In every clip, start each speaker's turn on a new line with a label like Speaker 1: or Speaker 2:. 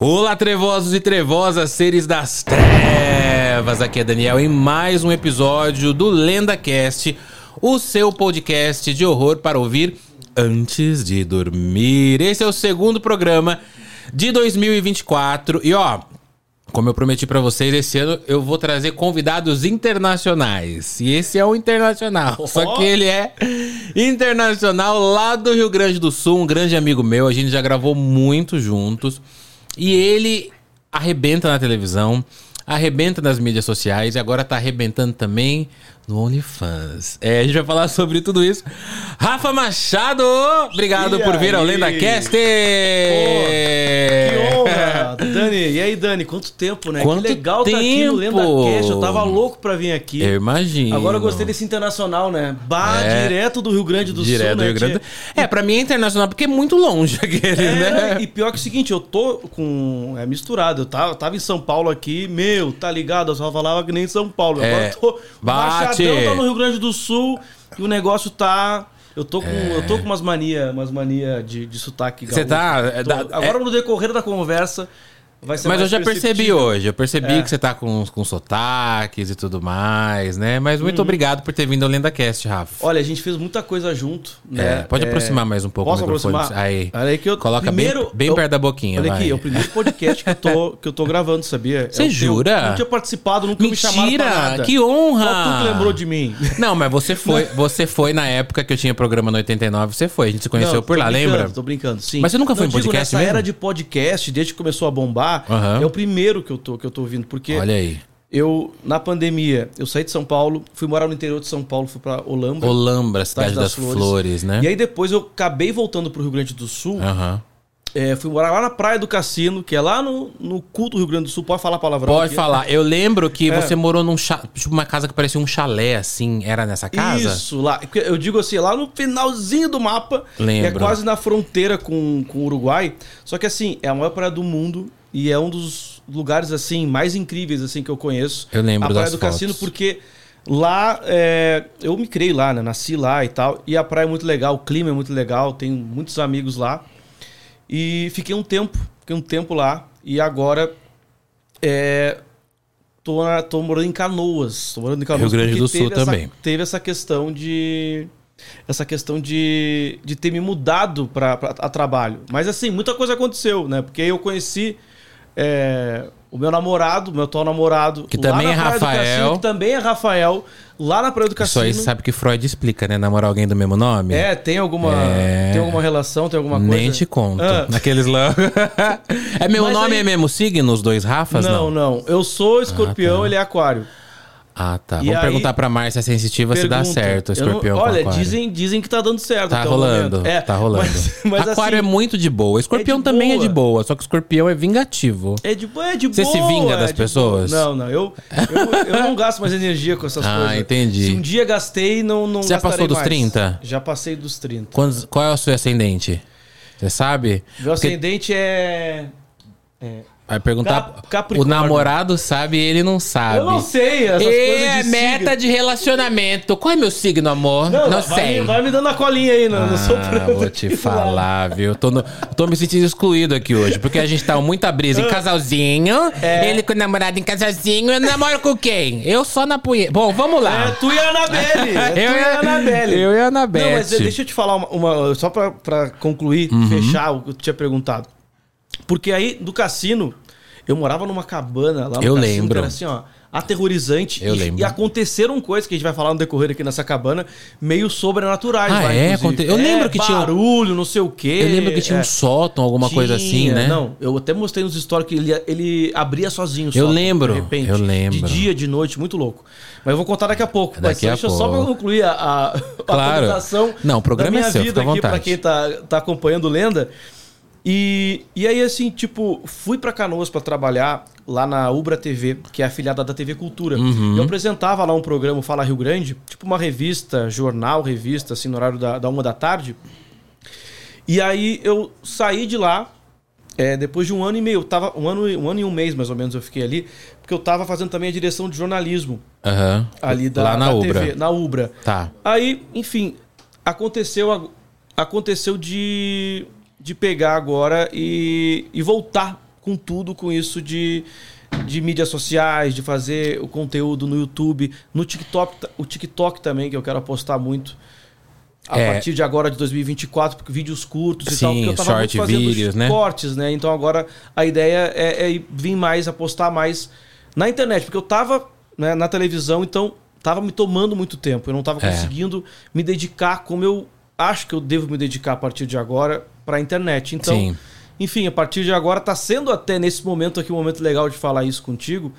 Speaker 1: Olá, trevosos e trevosas, seres das trevas. Aqui é Daniel em mais um episódio do LendaCast, o seu podcast de horror para ouvir antes de dormir. Esse é o segundo programa de 2024 e ó, como eu prometi para vocês, esse ano eu vou trazer convidados internacionais. E esse é um internacional. Só que ele é internacional lá do Rio Grande do Sul, um grande amigo meu. A gente já gravou muito juntos. E ele arrebenta na televisão, arrebenta nas mídias sociais e agora tá arrebentando também no OnlyFans. É, a gente vai falar sobre tudo isso. Rafa Machado, obrigado
Speaker 2: E
Speaker 1: por vir ao
Speaker 2: aí?
Speaker 1: Lenda Cast! É.
Speaker 2: Que honra! Dani, e aí, Dani, quanto tempo, né?
Speaker 1: Quanto
Speaker 2: que legal tá aqui no Lenda
Speaker 1: tempo!
Speaker 2: Cash. Eu tava louco pra vir aqui.
Speaker 1: Eu imagino.
Speaker 2: Agora eu gostei desse internacional, né? Bah,
Speaker 1: É.
Speaker 2: direto do Rio Grande do
Speaker 1: Direto
Speaker 2: Sul,
Speaker 1: do
Speaker 2: né?
Speaker 1: Rio Grande.
Speaker 2: tia?
Speaker 1: É, pra mim é internacional porque é muito longe aquele,
Speaker 2: É,
Speaker 1: né?
Speaker 2: E pior que o seguinte, eu tô com. É misturado. Eu tava, tava em São Paulo aqui, meu, tá ligado? Eu só falava que nem São Paulo. Agora
Speaker 1: É.
Speaker 2: eu tô.
Speaker 1: Bate!
Speaker 2: Machadão tá no Rio Grande do Sul e o negócio tá. Eu tô com, eu tô com umas manias umas mania de, de sotaque
Speaker 1: Você
Speaker 2: gaúcho.
Speaker 1: É. tá- é,
Speaker 2: Tô-
Speaker 1: dá-
Speaker 2: então, agora no decorrer da conversa vai ser
Speaker 1: Mas eu
Speaker 2: mais
Speaker 1: já percebi
Speaker 2: perceptível.
Speaker 1: hoje, eu percebi
Speaker 2: É.
Speaker 1: que você tá com, com sotaques e tudo mais, né? Mas
Speaker 2: Uhum.
Speaker 1: muito obrigado por ter vindo ao LendaCast, Rafa.
Speaker 2: Olha, a gente fez muita coisa junto, né?
Speaker 1: É, pode
Speaker 2: É,
Speaker 1: aproximar mais um pouco
Speaker 2: posso
Speaker 1: o microfone.
Speaker 2: aproximar?
Speaker 1: Aí.
Speaker 2: Olha aí que eu-
Speaker 1: Coloca
Speaker 2: primeiro-
Speaker 1: bem, bem
Speaker 2: eu-
Speaker 1: perto da boquinha,
Speaker 2: Olha
Speaker 1: vai.
Speaker 2: aqui, é o primeiro podcast que eu tô, que eu tô gravando, sabia? É
Speaker 1: Você
Speaker 2: Eu- eu
Speaker 1: jura?
Speaker 2: Não tinha participado, nunca me chamaram pra
Speaker 1: Mentira!
Speaker 2: nada.
Speaker 1: Que honra!
Speaker 2: Só tu que lembrou de mim.
Speaker 1: Não, mas você foi, você foi na época que eu tinha programa no 89, você foi. A gente se conheceu
Speaker 2: Não,
Speaker 1: por
Speaker 2: tô
Speaker 1: lá,
Speaker 2: brincando,
Speaker 1: lembra?
Speaker 2: Tô brincando, sim.
Speaker 1: Mas você nunca foi em
Speaker 2: digo,
Speaker 1: podcast
Speaker 2: nessa
Speaker 1: mesmo?
Speaker 2: era de podcast, desde que começou a bombar,
Speaker 1: Aham.
Speaker 2: é o primeiro que eu tô, que eu tô ouvindo, porque
Speaker 1: Olha aí.
Speaker 2: eu, na pandemia, eu saí de São Paulo, fui morar no interior de São Paulo, fui pra Olambra,
Speaker 1: Olambra, Cidade das, Flores, né? Ah.
Speaker 2: E aí um depois eu acabei voltando pro Rio Grande do Sul,
Speaker 1: Aham.
Speaker 2: É, fui morar lá na Praia do Cassino, que é lá no, no culto do Rio Grande do Sul. Pode falar palavrão?
Speaker 1: Pode
Speaker 2: aqui?
Speaker 1: falar. Eu lembro que
Speaker 2: É.
Speaker 1: você morou num cha- tipo uma casa que parecia um chalé, assim. Era nessa casa?
Speaker 2: Isso, lá. Porque Eu digo assim, lá no finalzinho do mapa.
Speaker 1: Lembro.
Speaker 2: que É quase na fronteira com, com o Uruguai. Só que assim, é a maior praia do mundo e é um dos lugares assim mais incríveis assim que eu conheço.
Speaker 1: Eu lembro
Speaker 2: A Praia
Speaker 1: das
Speaker 2: do
Speaker 1: fotos.
Speaker 2: Cassino, porque lá é, eu me criei lá, né? Nasci lá e tal. E a praia é muito legal, o clima é muito legal, tenho muitos amigos lá. E fiquei um tempo, fiquei um tempo lá. E agora é, tô, na- tô morando em Canoas. Tô morando em Canoas.
Speaker 1: Rio Grande
Speaker 2: porque
Speaker 1: do Sul
Speaker 2: teve essa-
Speaker 1: também.
Speaker 2: Teve essa questão de. Essa questão de, de ter me mudado pra, pra- a trabalho. Mas assim, muita coisa aconteceu, né? Porque eu conheci é, o meu namorado, meu atual namorado.
Speaker 1: Que
Speaker 2: lá
Speaker 1: também
Speaker 2: na
Speaker 1: é
Speaker 2: Praia do
Speaker 1: Rafael.
Speaker 2: Cassino, que também é Rafael, lá na Praia do
Speaker 1: Isso
Speaker 2: Cassino.
Speaker 1: aí você sabe que Freud explica, né? Namorar alguém do mesmo nome?
Speaker 2: É, tem alguma,
Speaker 1: É.
Speaker 2: tem alguma relação, tem alguma coisa?
Speaker 1: Nem te conto.
Speaker 2: Ah.
Speaker 1: Naqueles lá. é meu
Speaker 2: Mas
Speaker 1: nome,
Speaker 2: aí-
Speaker 1: é mesmo signo, os dois Rafas? Não. tá.
Speaker 2: Não, não. Eu sou escorpião, ele é aquário.
Speaker 1: Ah, tá.
Speaker 2: E
Speaker 1: Vamos
Speaker 2: aí-
Speaker 1: perguntar pra Márcia Sensitiva se dá
Speaker 2: Pergunta.
Speaker 1: certo,
Speaker 2: Eu
Speaker 1: escorpião.
Speaker 2: não-
Speaker 1: com
Speaker 2: Olha,
Speaker 1: aquário.
Speaker 2: dizem, dizem que tá dando certo.
Speaker 1: Tá
Speaker 2: até o
Speaker 1: rolando,
Speaker 2: momento. É,
Speaker 1: tá rolando.
Speaker 2: Mas, mas
Speaker 1: aquário é
Speaker 2: assim,
Speaker 1: muito de boa. Escorpião
Speaker 2: de
Speaker 1: também é de
Speaker 2: boa.
Speaker 1: boa, só que escorpião é vingativo.
Speaker 2: é de, é de
Speaker 1: Você
Speaker 2: boa.
Speaker 1: se vinga
Speaker 2: é
Speaker 1: das
Speaker 2: de
Speaker 1: pessoas?
Speaker 2: boa. Não, não. Eu, eu, eu não gasto mais energia com essas
Speaker 1: Ah,
Speaker 2: coisas.
Speaker 1: entendi.
Speaker 2: Se um dia gastei, não, não
Speaker 1: Você já passou
Speaker 2: gastarei
Speaker 1: dos
Speaker 2: mais.
Speaker 1: 30?
Speaker 2: Já passei dos 30.
Speaker 1: Quantos- qual é o seu ascendente? Você sabe?
Speaker 2: Meu
Speaker 1: Porque
Speaker 2: ascendente é... é-
Speaker 1: Vai perguntar.
Speaker 2: Cap- Capricórnio.
Speaker 1: O namorado sabe e ele não sabe.
Speaker 2: Eu não sei essas
Speaker 1: É
Speaker 2: coisas de
Speaker 1: meta
Speaker 2: signo.
Speaker 1: de relacionamento. Qual é meu signo, amor? Não,
Speaker 2: Não, vai,
Speaker 1: sei.
Speaker 2: Vai me dando a colinha aí, não, não sou
Speaker 1: Ah,
Speaker 2: pronto
Speaker 1: vou te
Speaker 2: aqui do lado.
Speaker 1: falar, viu? Tô, no- tô me sentindo excluído aqui hoje, porque a gente tá muita brisa
Speaker 2: Ah.
Speaker 1: em casalzinho,
Speaker 2: É.
Speaker 1: ele com o namorado em casalzinho, eu namoro com quem? Eu só na punheta. Bom, vamos lá.
Speaker 2: É tu e a Anabelle. É tu e a Anabelle.
Speaker 1: Eu e a Anabelle.
Speaker 2: Não, mas deixa eu te falar uma, uma- só pra, pra concluir,
Speaker 1: Uhum.
Speaker 2: fechar o que eu tinha perguntado. Porque aí, do cassino, eu morava numa cabana lá no
Speaker 1: Eu
Speaker 2: cassino,
Speaker 1: lembro.
Speaker 2: que era assim, ó, aterrorizante.
Speaker 1: Eu
Speaker 2: e,
Speaker 1: lembro.
Speaker 2: e aconteceram coisas que a gente vai falar no decorrer aqui nessa cabana, meio sobrenaturais.
Speaker 1: Ah,
Speaker 2: lá,
Speaker 1: é?
Speaker 2: inclusive.
Speaker 1: Aconte- eu lembro que tinha um-
Speaker 2: Barulho, não sei o quê.
Speaker 1: Eu lembro que tinha
Speaker 2: É,
Speaker 1: um sótão, alguma coisa assim,
Speaker 2: tinha,
Speaker 1: né?
Speaker 2: Não, eu até mostrei nos stories que ele, ele abria sozinho. o
Speaker 1: Eu
Speaker 2: sótão,
Speaker 1: lembro,
Speaker 2: De repente.
Speaker 1: eu lembro.
Speaker 2: De dia, de noite, muito louco. Mas eu vou contar daqui a pouco. mas
Speaker 1: Daqui a
Speaker 2: deixa eu só pra
Speaker 1: pouco.
Speaker 2: concluir a, a,
Speaker 1: Claro.
Speaker 2: a apresentação
Speaker 1: Não, o programa
Speaker 2: da
Speaker 1: é
Speaker 2: minha
Speaker 1: seu,
Speaker 2: vida
Speaker 1: fica à
Speaker 2: aqui pra
Speaker 1: vontade.
Speaker 2: quem tá, tá acompanhando Lenda. E, e aí, assim, tipo, fui pra Canoas pra trabalhar lá na Ubra TV, que é afiliada da TV Cultura.
Speaker 1: Uhum.
Speaker 2: Eu apresentava lá um programa o Fala Rio Grande, tipo uma revista, jornal, revista, assim, no horário da, da uma da tarde. E aí eu saí de lá, é, depois de um ano e meio, eu tava, um, ano, e- um ano e um mês mais ou menos eu fiquei ali, porque eu tava fazendo também a direção de jornalismo
Speaker 1: Aham.
Speaker 2: ali da,
Speaker 1: Lá na
Speaker 2: da
Speaker 1: Ubra.
Speaker 2: TV, na Ubra.
Speaker 1: Tá.
Speaker 2: Aí, enfim, aconteceu ag- aconteceu de, de pegar agora e, e voltar com tudo com isso de, de mídias sociais, de fazer o conteúdo no YouTube, no TikTok, o TikTok também, que eu quero apostar muito. A
Speaker 1: É.
Speaker 2: partir de agora de 2024, porque vídeos curtos e tal,
Speaker 1: Sim,
Speaker 2: porque eu tava muito
Speaker 1: short
Speaker 2: fazendo
Speaker 1: videos, né?
Speaker 2: cortes, né? Então agora a ideia é, é ir- vir mais, apostar mais na internet, porque eu tava né, na televisão, então tava me tomando muito tempo. Eu não tava
Speaker 1: É.
Speaker 2: conseguindo me dedicar como eu acho que eu devo me dedicar a partir de agora pra internet. Então,
Speaker 1: Sim.
Speaker 2: enfim, a partir de agora tá sendo até nesse momento aqui um momento legal de falar isso contigo,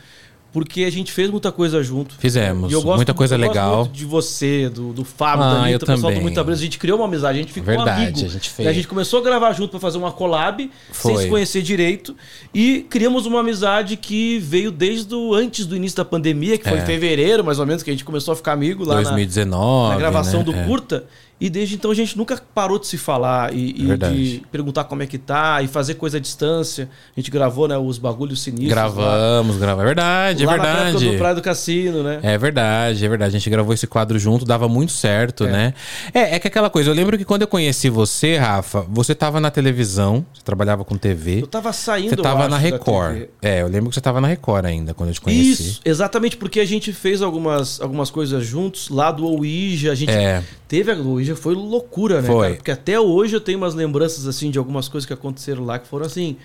Speaker 2: porque a gente fez muita coisa junto.
Speaker 1: Fizemos.
Speaker 2: E eu gosto-
Speaker 1: Muita coisa
Speaker 2: eu gosto
Speaker 1: legal.
Speaker 2: muito de você, do, do Fábio,
Speaker 1: Ah,
Speaker 2: da
Speaker 1: eu
Speaker 2: Anitta, o pessoal do
Speaker 1: também.
Speaker 2: Muita Brisa. A gente criou uma amizade, a gente ficou
Speaker 1: Verdade,
Speaker 2: amigo.
Speaker 1: a gente fez.
Speaker 2: E a gente começou a gravar junto pra fazer uma collab, sem
Speaker 1: Foi.
Speaker 2: se conhecer direito. E criamos uma amizade que veio desde o, antes do início da pandemia, que foi
Speaker 1: É.
Speaker 2: em fevereiro, mais ou menos, que a gente começou a ficar amigo lá na,
Speaker 1: 2019.
Speaker 2: na gravação
Speaker 1: né?
Speaker 2: do
Speaker 1: É.
Speaker 2: curta. E desde então a gente nunca parou de se falar e, e
Speaker 1: Verdade.
Speaker 2: de perguntar como é que tá e fazer coisa à distância. A gente gravou, né, os bagulhos sinistros. lá,
Speaker 1: Gravamos, gravamos. É verdade,
Speaker 2: lá
Speaker 1: é
Speaker 2: na época
Speaker 1: verdade.
Speaker 2: do Praia do Cassino, né?
Speaker 1: É verdade, é verdade. A gente gravou esse quadro junto, dava muito certo, né? É, é que aquela coisa, eu lembro que quando eu conheci você, Rafa, você tava na televisão, você trabalhava com TV.
Speaker 2: Eu tava saindo,
Speaker 1: Você
Speaker 2: eu
Speaker 1: tava
Speaker 2: acho,
Speaker 1: na
Speaker 2: da
Speaker 1: Record.
Speaker 2: TV.
Speaker 1: É, eu lembro que você tava na Record ainda quando eu te conheci.
Speaker 2: Isso, exatamente, porque a gente fez algumas, algumas coisas juntos lá do Ouija, a gente
Speaker 1: É.
Speaker 2: teve a Ouija, foi loucura, né,
Speaker 1: Foi.
Speaker 2: cara? Porque até hoje eu tenho umas lembranças, assim, de algumas coisas que aconteceram lá que foram, assim,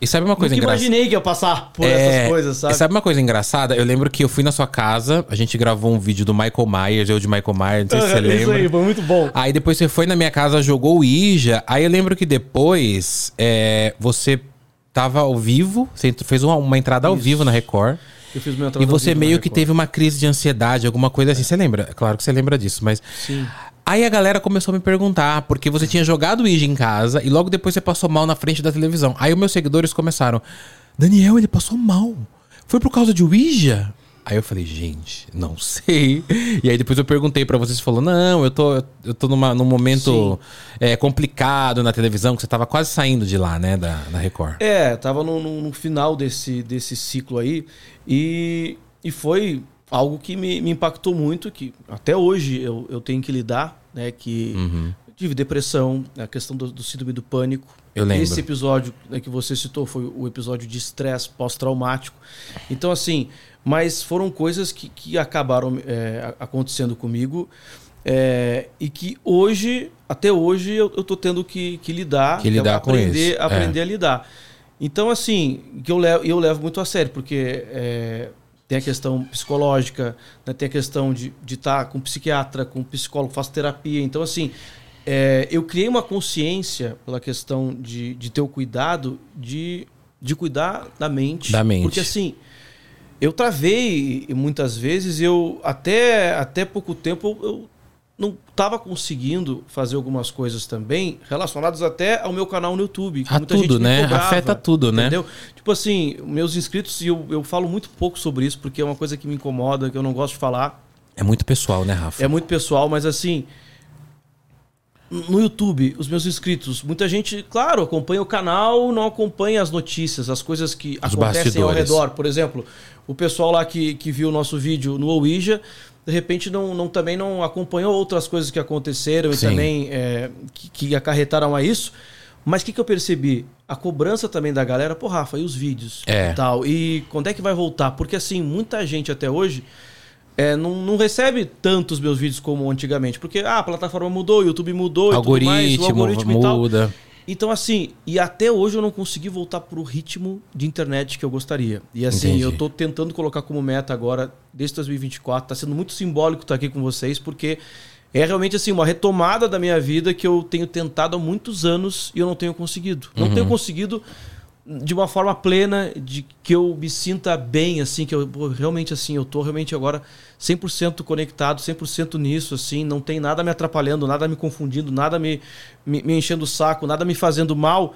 Speaker 1: E sabe uma coisa
Speaker 2: nunca
Speaker 1: engraçada?
Speaker 2: imaginei que ia passar por
Speaker 1: É,
Speaker 2: essas coisas, sabe?
Speaker 1: E sabe uma coisa engraçada? Eu lembro que eu fui na sua casa, a gente gravou um vídeo do Michael Myers, eu de Michael Myers, não sei se você
Speaker 2: Aham,
Speaker 1: lembra. Ah,
Speaker 2: Isso aí, foi muito bom.
Speaker 1: Aí depois você foi na minha casa, jogou o Ija. Aí eu lembro que depois é, você tava ao vivo, você fez uma, uma entrada ao vivo na Record.
Speaker 2: Eu fiz meu
Speaker 1: E você meio
Speaker 2: né,
Speaker 1: que teve uma crise de ansiedade, alguma coisa assim. Você lembra? Claro que você lembra disso, mas.
Speaker 2: Sim.
Speaker 1: Aí a galera começou a me perguntar, porque você tinha jogado o Ija em casa e logo depois você passou mal na frente da televisão. Aí os meus seguidores começaram: Daniel, ele passou mal. Foi por causa de Ouija? Aí eu falei, gente, não sei. E aí depois eu perguntei pra você, você falou, não, eu tô, eu tô numa, num momento é, complicado na televisão, que você tava quase saindo de lá, né, da, da Record.
Speaker 2: É, tava no, no- no final desse, desse ciclo aí. E, e foi algo que me, me impactou muito, que até hoje eu, eu tenho que lidar, né? Que
Speaker 1: Uhum.
Speaker 2: eu tive depressão, a questão do, do síndrome do pânico.
Speaker 1: Eu lembro.
Speaker 2: Esse episódio né, que você citou foi o episódio de estresse pós-traumático. Então, assim, mas foram coisas que, que acabaram é, a- acontecendo comigo. é, e que hoje, até hoje, eu, eu tô tendo que, que lidar,
Speaker 1: Que lidar com
Speaker 2: aprender,
Speaker 1: isso, é.
Speaker 2: aprender aprender a lidar. Então, assim, que eu levo, eu levo muito a sério, porque é, tem a questão psicológica, né, tem a questão de estar de tá com psiquiatra, com psicólogo, faço terapia. Então, assim, é, eu criei uma consciência pela questão de, de ter o cuidado de, de cuidar da mente.
Speaker 1: Da mente.
Speaker 2: Porque, assim, eu travei e muitas vezes, eu até, até pouco tempo eu, eu não estava conseguindo fazer algumas coisas também relacionadas até ao meu canal no YouTube. que
Speaker 1: A
Speaker 2: muita gente
Speaker 1: tudo,
Speaker 2: me
Speaker 1: né?
Speaker 2: cobrava,
Speaker 1: Afeta tudo, né?
Speaker 2: Entendeu? Tipo assim, meus inscritos, e eu, eu falo muito pouco sobre isso porque é uma coisa que me incomoda, que eu não gosto de falar.
Speaker 1: É muito pessoal, né, Rafa?
Speaker 2: É muito pessoal, mas assim. No YouTube, os meus inscritos, muita gente, claro, acompanha o canal, não acompanha as notícias, as coisas que acontecem ao
Speaker 1: bastidores.
Speaker 2: redor. Por exemplo, o pessoal lá que, que viu o nosso vídeo no Ouija, de repente não, não também não acompanhou outras coisas que aconteceram
Speaker 1: Sim.
Speaker 2: e também é, que, que acarretaram a isso. Mas o que, que eu percebi? A cobrança também da galera, pô, Rafa, e os vídeos
Speaker 1: É.
Speaker 2: e tal? E quando é que vai voltar? Porque assim, muita gente até hoje é, não, não recebe tantos meus vídeos como antigamente. Porque ah, a plataforma mudou, o YouTube mudou, e tudo mais, o
Speaker 1: algoritmo,
Speaker 2: algoritmo e tal.
Speaker 1: muda.
Speaker 2: Então, assim, e até hoje eu não consegui voltar pro ritmo de internet que eu gostaria. E assim,
Speaker 1: Entendi.
Speaker 2: eu tô tentando colocar como meta agora, desde 2024. Tá sendo muito simbólico estar aqui com vocês, porque é realmente assim, uma retomada da minha vida que eu tenho tentado há muitos anos e eu não tenho conseguido. Não tenho conseguido de uma forma plena, de que eu me sinta bem, assim, que eu pô, realmente assim, eu tô realmente agora 100% conectado, 100% nisso, assim, não tem nada me atrapalhando, nada me confundindo, nada me, me, me enchendo o saco, nada me fazendo mal,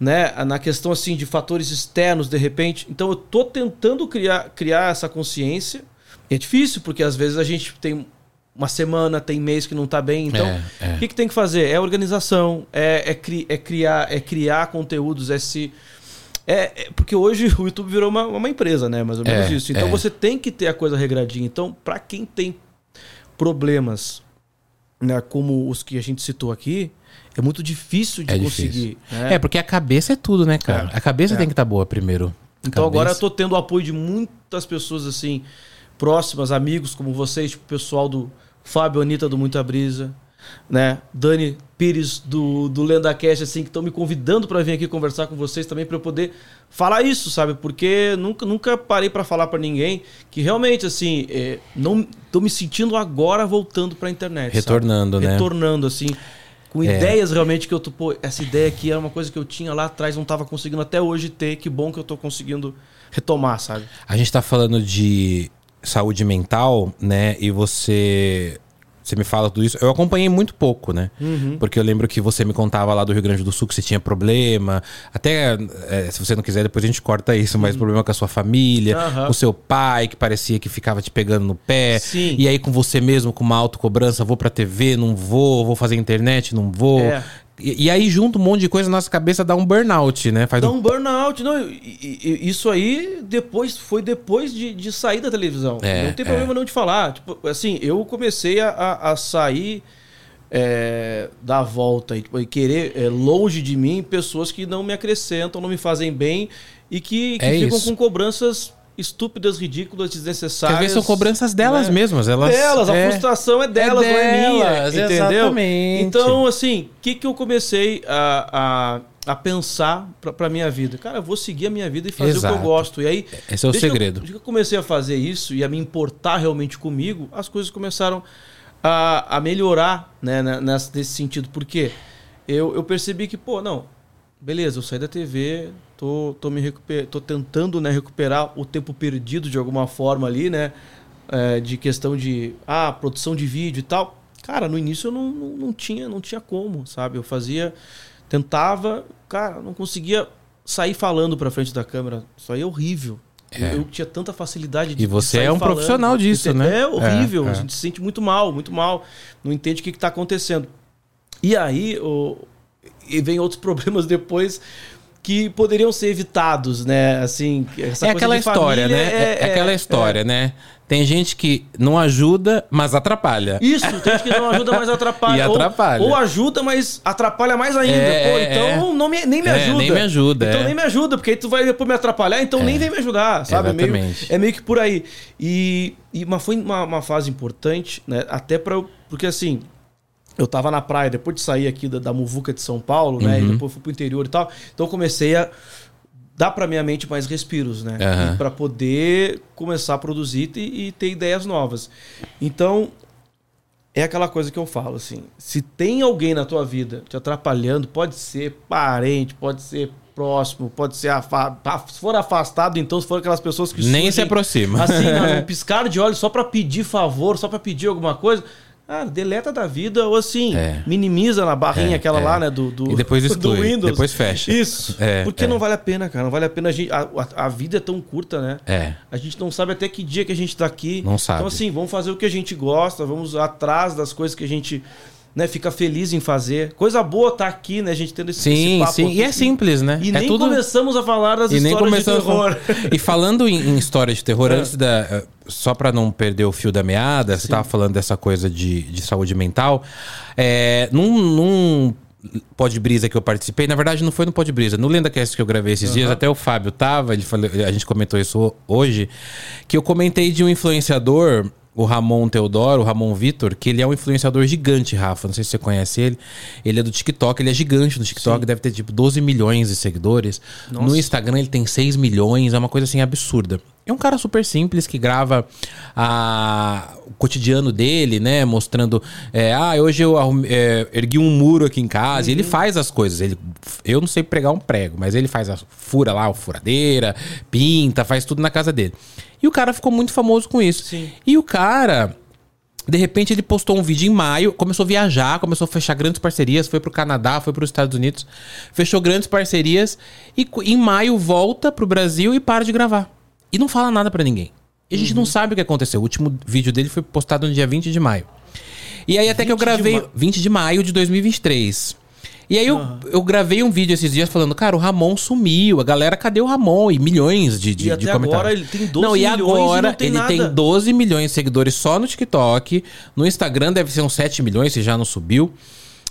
Speaker 2: né, na questão assim de fatores externos, de repente. Então eu tô tentando criar, criar essa consciência. E é difícil, porque às vezes a gente tem uma semana, tem mês que não tá bem, então
Speaker 1: É, é.
Speaker 2: o que, que tem que fazer? É organização, é, é, cri- é criar, é criar conteúdos, é se. É, é- porque hoje o YouTube virou uma, uma empresa, né? Mais ou menos
Speaker 1: É,
Speaker 2: isso. Então
Speaker 1: é.
Speaker 2: você tem que ter a coisa regradinha. Então, pra quem tem problemas né, como os que a gente citou aqui, é muito difícil de
Speaker 1: É
Speaker 2: conseguir.
Speaker 1: difícil.
Speaker 2: né?
Speaker 1: É, porque a cabeça é tudo, né, cara? A cabeça tem que estar boa primeiro.
Speaker 2: Então agora eu
Speaker 1: Cabeça.
Speaker 2: tô tendo o apoio de muitas pessoas assim, próximas, amigos como vocês, tipo o pessoal do Fábio Anitta do Muita Brisa, né? Dani Pires do, do Lenda Cash, assim, que estão me convidando para vir aqui conversar com vocês também para eu poder falar isso, sabe? Porque nunca, nunca parei para falar para ninguém que realmente, assim, é, não tô me sentindo agora voltando para internet. sabe?
Speaker 1: Retornando, né?
Speaker 2: retornando, assim, com
Speaker 1: É.
Speaker 2: ideias realmente que eu tô. Pô, essa ideia aqui era uma coisa que eu tinha lá atrás, não tava conseguindo até hoje ter. Que bom que eu tô conseguindo retomar, sabe?
Speaker 1: A gente tá falando de saúde mental, né? E você. Você me fala tudo isso. Eu acompanhei muito pouco, né?
Speaker 2: Uhum.
Speaker 1: Porque eu lembro que você me contava lá do Rio Grande do Sul que você tinha problema. Até, eh, se você não quiser, depois a gente corta isso. Mas problema com a sua família,
Speaker 2: Uhum. Aham.
Speaker 1: com o seu pai, que parecia que ficava te pegando no pé.
Speaker 2: Sim.
Speaker 1: E aí com você mesmo, com uma autocobrança. Vou pra TV, não vou. Vou fazer internet, não vou.
Speaker 2: É.
Speaker 1: E, e aí junta um monte de coisa na nossa cabeça, dá um burnout, né? Faz
Speaker 2: Dá
Speaker 1: um...
Speaker 2: um burnout, não. e- e- e- Isso aí depois foi depois de, de sair da televisão.
Speaker 1: É,
Speaker 2: não tem
Speaker 1: é.
Speaker 2: problema não de falar. Tipo, assim, eu comecei a, a, a sair é, da volta e, tipo, e querer é, longe de mim pessoas que não me acrescentam, não me fazem bem e que, que
Speaker 1: É
Speaker 2: ficam
Speaker 1: isso.
Speaker 2: com cobranças estúpidas, ridículas,
Speaker 1: Porque
Speaker 2: desnecessárias.
Speaker 1: às vezes são cobranças delas
Speaker 2: né?
Speaker 1: mesmas. Elas,
Speaker 2: delas,
Speaker 1: é.
Speaker 2: a frustração é delas, não é minha.
Speaker 1: delas,
Speaker 2: Entendeu?
Speaker 1: exatamente.
Speaker 2: Então, assim, o que, que eu comecei a, a, a pensar pra, pra minha vida? Cara, eu vou seguir a minha vida e fazer o
Speaker 1: Exato.
Speaker 2: que eu gosto. E aí.
Speaker 1: Esse é o
Speaker 2: desde Que
Speaker 1: segredo.
Speaker 2: eu, desde que eu comecei a fazer isso e a me importar realmente comigo, as coisas começaram a, a melhorar, né, na- nessa- nesse sentido. Porque eu, eu percebi que, pô, não, beleza, eu saí da TV, tô, tô me recuper... tô tentando né, recuperar o tempo perdido de alguma forma ali, né? é, de questão de ah, produção de vídeo e tal. Cara, no início eu não, não, não tinha, não tinha como, sabe? Eu fazia, tentava, cara, não conseguia sair falando pra frente da câmera. Isso aí é horrível.
Speaker 1: É.
Speaker 2: Eu, eu tinha tanta facilidade
Speaker 1: E você
Speaker 2: sair
Speaker 1: é um
Speaker 2: falando.
Speaker 1: profissional disso,
Speaker 2: Entendeu?
Speaker 1: né?
Speaker 2: É horrível,
Speaker 1: É, é.
Speaker 2: a gente se sente muito mal, muito mal, não entende o que está acontecendo. E aí, o- e vem outros problemas depois que poderiam ser evitados, né? Assim, essa
Speaker 1: é
Speaker 2: coisa
Speaker 1: aquela
Speaker 2: de
Speaker 1: história,
Speaker 2: família
Speaker 1: né? É, é aquela história, né? Tem gente que não ajuda, mas atrapalha.
Speaker 2: Isso, tem gente que não ajuda, mas atrapalha.
Speaker 1: E
Speaker 2: Ou-
Speaker 1: atrapalha.
Speaker 2: Ou, ajuda, mas atrapalha mais ainda.
Speaker 1: É,
Speaker 2: Pô,
Speaker 1: é,
Speaker 2: então não me- nem me
Speaker 1: É,
Speaker 2: ajuda.
Speaker 1: nem me ajuda,
Speaker 2: Então
Speaker 1: é.
Speaker 2: nem me ajuda, porque aí tu vai depois me atrapalhar, então nem vem me ajudar, sabe? É meio-
Speaker 1: exatamente.
Speaker 2: É meio que por aí. E, e mas foi uma, uma fase importante, né? Até pra. eu- Porque assim, eu tava na praia, depois de sair aqui da, da Muvuca de São Paulo, né? E
Speaker 1: Uhum.
Speaker 2: depois fui pro interior e tal. Então eu comecei a dar pra minha mente mais respiros, né?
Speaker 1: Aham.
Speaker 2: E pra poder começar a produzir e, e ter ideias novas. Então, é aquela coisa que eu falo, assim. Se tem alguém na tua vida te atrapalhando, pode ser parente, pode ser próximo, pode ser afa- pa- se for afastado, então se for aquelas pessoas que
Speaker 1: Nem se
Speaker 2: surgem-
Speaker 1: aproxima.
Speaker 2: Assim, ó, um piscar de olho só pra pedir favor, só pra pedir alguma coisa. Ah, deleta da vida ou assim,
Speaker 1: É.
Speaker 2: minimiza na barrinha
Speaker 1: É,
Speaker 2: aquela
Speaker 1: é.
Speaker 2: lá, né, do, do
Speaker 1: E depois exclui,
Speaker 2: do Windows.
Speaker 1: depois fecha.
Speaker 2: Isso.
Speaker 1: É,
Speaker 2: Porque
Speaker 1: é.
Speaker 2: não vale a pena, cara, não vale a pena a gente a, a- a vida é tão curta, né?
Speaker 1: É.
Speaker 2: A gente não sabe até que dia que a gente tá aqui.
Speaker 1: Não sabe.
Speaker 2: Então assim, vamos fazer o que a gente gosta, vamos atrás das coisas que a gente né, fica feliz em fazer. Coisa boa tá aqui, né, a gente tendo esse, esse
Speaker 1: Sim,
Speaker 2: papo
Speaker 1: sim.
Speaker 2: aqui.
Speaker 1: E é simples, né?
Speaker 2: E
Speaker 1: é
Speaker 2: nem começamos a falar das
Speaker 1: E nem
Speaker 2: histórias de
Speaker 1: começamos.
Speaker 2: terror. É.
Speaker 1: com- E falando em, em história de terror, antes da. eh, Só pra não perder o fio da meada, você tava falando dessa coisa de, de saúde mental. É, num. num Pod Brisa que eu participei, na verdade não foi no Pod Brisa, no LendaCast que eu gravei esses dias, até o Fábio tava, ele falou, a gente comentou isso ho- hoje, que eu comentei de um influenciador, o Ramon Teodoro, o Ramon Vitor, que ele é um influenciador gigante, Rafa, não sei se você conhece ele, ele é do TikTok, ele é gigante no TikTok, deve ter tipo 12 milhões de seguidores, no Instagram ele tem 6 milhões, é uma coisa assim absurda. É um cara super simples que grava a- o cotidiano dele, né? Mostrando. é, ah, hoje eu arrume- é, ergui um muro aqui em casa. E ele faz as coisas. Ele, eu não sei pregar um prego, mas ele faz a fura lá, a furadeira, pinta, faz tudo na casa dele. E o cara ficou muito famoso com isso.
Speaker 2: Sim.
Speaker 1: E o cara. De repente ele postou um vídeo em maio, começou a viajar, começou a fechar grandes parcerias, foi pro Canadá, foi para os Estados Unidos, fechou grandes parcerias e co- em maio volta pro Brasil e para de gravar. E não fala nada pra ninguém. E a gente não sabe o que aconteceu. O último vídeo dele foi postado no dia 20 de maio. E aí até que eu
Speaker 2: 20 de
Speaker 1: gravei
Speaker 2: ma-
Speaker 1: 20 de maio de 2023. E aí eu, eu gravei um vídeo esses dias falando, cara, o Ramon sumiu, a galera, cadê o Ramon? E milhões de, de,
Speaker 2: E
Speaker 1: de
Speaker 2: até
Speaker 1: comentários.
Speaker 2: agora ele tem 12
Speaker 1: não, e
Speaker 2: milhões
Speaker 1: agora
Speaker 2: e não tem
Speaker 1: ele
Speaker 2: nada.
Speaker 1: tem 12 milhões de seguidores só no TikTok. No Instagram deve ser uns 7 milhões, se já não subiu.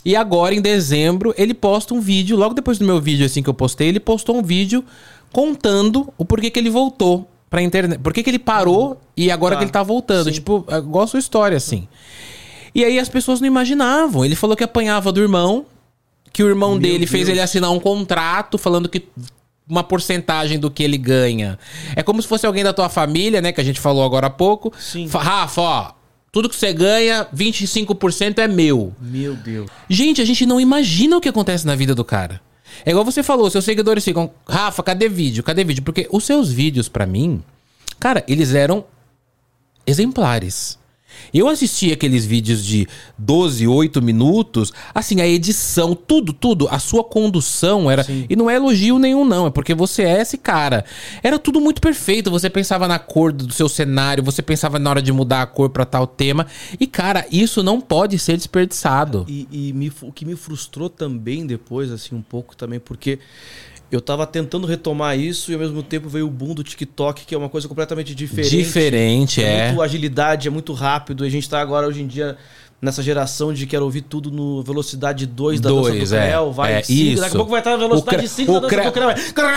Speaker 1: E agora, em dezembro, ele posta um vídeo. Logo depois do meu vídeo, assim que eu postei, ele postou um vídeo contando o porquê que ele voltou pra internet. Por que que ele parou e agora
Speaker 2: Tá.
Speaker 1: que ele tá voltando.
Speaker 2: Sim.
Speaker 1: Tipo, é igual a sua história, assim. E aí as pessoas não imaginavam. Ele falou que apanhava do irmão, que o irmão dele fez ele assinar um contrato falando que uma porcentagem do que ele ganha. É como se fosse alguém da tua família, né, que a gente falou agora há pouco.
Speaker 2: Sim.
Speaker 1: Fa- Rafa, ó, tudo que você ganha, 25% é meu.
Speaker 2: Meu Deus.
Speaker 1: Gente, a gente não imagina o que acontece na vida do cara. É igual você falou, seus seguidores ficam, Rafa, cadê vídeo? Cadê vídeo? Porque os seus vídeos, pra mim, cara, eles eram exemplares. Eu assisti aqueles vídeos de 12, 8 minutos, assim, a edição, tudo, tudo, a sua condução era. E não é elogio nenhum, não, é porque você é esse cara. Era tudo muito perfeito, você pensava na cor do seu cenário, você pensava na hora de mudar a cor pra tal tema. E, cara, isso não pode ser desperdiçado.
Speaker 2: E, e me fu- o que me frustrou também depois, assim, um pouco também, porque eu tava tentando retomar isso e ao mesmo tempo veio o boom do TikTok, que é uma coisa completamente diferente.
Speaker 1: Diferente,
Speaker 2: É
Speaker 1: é.
Speaker 2: muito agilidade, é muito rápido. E a gente tá agora, hoje em dia, nessa geração de quero ouvir tudo no velocidade 2 da dança do
Speaker 1: Dois, é.
Speaker 2: Creu, vai
Speaker 1: É,
Speaker 2: em cinco, Daqui
Speaker 1: isso.
Speaker 2: a pouco vai estar na
Speaker 1: O Creu-
Speaker 2: velocidade 5 da
Speaker 1: o
Speaker 2: dança do Creu.
Speaker 1: Creu-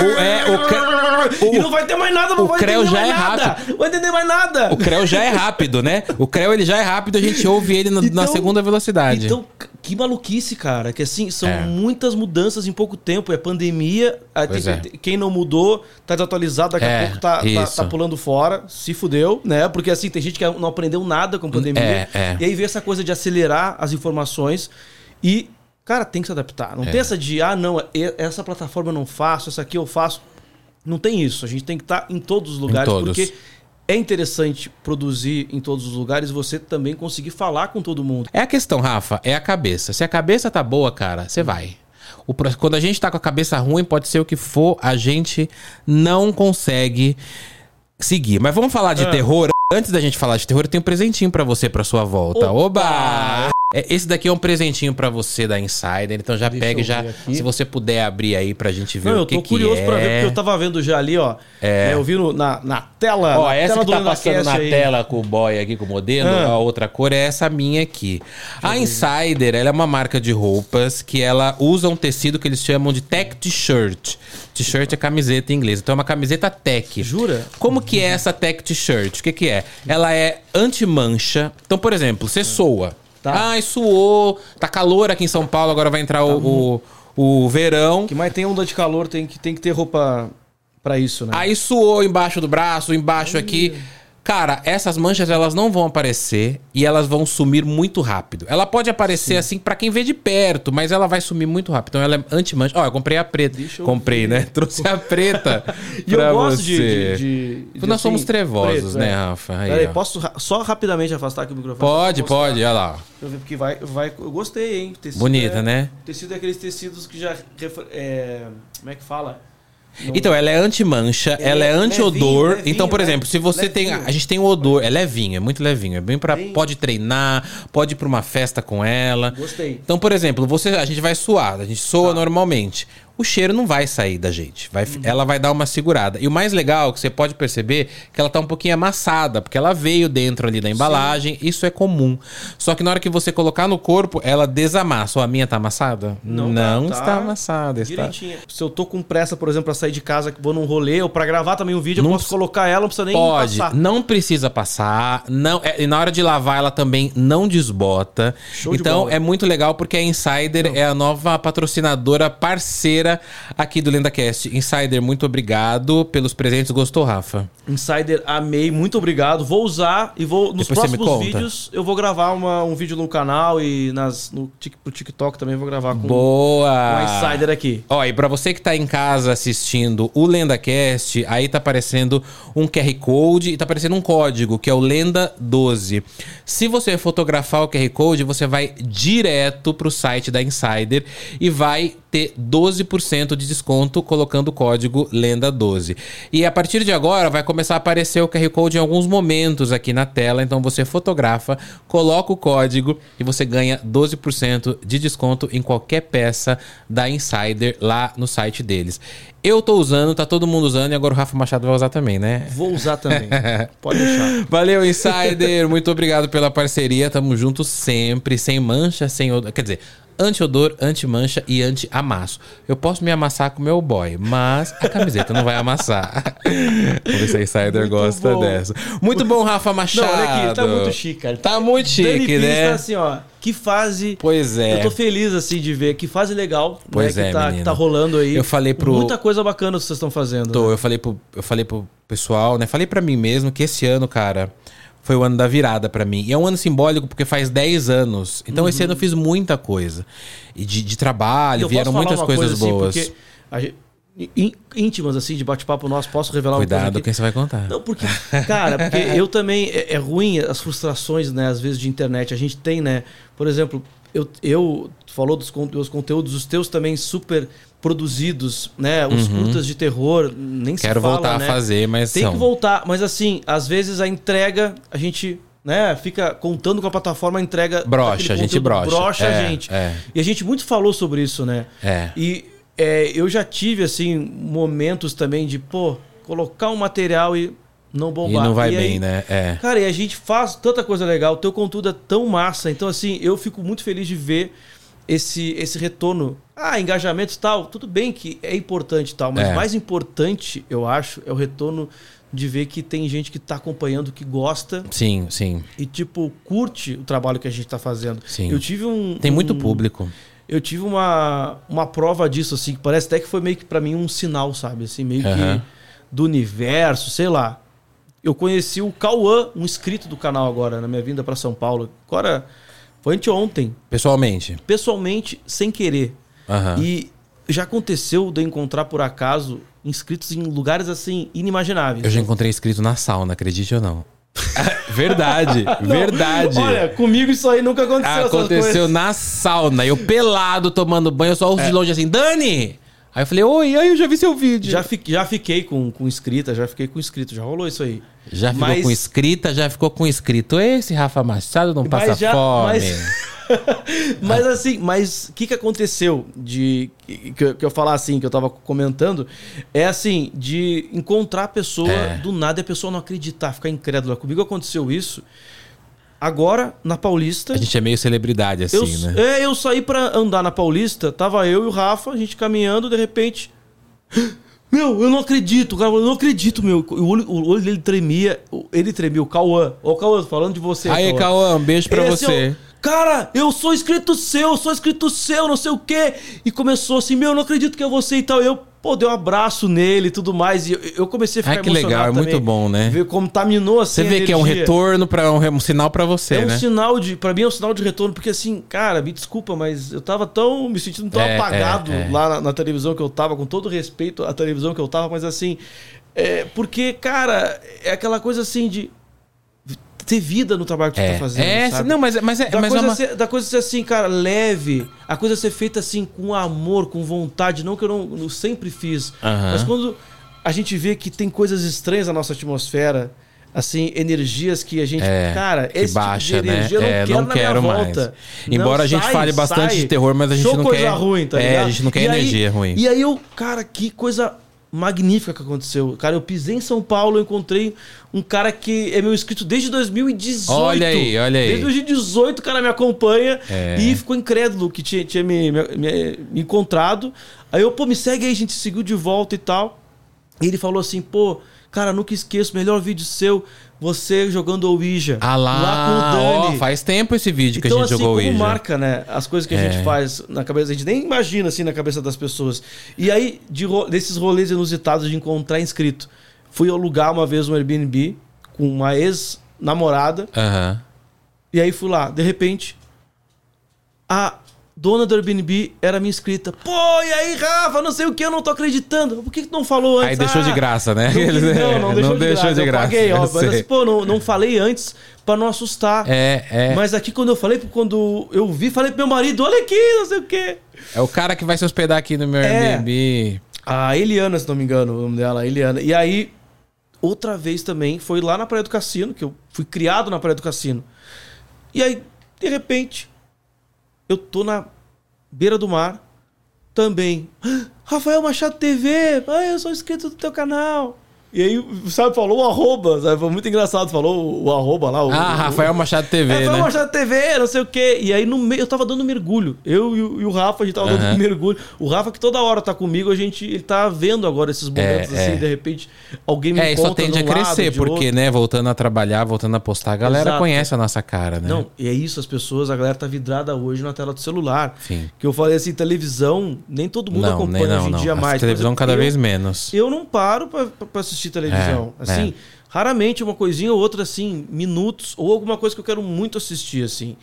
Speaker 1: o- é, o Creu-
Speaker 2: e
Speaker 1: o-
Speaker 2: não vai ter mais nada, não
Speaker 1: o
Speaker 2: vai
Speaker 1: Creu
Speaker 2: entender
Speaker 1: já
Speaker 2: mais
Speaker 1: é
Speaker 2: nada.
Speaker 1: rápido.
Speaker 2: Não vai entender mais nada.
Speaker 1: O Creu já é rápido, né? O Creu ele já é rápido, a gente ouve ele na, na
Speaker 2: Então-
Speaker 1: segunda velocidade.
Speaker 2: Então, c- que maluquice, cara. Que assim, são
Speaker 1: É.
Speaker 2: muitas mudanças em pouco tempo. É pandemia. aí
Speaker 1: Pois
Speaker 2: tem-
Speaker 1: é.
Speaker 2: tem- Quem não mudou, tá desatualizado, daqui
Speaker 1: É,
Speaker 2: a pouco tá, tá,
Speaker 1: isso.
Speaker 2: tá pulando fora. Se fudeu, né? Porque assim, tem gente que não aprendeu nada com pandemia.
Speaker 1: É, é.
Speaker 2: E aí veio essa coisa de acelerar as informações e. Cara, tem que se adaptar.
Speaker 1: É.
Speaker 2: Não tem essa de, ah, não, e- essa plataforma eu não faço, essa aqui eu faço. Não tem isso. A gente tem que estar em todos os lugares,
Speaker 1: todos.
Speaker 2: porque é interessante produzir em todos os lugares e você também conseguir falar com todo mundo.
Speaker 1: É a questão, Rafa, é a cabeça. Se a cabeça tá boa, cara, você vai. O pro- quando a gente tá com a cabeça ruim, pode ser o que for, a gente não consegue seguir. Mas vamos falar
Speaker 2: Ah.
Speaker 1: de terror. Antes da gente falar de terror, eu tenho um presentinho pra você pra sua volta. Oba! É, Esse daqui é um presentinho pra você da Insider, então já
Speaker 2: Deixa
Speaker 1: pega e
Speaker 2: eu
Speaker 1: já,
Speaker 2: ver aqui.
Speaker 1: se você puder abrir aí pra gente ver
Speaker 2: Não, eu
Speaker 1: o que
Speaker 2: tô
Speaker 1: que
Speaker 2: curioso
Speaker 1: é.
Speaker 2: pra ver, porque eu tava vendo já ali, ó. É. eu vi no- na, na tela.
Speaker 1: Ó,
Speaker 2: Ah, na
Speaker 1: essa
Speaker 2: tela
Speaker 1: que tá
Speaker 2: Lenda
Speaker 1: passando
Speaker 2: Cast
Speaker 1: na
Speaker 2: aí.
Speaker 1: tela com o boy aqui, com o modelo,
Speaker 2: Ah.
Speaker 1: a outra cor é essa minha aqui. A Insider, ela é uma marca de roupas que ela usa um tecido que eles chamam de tech t-shirt. T-shirt é camiseta em inglês, então é uma camiseta tech.
Speaker 2: Jura?
Speaker 1: Como que é essa tech t-shirt? O que que é? Ela é anti-mancha. Então, por exemplo, você soa.
Speaker 2: Tá.
Speaker 1: Ai, suou, tá calor aqui em São Paulo, agora vai entrar o, o, o verão.
Speaker 2: O Tá. que mais tem é onda de calor, tem que, tem que ter roupa pra isso, né?
Speaker 1: É. Aí suou embaixo do braço, embaixo aqui. Cara, essas manchas elas não vão aparecer e elas vão sumir muito rápido. Ela pode aparecer assim pra quem vê de perto, mas ela vai sumir muito rápido. Então ela é anti-mancha. Ó, eu comprei a preta.
Speaker 2: Deixa eu
Speaker 1: comprei, né? Trouxe a preta.
Speaker 2: e eu
Speaker 1: pra
Speaker 2: gosto de,
Speaker 1: você.
Speaker 2: de, de- de,
Speaker 1: Nós somos trevosos,
Speaker 2: preto,
Speaker 1: né,
Speaker 2: é.
Speaker 1: Rafa? Aí,
Speaker 2: Peraí,
Speaker 1: ó.
Speaker 2: posso ra- só rapidamente afastar aqui o microfone?
Speaker 1: Pode,
Speaker 2: Só pra mostrar.
Speaker 1: pode, olha lá. ó.
Speaker 2: Deixa eu ver, porque vai, vai. Eu gostei, hein? O tecido
Speaker 1: Bonita,
Speaker 2: é-
Speaker 1: né?
Speaker 2: o Tecido é aqueles tecidos que já. refer- é, como é que fala? Não-
Speaker 1: Então, ela é anti-mancha,
Speaker 2: É
Speaker 1: ela é
Speaker 2: levinho,
Speaker 1: anti-odor.
Speaker 2: levinho,
Speaker 1: então, por
Speaker 2: né?
Speaker 1: exemplo, se você tem.
Speaker 2: Levinho.
Speaker 1: A gente tem o odor, é levinho, é muito levinho. É bem pra.
Speaker 2: Bem-
Speaker 1: Pode treinar, pode ir pra uma festa com ela.
Speaker 2: Gostei.
Speaker 1: Então, por exemplo, você, a gente vai suar, a gente soa
Speaker 2: Tá.
Speaker 1: normalmente. O cheiro não vai sair da gente. Vai, fi- Ela vai dar uma segurada. E o mais legal é que você pode perceber que ela tá um pouquinho amassada, porque ela veio dentro ali da embalagem. Isso é comum. Só que na hora que você colocar no corpo, ela desamassa. Ó, a minha tá amassada? Não,
Speaker 2: Não, tá- tá
Speaker 1: está amassada. Está...
Speaker 2: Direitinho. Se eu tô com pressa, por exemplo, pra sair de casa, que vou num rolê ou pra gravar também um vídeo,
Speaker 1: Não
Speaker 2: eu posso
Speaker 1: precisa-
Speaker 2: colocar ela, não precisa nem
Speaker 1: Pode,
Speaker 2: passar.
Speaker 1: não precisa passar. Não, é, e na hora de lavar, ela também não desbota.
Speaker 2: Show de
Speaker 1: então
Speaker 2: bola.
Speaker 1: é muito legal porque a Insider é a nova patrocinadora parceira aqui do LendaCast. Insider, muito obrigado pelos presentes. Gostou, Rafa?
Speaker 2: Insider, amei, muito obrigado. Vou usar e vou nos
Speaker 1: Depois você me
Speaker 2: próximos
Speaker 1: conta.
Speaker 2: vídeos eu vou gravar uma- um vídeo no canal e nas, no tic- pro TikTok também vou gravar com, com a
Speaker 1: Boa!
Speaker 2: Insider aqui.
Speaker 1: Ó, e pra você que tá em casa assistindo o LendaCast, aí tá aparecendo um QR Code e tá aparecendo um código, que é o Lenda12. Se você fotografar o QR Code, você vai direto pro site da Insider e vai ter 12% 10% de desconto colocando o código LENDA12. E a partir de agora vai começar a aparecer o QR Code em alguns momentos aqui na tela, então você fotografa, coloca o código e você ganha 12% de desconto em qualquer peça da Insider lá no site deles. Eu tô usando, tá todo mundo usando e agora o Rafa Machado vai usar também, né?
Speaker 2: Vou usar também. Pode deixar.
Speaker 1: Valeu, Insider. Muito obrigado pela parceria. Tamo junto sempre, sem mancha, sem odor. Quer dizer, anti-odor, anti-mancha e anti-amasso. Eu posso me amassar com o meu boy, mas a camiseta não vai amassar. Vamos ver se a Insider
Speaker 2: Muito
Speaker 1: gosta
Speaker 2: bom.
Speaker 1: dessa. Muito bom, Rafa Machado.
Speaker 2: Não, olha aqui, tá muito chique, cara.
Speaker 1: Tá muito
Speaker 2: Dani
Speaker 1: chique,
Speaker 2: Pires
Speaker 1: né?
Speaker 2: tá assim, ó. Que fase.
Speaker 1: Pois é.
Speaker 2: Eu tô feliz, assim, de ver. Que fase legal
Speaker 1: Pois
Speaker 2: né,
Speaker 1: é,
Speaker 2: que, tá,
Speaker 1: menino.
Speaker 2: que tá rolando aí.
Speaker 1: Eu falei pro-
Speaker 2: Muita coisa bacana que vocês estão fazendo. né?
Speaker 1: Tô, eu falei pro, eu falei pro pessoal, né? Falei pra mim mesmo que esse ano, cara, foi o ano da virada pra mim. E é um ano simbólico porque faz 10 anos. Então esse ano eu fiz muita coisa. E de, de trabalho,
Speaker 2: Uhum. Eu posso
Speaker 1: vieram
Speaker 2: falar
Speaker 1: muitas
Speaker 2: uma
Speaker 1: coisas
Speaker 2: coisa, assim,
Speaker 1: boas.
Speaker 2: porque a gente- í- íntimas, assim, de bate-papo nosso, posso revelar uma coisa
Speaker 1: Cuidado
Speaker 2: aqui?
Speaker 1: quem você vai contar.
Speaker 2: Não, porque, cara, porque eu também. É, é ruim as frustrações, né, às vezes, de internet. A gente tem, né? Por exemplo, eu. eu tu falou dos con- dos conteúdos, os teus também super produzidos, né? Os curtas de terror, nem se
Speaker 1: Uhum. Quero
Speaker 2: fala,
Speaker 1: voltar
Speaker 2: né?
Speaker 1: a fazer, mas
Speaker 2: Tem
Speaker 1: são.
Speaker 2: que voltar, mas assim, às vezes a entrega, a gente. Né? Fica contando com a plataforma, a entrega.
Speaker 1: Brocha,
Speaker 2: daquele
Speaker 1: a gente
Speaker 2: conteúdo,
Speaker 1: brocha.
Speaker 2: Brocha a
Speaker 1: É,
Speaker 2: gente.
Speaker 1: é.
Speaker 2: E a gente muito falou sobre isso, né?
Speaker 1: É.
Speaker 2: E é, eu já tive, assim, momentos também de, pô, colocar um material e não
Speaker 1: E
Speaker 2: bombar.
Speaker 1: não vai
Speaker 2: aí-
Speaker 1: bem, né? É.
Speaker 2: Cara, e a gente faz tanta coisa legal, o teu conteúdo é tão massa. Então, assim, eu fico muito feliz de ver esse, esse retorno. Ah, engajamento e tal, tudo bem que é importante e tal, mas
Speaker 1: É.
Speaker 2: mais importante, eu acho, é o retorno de ver que tem gente que tá acompanhando, que gosta
Speaker 1: Sim, sim.
Speaker 2: e, tipo, curte o trabalho que a gente tá fazendo.
Speaker 1: Sim.
Speaker 2: Eu tive um.
Speaker 1: Tem muito
Speaker 2: um-
Speaker 1: público.
Speaker 2: eu tive uma, uma prova disso, assim, que parece até que foi meio que pra mim um sinal, sabe? Assim, meio
Speaker 1: Aham.
Speaker 2: que do universo, sei lá. Eu conheci o Cauã, um inscrito do canal agora, na minha vinda pra São Paulo. Agora, foi anteontem,
Speaker 1: Pessoalmente.
Speaker 2: pessoalmente, sem querer.
Speaker 1: Aham.
Speaker 2: E já aconteceu de eu encontrar, por acaso, inscritos em lugares, assim, inimagináveis.
Speaker 1: Eu já encontrei escrito na sauna, acredite ou não. verdade, verdade.
Speaker 2: Olha, comigo isso aí nunca aconteceu. essas
Speaker 1: Aconteceu
Speaker 2: coisas. É.
Speaker 1: na sauna, eu pelado tomando banho, eu só ouço de longe assim, Dani! Aí eu falei, oi, aí eu já vi seu vídeo.
Speaker 2: Já, fi- já fiquei com, com inscrita, já fiquei com inscrito, já rolou isso aí.
Speaker 1: Já ficou
Speaker 2: Mas-
Speaker 1: com escrita, já ficou com escrito. Esse Rafa Machado não passa
Speaker 2: já-
Speaker 1: fome.
Speaker 2: Mas, mas assim, mas o que, que aconteceu de que, eu- que eu falar assim, que eu tava comentando, é assim, de encontrar a pessoa
Speaker 1: É.
Speaker 2: do nada e a pessoa não acreditar, ficar incrédula. Comigo aconteceu isso. Agora, na Paulista.
Speaker 1: A gente é meio celebridade assim,
Speaker 2: eu,
Speaker 1: né?
Speaker 2: É, eu saí pra andar na Paulista, tava eu e o Rafa, a gente caminhando, de repente. Meu, eu não acredito, cara, eu não acredito, meu. O olho, o olho dele tremia, o- ele tremia, o Cauã. Ô, Cauã, falando de você.
Speaker 1: Aí, Cauã, um beijo pra
Speaker 2: Ele assim,
Speaker 1: você.
Speaker 2: ó, cara, eu sou inscrito seu, eu sou inscrito seu, não sei o quê. E começou assim, meu, eu não acredito que é você e tal. Eu, pô, dei um abraço nele e tudo mais. E eu, eu comecei a ficar
Speaker 1: Ai, que
Speaker 2: emocionado
Speaker 1: legal, é
Speaker 2: também.
Speaker 1: muito bom, né?
Speaker 2: Ver como contaminou assim
Speaker 1: Você
Speaker 2: a
Speaker 1: vê que é um
Speaker 2: energia.
Speaker 1: retorno, pra um, re- um sinal pra você,
Speaker 2: É um
Speaker 1: né?
Speaker 2: sinal de. Pra mim é um sinal de retorno, porque assim, cara, me desculpa, mas eu tava tão. me sentindo tão
Speaker 1: É,
Speaker 2: apagado
Speaker 1: é, é.
Speaker 2: lá na, na televisão que eu tava, com todo respeito à televisão que eu tava, mas assim. é, porque, cara, é aquela coisa assim de. ter vida no trabalho que tu
Speaker 1: É,
Speaker 2: tá fazendo.
Speaker 1: é
Speaker 2: sabe?
Speaker 1: não, mas, mas, é,
Speaker 2: Da,
Speaker 1: mas é
Speaker 2: coisa
Speaker 1: uma...
Speaker 2: ser, da coisa ser assim, cara, leve. A coisa ser feita assim, com amor, com vontade. Não que eu não, não sempre fiz.
Speaker 1: Aham.
Speaker 2: Mas quando a gente vê que tem coisas estranhas na nossa atmosfera, assim, energias que a gente.
Speaker 1: É,
Speaker 2: cara,
Speaker 1: que
Speaker 2: esse
Speaker 1: baixa,
Speaker 2: tipo de energia
Speaker 1: né?
Speaker 2: eu não quero, na minha volta.
Speaker 1: Embora
Speaker 2: Não,
Speaker 1: a gente
Speaker 2: sai,
Speaker 1: fale bastante
Speaker 2: sai.
Speaker 1: de terror, mas a gente
Speaker 2: Show
Speaker 1: não
Speaker 2: coisa
Speaker 1: quer-
Speaker 2: ruim, tá
Speaker 1: É,
Speaker 2: ligado?
Speaker 1: a gente não quer
Speaker 2: E aí-
Speaker 1: energia ruim.
Speaker 2: E aí eu, cara, que coisa magnífica que aconteceu. Cara, eu pisei em São Paulo, eu encontrei um cara que é meu inscrito desde 2018.
Speaker 1: Olha aí, olha aí.
Speaker 2: Desde 2018 o cara me acompanha
Speaker 1: É.
Speaker 2: e ficou incrédulo que tinha, tinha me, me- me- me encontrado. Aí eu, pô, me segue aí, a gente seguiu de volta e tal. E ele falou assim, pô, cara, nunca esqueço, melhor vídeo seu, você jogando Ouija.
Speaker 1: Ah lá, ó, faz tempo esse vídeo que
Speaker 2: então,
Speaker 1: a gente
Speaker 2: assim,
Speaker 1: jogou
Speaker 2: como
Speaker 1: Ouija. É.
Speaker 2: marca, né? As coisas que a gente faz na cabeça, a gente nem imagina, assim, na cabeça das pessoas. E aí, de ro- desses rolês inusitados de encontrar inscrito, fui alugar uma vez um Airbnb com uma ex-namorada,
Speaker 1: Aham.
Speaker 2: e aí fui lá. De repente, a dona do Airbnb era minha inscrita. Pô, e aí, Rafa, não sei o que, eu não tô acreditando. Por que, que não falou antes?
Speaker 1: Aí deixou de
Speaker 2: Ah,
Speaker 1: graça, né?
Speaker 2: Não, quis- não, não deixou, de, graça. eu paguei, ó,
Speaker 1: eu
Speaker 2: mas assim,
Speaker 1: sei.
Speaker 2: pô, não, não falei antes pra não assustar.
Speaker 1: É, é.
Speaker 2: Mas aqui quando eu falei, quando eu vi, falei pro meu marido, olha aqui, não sei o quê.
Speaker 1: É o cara que vai se hospedar aqui no meu
Speaker 2: É.
Speaker 1: Airbnb.
Speaker 2: A Eliana, se não me engano, o nome dela, a Eliana. E aí, outra vez também, foi lá na Praia do Cassino, que eu fui criado na Praia do Cassino. E aí, de repente, eu tô na beira do mar, também. "Ah, Rafael Machado TV, ah, eu sou inscrito do teu canal. E aí, sabe, falou o arroba, sabe? foi muito engraçado, falou o arroba lá. O,
Speaker 1: Ah,
Speaker 2: o-
Speaker 1: Rafael Machado TV,
Speaker 2: é,
Speaker 1: né?
Speaker 2: foi uma Machado TV, não sei o quê. E aí no meio eu tava dando mergulho. Eu e o, e o Rafa, a gente tava
Speaker 1: Aham.
Speaker 2: dando mergulho. O Rafa, que toda hora tá comigo, a gente, ele tá vendo agora esses momentos,
Speaker 1: É,
Speaker 2: assim,
Speaker 1: é.
Speaker 2: de repente, alguém me
Speaker 1: É, e
Speaker 2: encontra
Speaker 1: só tende a
Speaker 2: de um lado,
Speaker 1: crescer,
Speaker 2: de
Speaker 1: porque,
Speaker 2: outro.
Speaker 1: né, voltando a trabalhar, voltando a postar, a galera
Speaker 2: Exato.
Speaker 1: conhece a nossa cara, né?
Speaker 2: Não, e é isso, as pessoas, a galera tá vidrada hoje na tela do celular.
Speaker 1: Sim.
Speaker 2: Que eu falei assim, televisão, nem todo mundo
Speaker 1: não, nem
Speaker 2: acompanha
Speaker 1: não,
Speaker 2: hoje em
Speaker 1: não.
Speaker 2: dia
Speaker 1: A
Speaker 2: mais. Por
Speaker 1: televisão
Speaker 2: exemplo,
Speaker 1: cada
Speaker 2: eu-
Speaker 1: vez menos.
Speaker 2: Eu não paro pra, pra- pra assistir televisão.
Speaker 1: É,
Speaker 2: assim, raramente uma coisinha ou outra, assim, minutos, ou alguma coisa que eu quero muito assistir, assim.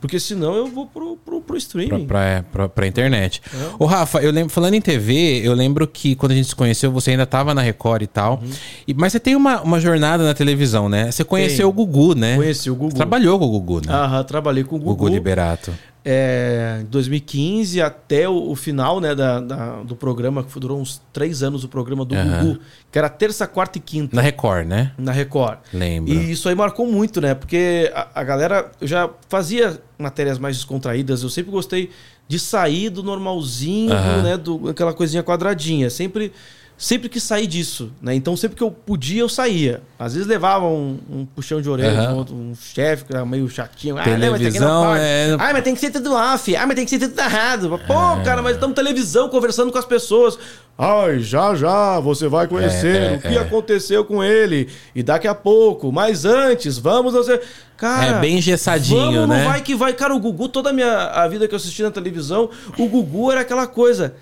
Speaker 2: Porque senão eu vou pro, pro, pro
Speaker 1: Pra,
Speaker 2: streaming.
Speaker 1: pra, é, pra, pra internet. Ô, Rafa, eu lembro, falando em TV, eu lembro que quando a gente se conheceu, você ainda tava na Record e tal.
Speaker 2: Uhum.
Speaker 1: E, mas você tem uma, uma jornada na televisão, né? Você conheceu
Speaker 2: Tenho.
Speaker 1: o Gugu, né?
Speaker 2: Conheci o Gugu.
Speaker 1: Trabalhou com o Gugu, né?
Speaker 2: Aham, trabalhei com o
Speaker 1: Gugu,
Speaker 2: Gugu.
Speaker 1: Liberato.
Speaker 2: é, em 2015 até o, o final né, da, da- do programa, que durou uns três anos o programa do
Speaker 1: Aham.
Speaker 2: Gugu, que era terça, quarta e quinta
Speaker 1: Na Record, né?
Speaker 2: na Record.
Speaker 1: Lembro.
Speaker 2: E isso aí marcou muito, né? Porque a, a galera eu já fazia matérias mais descontraídas. Eu sempre gostei de sair do normalzinho,
Speaker 1: Aham.
Speaker 2: né? Do, aquela coisinha quadradinha. Sempre, sempre que sair disso, né? Então sempre que eu podia, eu saía. Às vezes levava um, um puxão de orelha,
Speaker 1: Aham.
Speaker 2: de um outro- um, chefe que era meio chatinho. Ah, não, mas tem que
Speaker 1: Televisão,
Speaker 2: não pode.
Speaker 1: é-
Speaker 2: Ah, mas tem que ser tudo off. Ah, mas tem que ser tudo narrado. Pô, cara, mas estamos televisão conversando com as pessoas. Ai, já, já, você vai conhecer
Speaker 1: É, é,
Speaker 2: o que
Speaker 1: é.
Speaker 2: aconteceu com ele. E daqui a pouco, mas antes, vamos... Você... Cara,
Speaker 1: É bem engessadinho,
Speaker 2: vamos,
Speaker 1: né?
Speaker 2: Não vai que vai. Cara, o Gugu, toda a minha a vida que eu assisti na televisão, o Gugu era aquela coisa...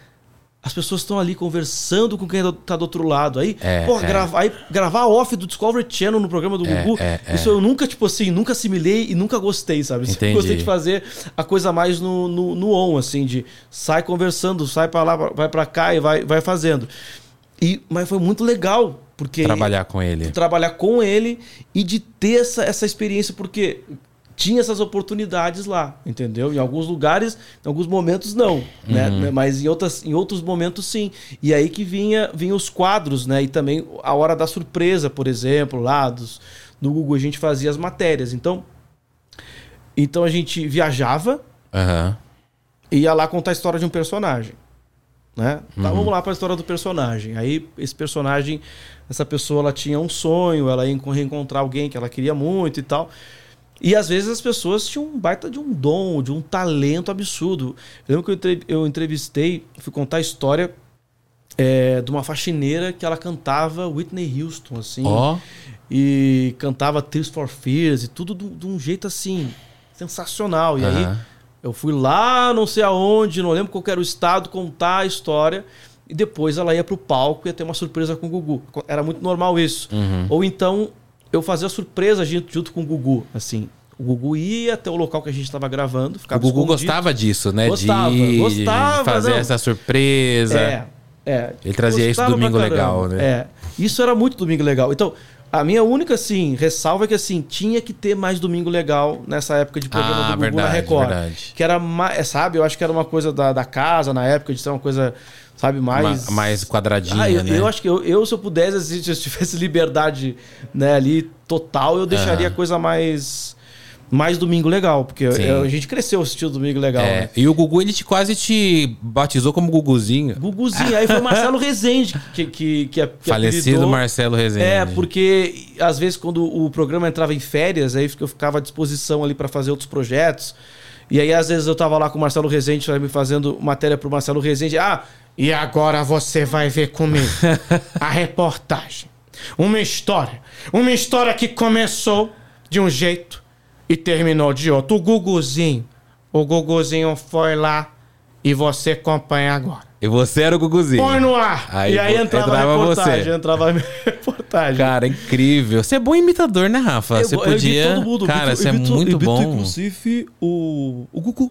Speaker 2: As pessoas estão ali conversando com quem tá do outro lado. Aí,
Speaker 1: É,
Speaker 2: pô,
Speaker 1: é.
Speaker 2: grava- aí gravar off do Discovery Channel no programa do
Speaker 1: É,
Speaker 2: Gugu,
Speaker 1: é, é.
Speaker 2: isso eu nunca, tipo assim, nunca assimilei e nunca gostei, sabe? Eu
Speaker 1: Entendi.
Speaker 2: Gostei de fazer a coisa mais no, no, no on, assim, de sai conversando, sai pra lá, vai pra cá e vai, vai fazendo. E, mas foi muito legal, porque
Speaker 1: Trabalhar com ele.
Speaker 2: trabalhar com ele e de ter essa, essa experiência, porque tinha essas oportunidades lá, entendeu? Em alguns lugares, em alguns momentos não, né? Mas em, outras, em outros momentos sim. E aí que vinha, vinha os quadros, né? E também a hora da surpresa, por exemplo, lá dos, no Google a gente fazia as matérias. Então, então a gente viajava,
Speaker 1: Aham.
Speaker 2: ia lá contar a história de um personagem. Né? Tá,
Speaker 1: Uhum.
Speaker 2: vamos lá para a história do personagem. Aí esse personagem, essa pessoa, ela tinha um sonho, ela ia encon- reencontrar alguém que ela queria muito e tal. E às vezes as pessoas tinham um baita de um dom, de um talento absurdo. Eu lembro que eu, entre- eu entrevistei, fui contar a história é, de uma faxineira que ela cantava Whitney Houston, assim
Speaker 1: Ó.
Speaker 2: e cantava Tears for Fears e tudo do- de, um jeito assim sensacional. E aí
Speaker 1: Aham.
Speaker 2: eu fui lá, não sei aonde, não lembro qual que era o estado, contar a história e depois ela ia pro palco e ia ter uma surpresa com o Gugu. Era muito normal isso.
Speaker 1: Uhum.
Speaker 2: Ou então eu fazia a surpresa junto, junto com o Gugu, assim. O Gugu ia até o local que a gente estava gravando,
Speaker 1: O
Speaker 2: ficava
Speaker 1: Gugu
Speaker 2: escondido.
Speaker 1: gostava disso, né?
Speaker 2: Gostava,
Speaker 1: de,
Speaker 2: gostava,
Speaker 1: de fazer
Speaker 2: não.
Speaker 1: essa surpresa.
Speaker 2: É, é.
Speaker 1: Ele trazia isso
Speaker 2: Gostava pra
Speaker 1: domingo
Speaker 2: caramba.
Speaker 1: legal, né?
Speaker 2: É. Isso era muito domingo legal. Então, a minha única, assim, ressalva é que, assim, tinha que ter mais domingo legal nessa época de programa
Speaker 1: Ah,
Speaker 2: do Gugu na
Speaker 1: verdade,
Speaker 2: Record.
Speaker 1: verdade.
Speaker 2: Que era mais, é, sabe, eu acho que era uma coisa da, da casa na época, de ser uma coisa, sabe,
Speaker 1: Ma-
Speaker 2: mais...
Speaker 1: mais quadradinha,
Speaker 2: Ah, eu,
Speaker 1: né?
Speaker 2: eu acho que eu, eu, se eu pudesse, assim, se eu tivesse liberdade, né, ali, total, eu deixaria a coisa mais... Mais domingo legal, porque eu-
Speaker 1: Sim.
Speaker 2: eu- a gente cresceu assistindo domingo legal,
Speaker 1: É,
Speaker 2: né?
Speaker 1: E o Gugu, ele te, quase te batizou como Guguzinho.
Speaker 2: Guguzinho. Aí foi Marcelo Rezende que, que, que, a- que
Speaker 1: Falecido
Speaker 2: apelidou.
Speaker 1: Marcelo Rezende.
Speaker 2: É, porque às vezes quando o programa entrava em férias, aí eu ficava à disposição ali pra fazer outros projetos. E aí às vezes eu tava lá com o Marcelo Rezende sabe, fazendo matéria pro Marcelo Rezende. Ah, e agora você vai ver comigo a reportagem. Uma história. Uma história que começou de um jeito e terminou de outro. O Guguzinho. O Guguzinho foi lá e você acompanha agora.
Speaker 1: E você era o Guguzinho.
Speaker 2: Põe no ar.
Speaker 1: Aí
Speaker 2: e aí
Speaker 1: vo-
Speaker 2: entrava,
Speaker 1: entrava
Speaker 2: a reportagem,
Speaker 1: você.
Speaker 2: entrava a reportagem.
Speaker 1: Cara, incrível. Você é bom imitador, né, Rafa?
Speaker 2: Eu-
Speaker 1: você
Speaker 2: eu imito
Speaker 1: podia.
Speaker 2: todo mundo, eu
Speaker 1: Cara,
Speaker 2: imito-
Speaker 1: você
Speaker 2: eu
Speaker 1: é
Speaker 2: imito- eu
Speaker 1: muito
Speaker 2: imito,
Speaker 1: bom.
Speaker 2: inclusive o o Gugu.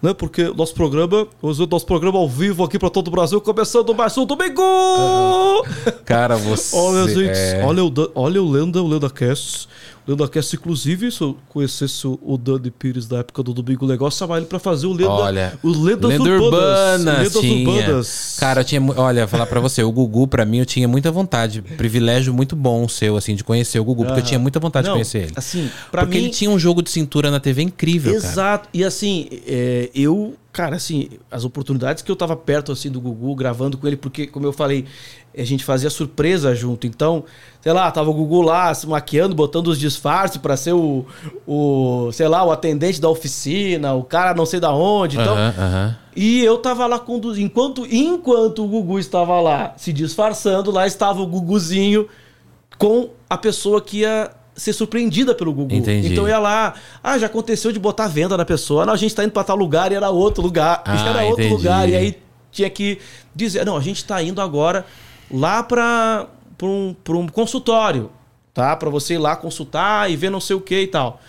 Speaker 2: né? Porque o nosso programa, o nosso programa ao vivo aqui para todo o Brasil, começando mais um domingo!
Speaker 1: Cara, você.
Speaker 2: Olha, gente,
Speaker 1: é-
Speaker 2: olha, o Dan- olha o Lenda, o Lenda Cast. O Lenda Cast, inclusive, se eu conhecesse o- o Dani Pires da época do Domingo Legal, chamar ele pra fazer o Lenda,
Speaker 1: Olha,
Speaker 2: o Lendas
Speaker 1: Lenda
Speaker 2: Urbanas.
Speaker 1: Urbana,
Speaker 2: Lendas
Speaker 1: tinha.
Speaker 2: Urbanas.
Speaker 1: Cara, eu tinha, mu- olha, falar pra você, o Gugu pra mim eu tinha muita vontade, privilégio muito bom seu assim de conhecer o Gugu, porque eu tinha muita vontade
Speaker 2: Não,
Speaker 1: tá de conhecer ele.
Speaker 2: assim, pra
Speaker 1: porque
Speaker 2: mim-
Speaker 1: ele tinha um jogo de cintura na TV incrível, cara.
Speaker 2: Exato. E assim, é, eu, cara, assim, as oportunidades que eu tava perto assim do Gugu, gravando com ele, porque, como eu falei, a gente fazia surpresa junto. Então, sei lá, tava o Gugu lá se maquiando, botando os disfarces pra ser o, o, sei lá, o atendente da oficina, o cara não sei da onde. Então,
Speaker 1: Aham, aham.
Speaker 2: e eu tava lá conduzindo. Enquanto, enquanto o Gugu estava lá se disfarçando, lá estava o Guguzinho com a pessoa que ia ser surpreendida pelo Gugu.
Speaker 1: Entendi.
Speaker 2: Então ia lá, ah, já aconteceu de botar venda na pessoa, não, a gente tá indo pra tal lugar e era outro lugar, e
Speaker 1: Ah,
Speaker 2: era outro
Speaker 1: entendi.
Speaker 2: lugar, e aí tinha que dizer, não, a gente tá indo agora lá pra, pra, um, pra um consultório, tá? Pra você ir lá consultar e ver não sei o que e tal.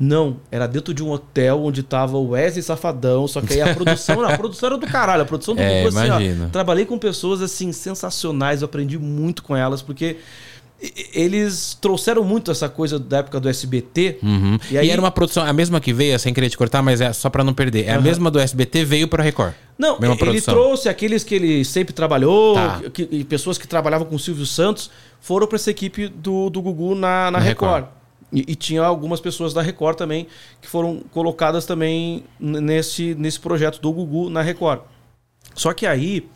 Speaker 2: Não, era dentro de um hotel onde tava o Wesley Safadão, só que aí a produção, não, a produção era do caralho, a produção do
Speaker 1: É,
Speaker 2: Gugu, assim, ó,
Speaker 1: imagino.
Speaker 2: Trabalhei com pessoas assim sensacionais, eu aprendi muito com elas porque e- e- eles trouxeram muito essa coisa da época do SBT.
Speaker 1: Uhum. E,
Speaker 2: E aí,
Speaker 1: era uma produção, a mesma que veio, sem querer te cortar, mas é só pra não perder. É a mesma do SBT, veio pra Record.
Speaker 2: não,
Speaker 1: mesma
Speaker 2: ele trouxe aqueles que ele sempre trabalhou,
Speaker 1: Tá.
Speaker 2: que- e pessoas que trabalhavam com o Silvio Santos, foram para essa equipe do, do Gugu na, na
Speaker 1: Na
Speaker 2: Record.
Speaker 1: Record.
Speaker 2: E, e tinha algumas pessoas da Record também que foram colocadas também n- nesse, nesse projeto do Gugu na Record. Só que aí,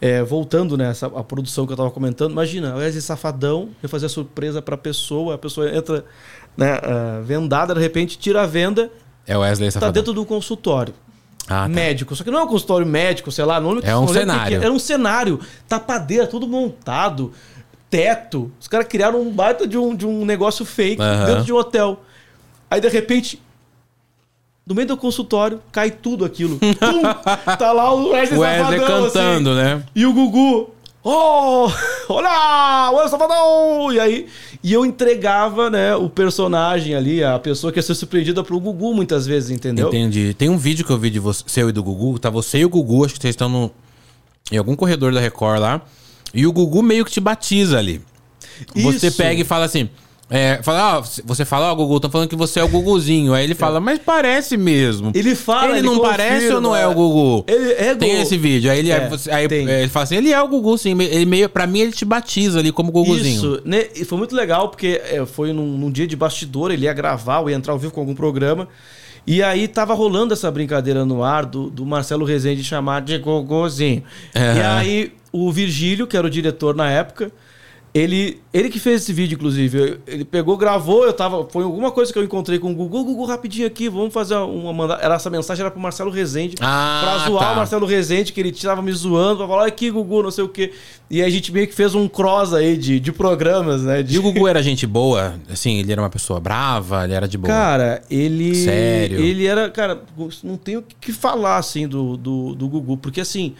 Speaker 2: é, voltando nessa a produção que eu tava comentando, imagina, o Wesley Safadão ia fazer a surpresa pra pessoa, a pessoa entra né, ah, vendada, de repente tira a venda,
Speaker 1: É o Wesley
Speaker 2: tá
Speaker 1: Safadão.
Speaker 2: dentro do consultório
Speaker 1: Ah, tá.
Speaker 2: médico. Só que não é um consultório médico, sei lá. Não lembro-
Speaker 1: É um
Speaker 2: não lembro o que
Speaker 1: cenário.
Speaker 2: que Era um cenário. Tapadeira, tudo montado. Teto. Os caras criaram um baita de um, de um negócio fake
Speaker 1: Aham.
Speaker 2: dentro de um hotel. Aí, de repente... No meio do consultório, cai tudo aquilo. Pum! Tá lá o Wesley,
Speaker 1: O Wesley
Speaker 2: Safadão, assim.
Speaker 1: cantando, né?
Speaker 2: E o Gugu, oh, olá, o El Salvador! E aí, e eu entregava, né, o personagem ali, a pessoa que ia ser surpreendida pro Gugu muitas vezes, entendeu?
Speaker 1: Entendi. Tem um vídeo que eu vi de você, seu e do Gugu. Tá você e o Gugu, acho que vocês estão no, em algum corredor da Record lá. E o Gugu meio que te batiza ali. Você
Speaker 2: Isso.
Speaker 1: pega e fala assim. é, fala, ó, você fala, ó, Gugu, estão falando que você é o Guguzinho. Aí ele fala, mas parece mesmo.
Speaker 2: Ele fala,
Speaker 1: Ele, não
Speaker 2: confirma.
Speaker 1: parece ou não é o Gugu?
Speaker 2: Ele é Gugu.
Speaker 1: Tem esse vídeo. Aí ele,
Speaker 2: É,
Speaker 1: você- aí,
Speaker 2: tem.
Speaker 1: é, ele fala assim, ele é o Gugu, sim. Ele meio, pra mim, ele te batiza ali como Guguzinho.
Speaker 2: Isso, né? E foi muito legal, porque é, foi num, num dia de bastidor, ele ia gravar ou ia entrar ao vivo com algum programa. E aí tava rolando essa brincadeira no ar do, do Marcelo Rezende chamar de Gogozinho.
Speaker 1: É.
Speaker 2: E aí o Virgílio, que era o diretor na época, ele, ele que fez esse vídeo, inclusive. Eu- Ele pegou, gravou, eu tava. Foi alguma coisa que eu encontrei com o Gugu. Gugu, rapidinho aqui, vamos fazer uma. Manda... Era, essa mensagem era pro Marcelo Rezende.
Speaker 1: Ah,
Speaker 2: pra zoar
Speaker 1: tá.
Speaker 2: o Marcelo. Marcelo Rezende, que ele tava me zoando, pra falar, "Olha aqui, Gugu, não sei o quê. E a gente meio que fez um cross aí de, de programas, né?
Speaker 1: E
Speaker 2: De...
Speaker 1: o Gugu era gente boa? Assim, ele era uma pessoa brava? Ele era de boa?
Speaker 2: Cara, ele.
Speaker 1: Sério?
Speaker 2: Ele era. Cara, não tenho o que falar, assim, do, do, do Gugu, porque assim.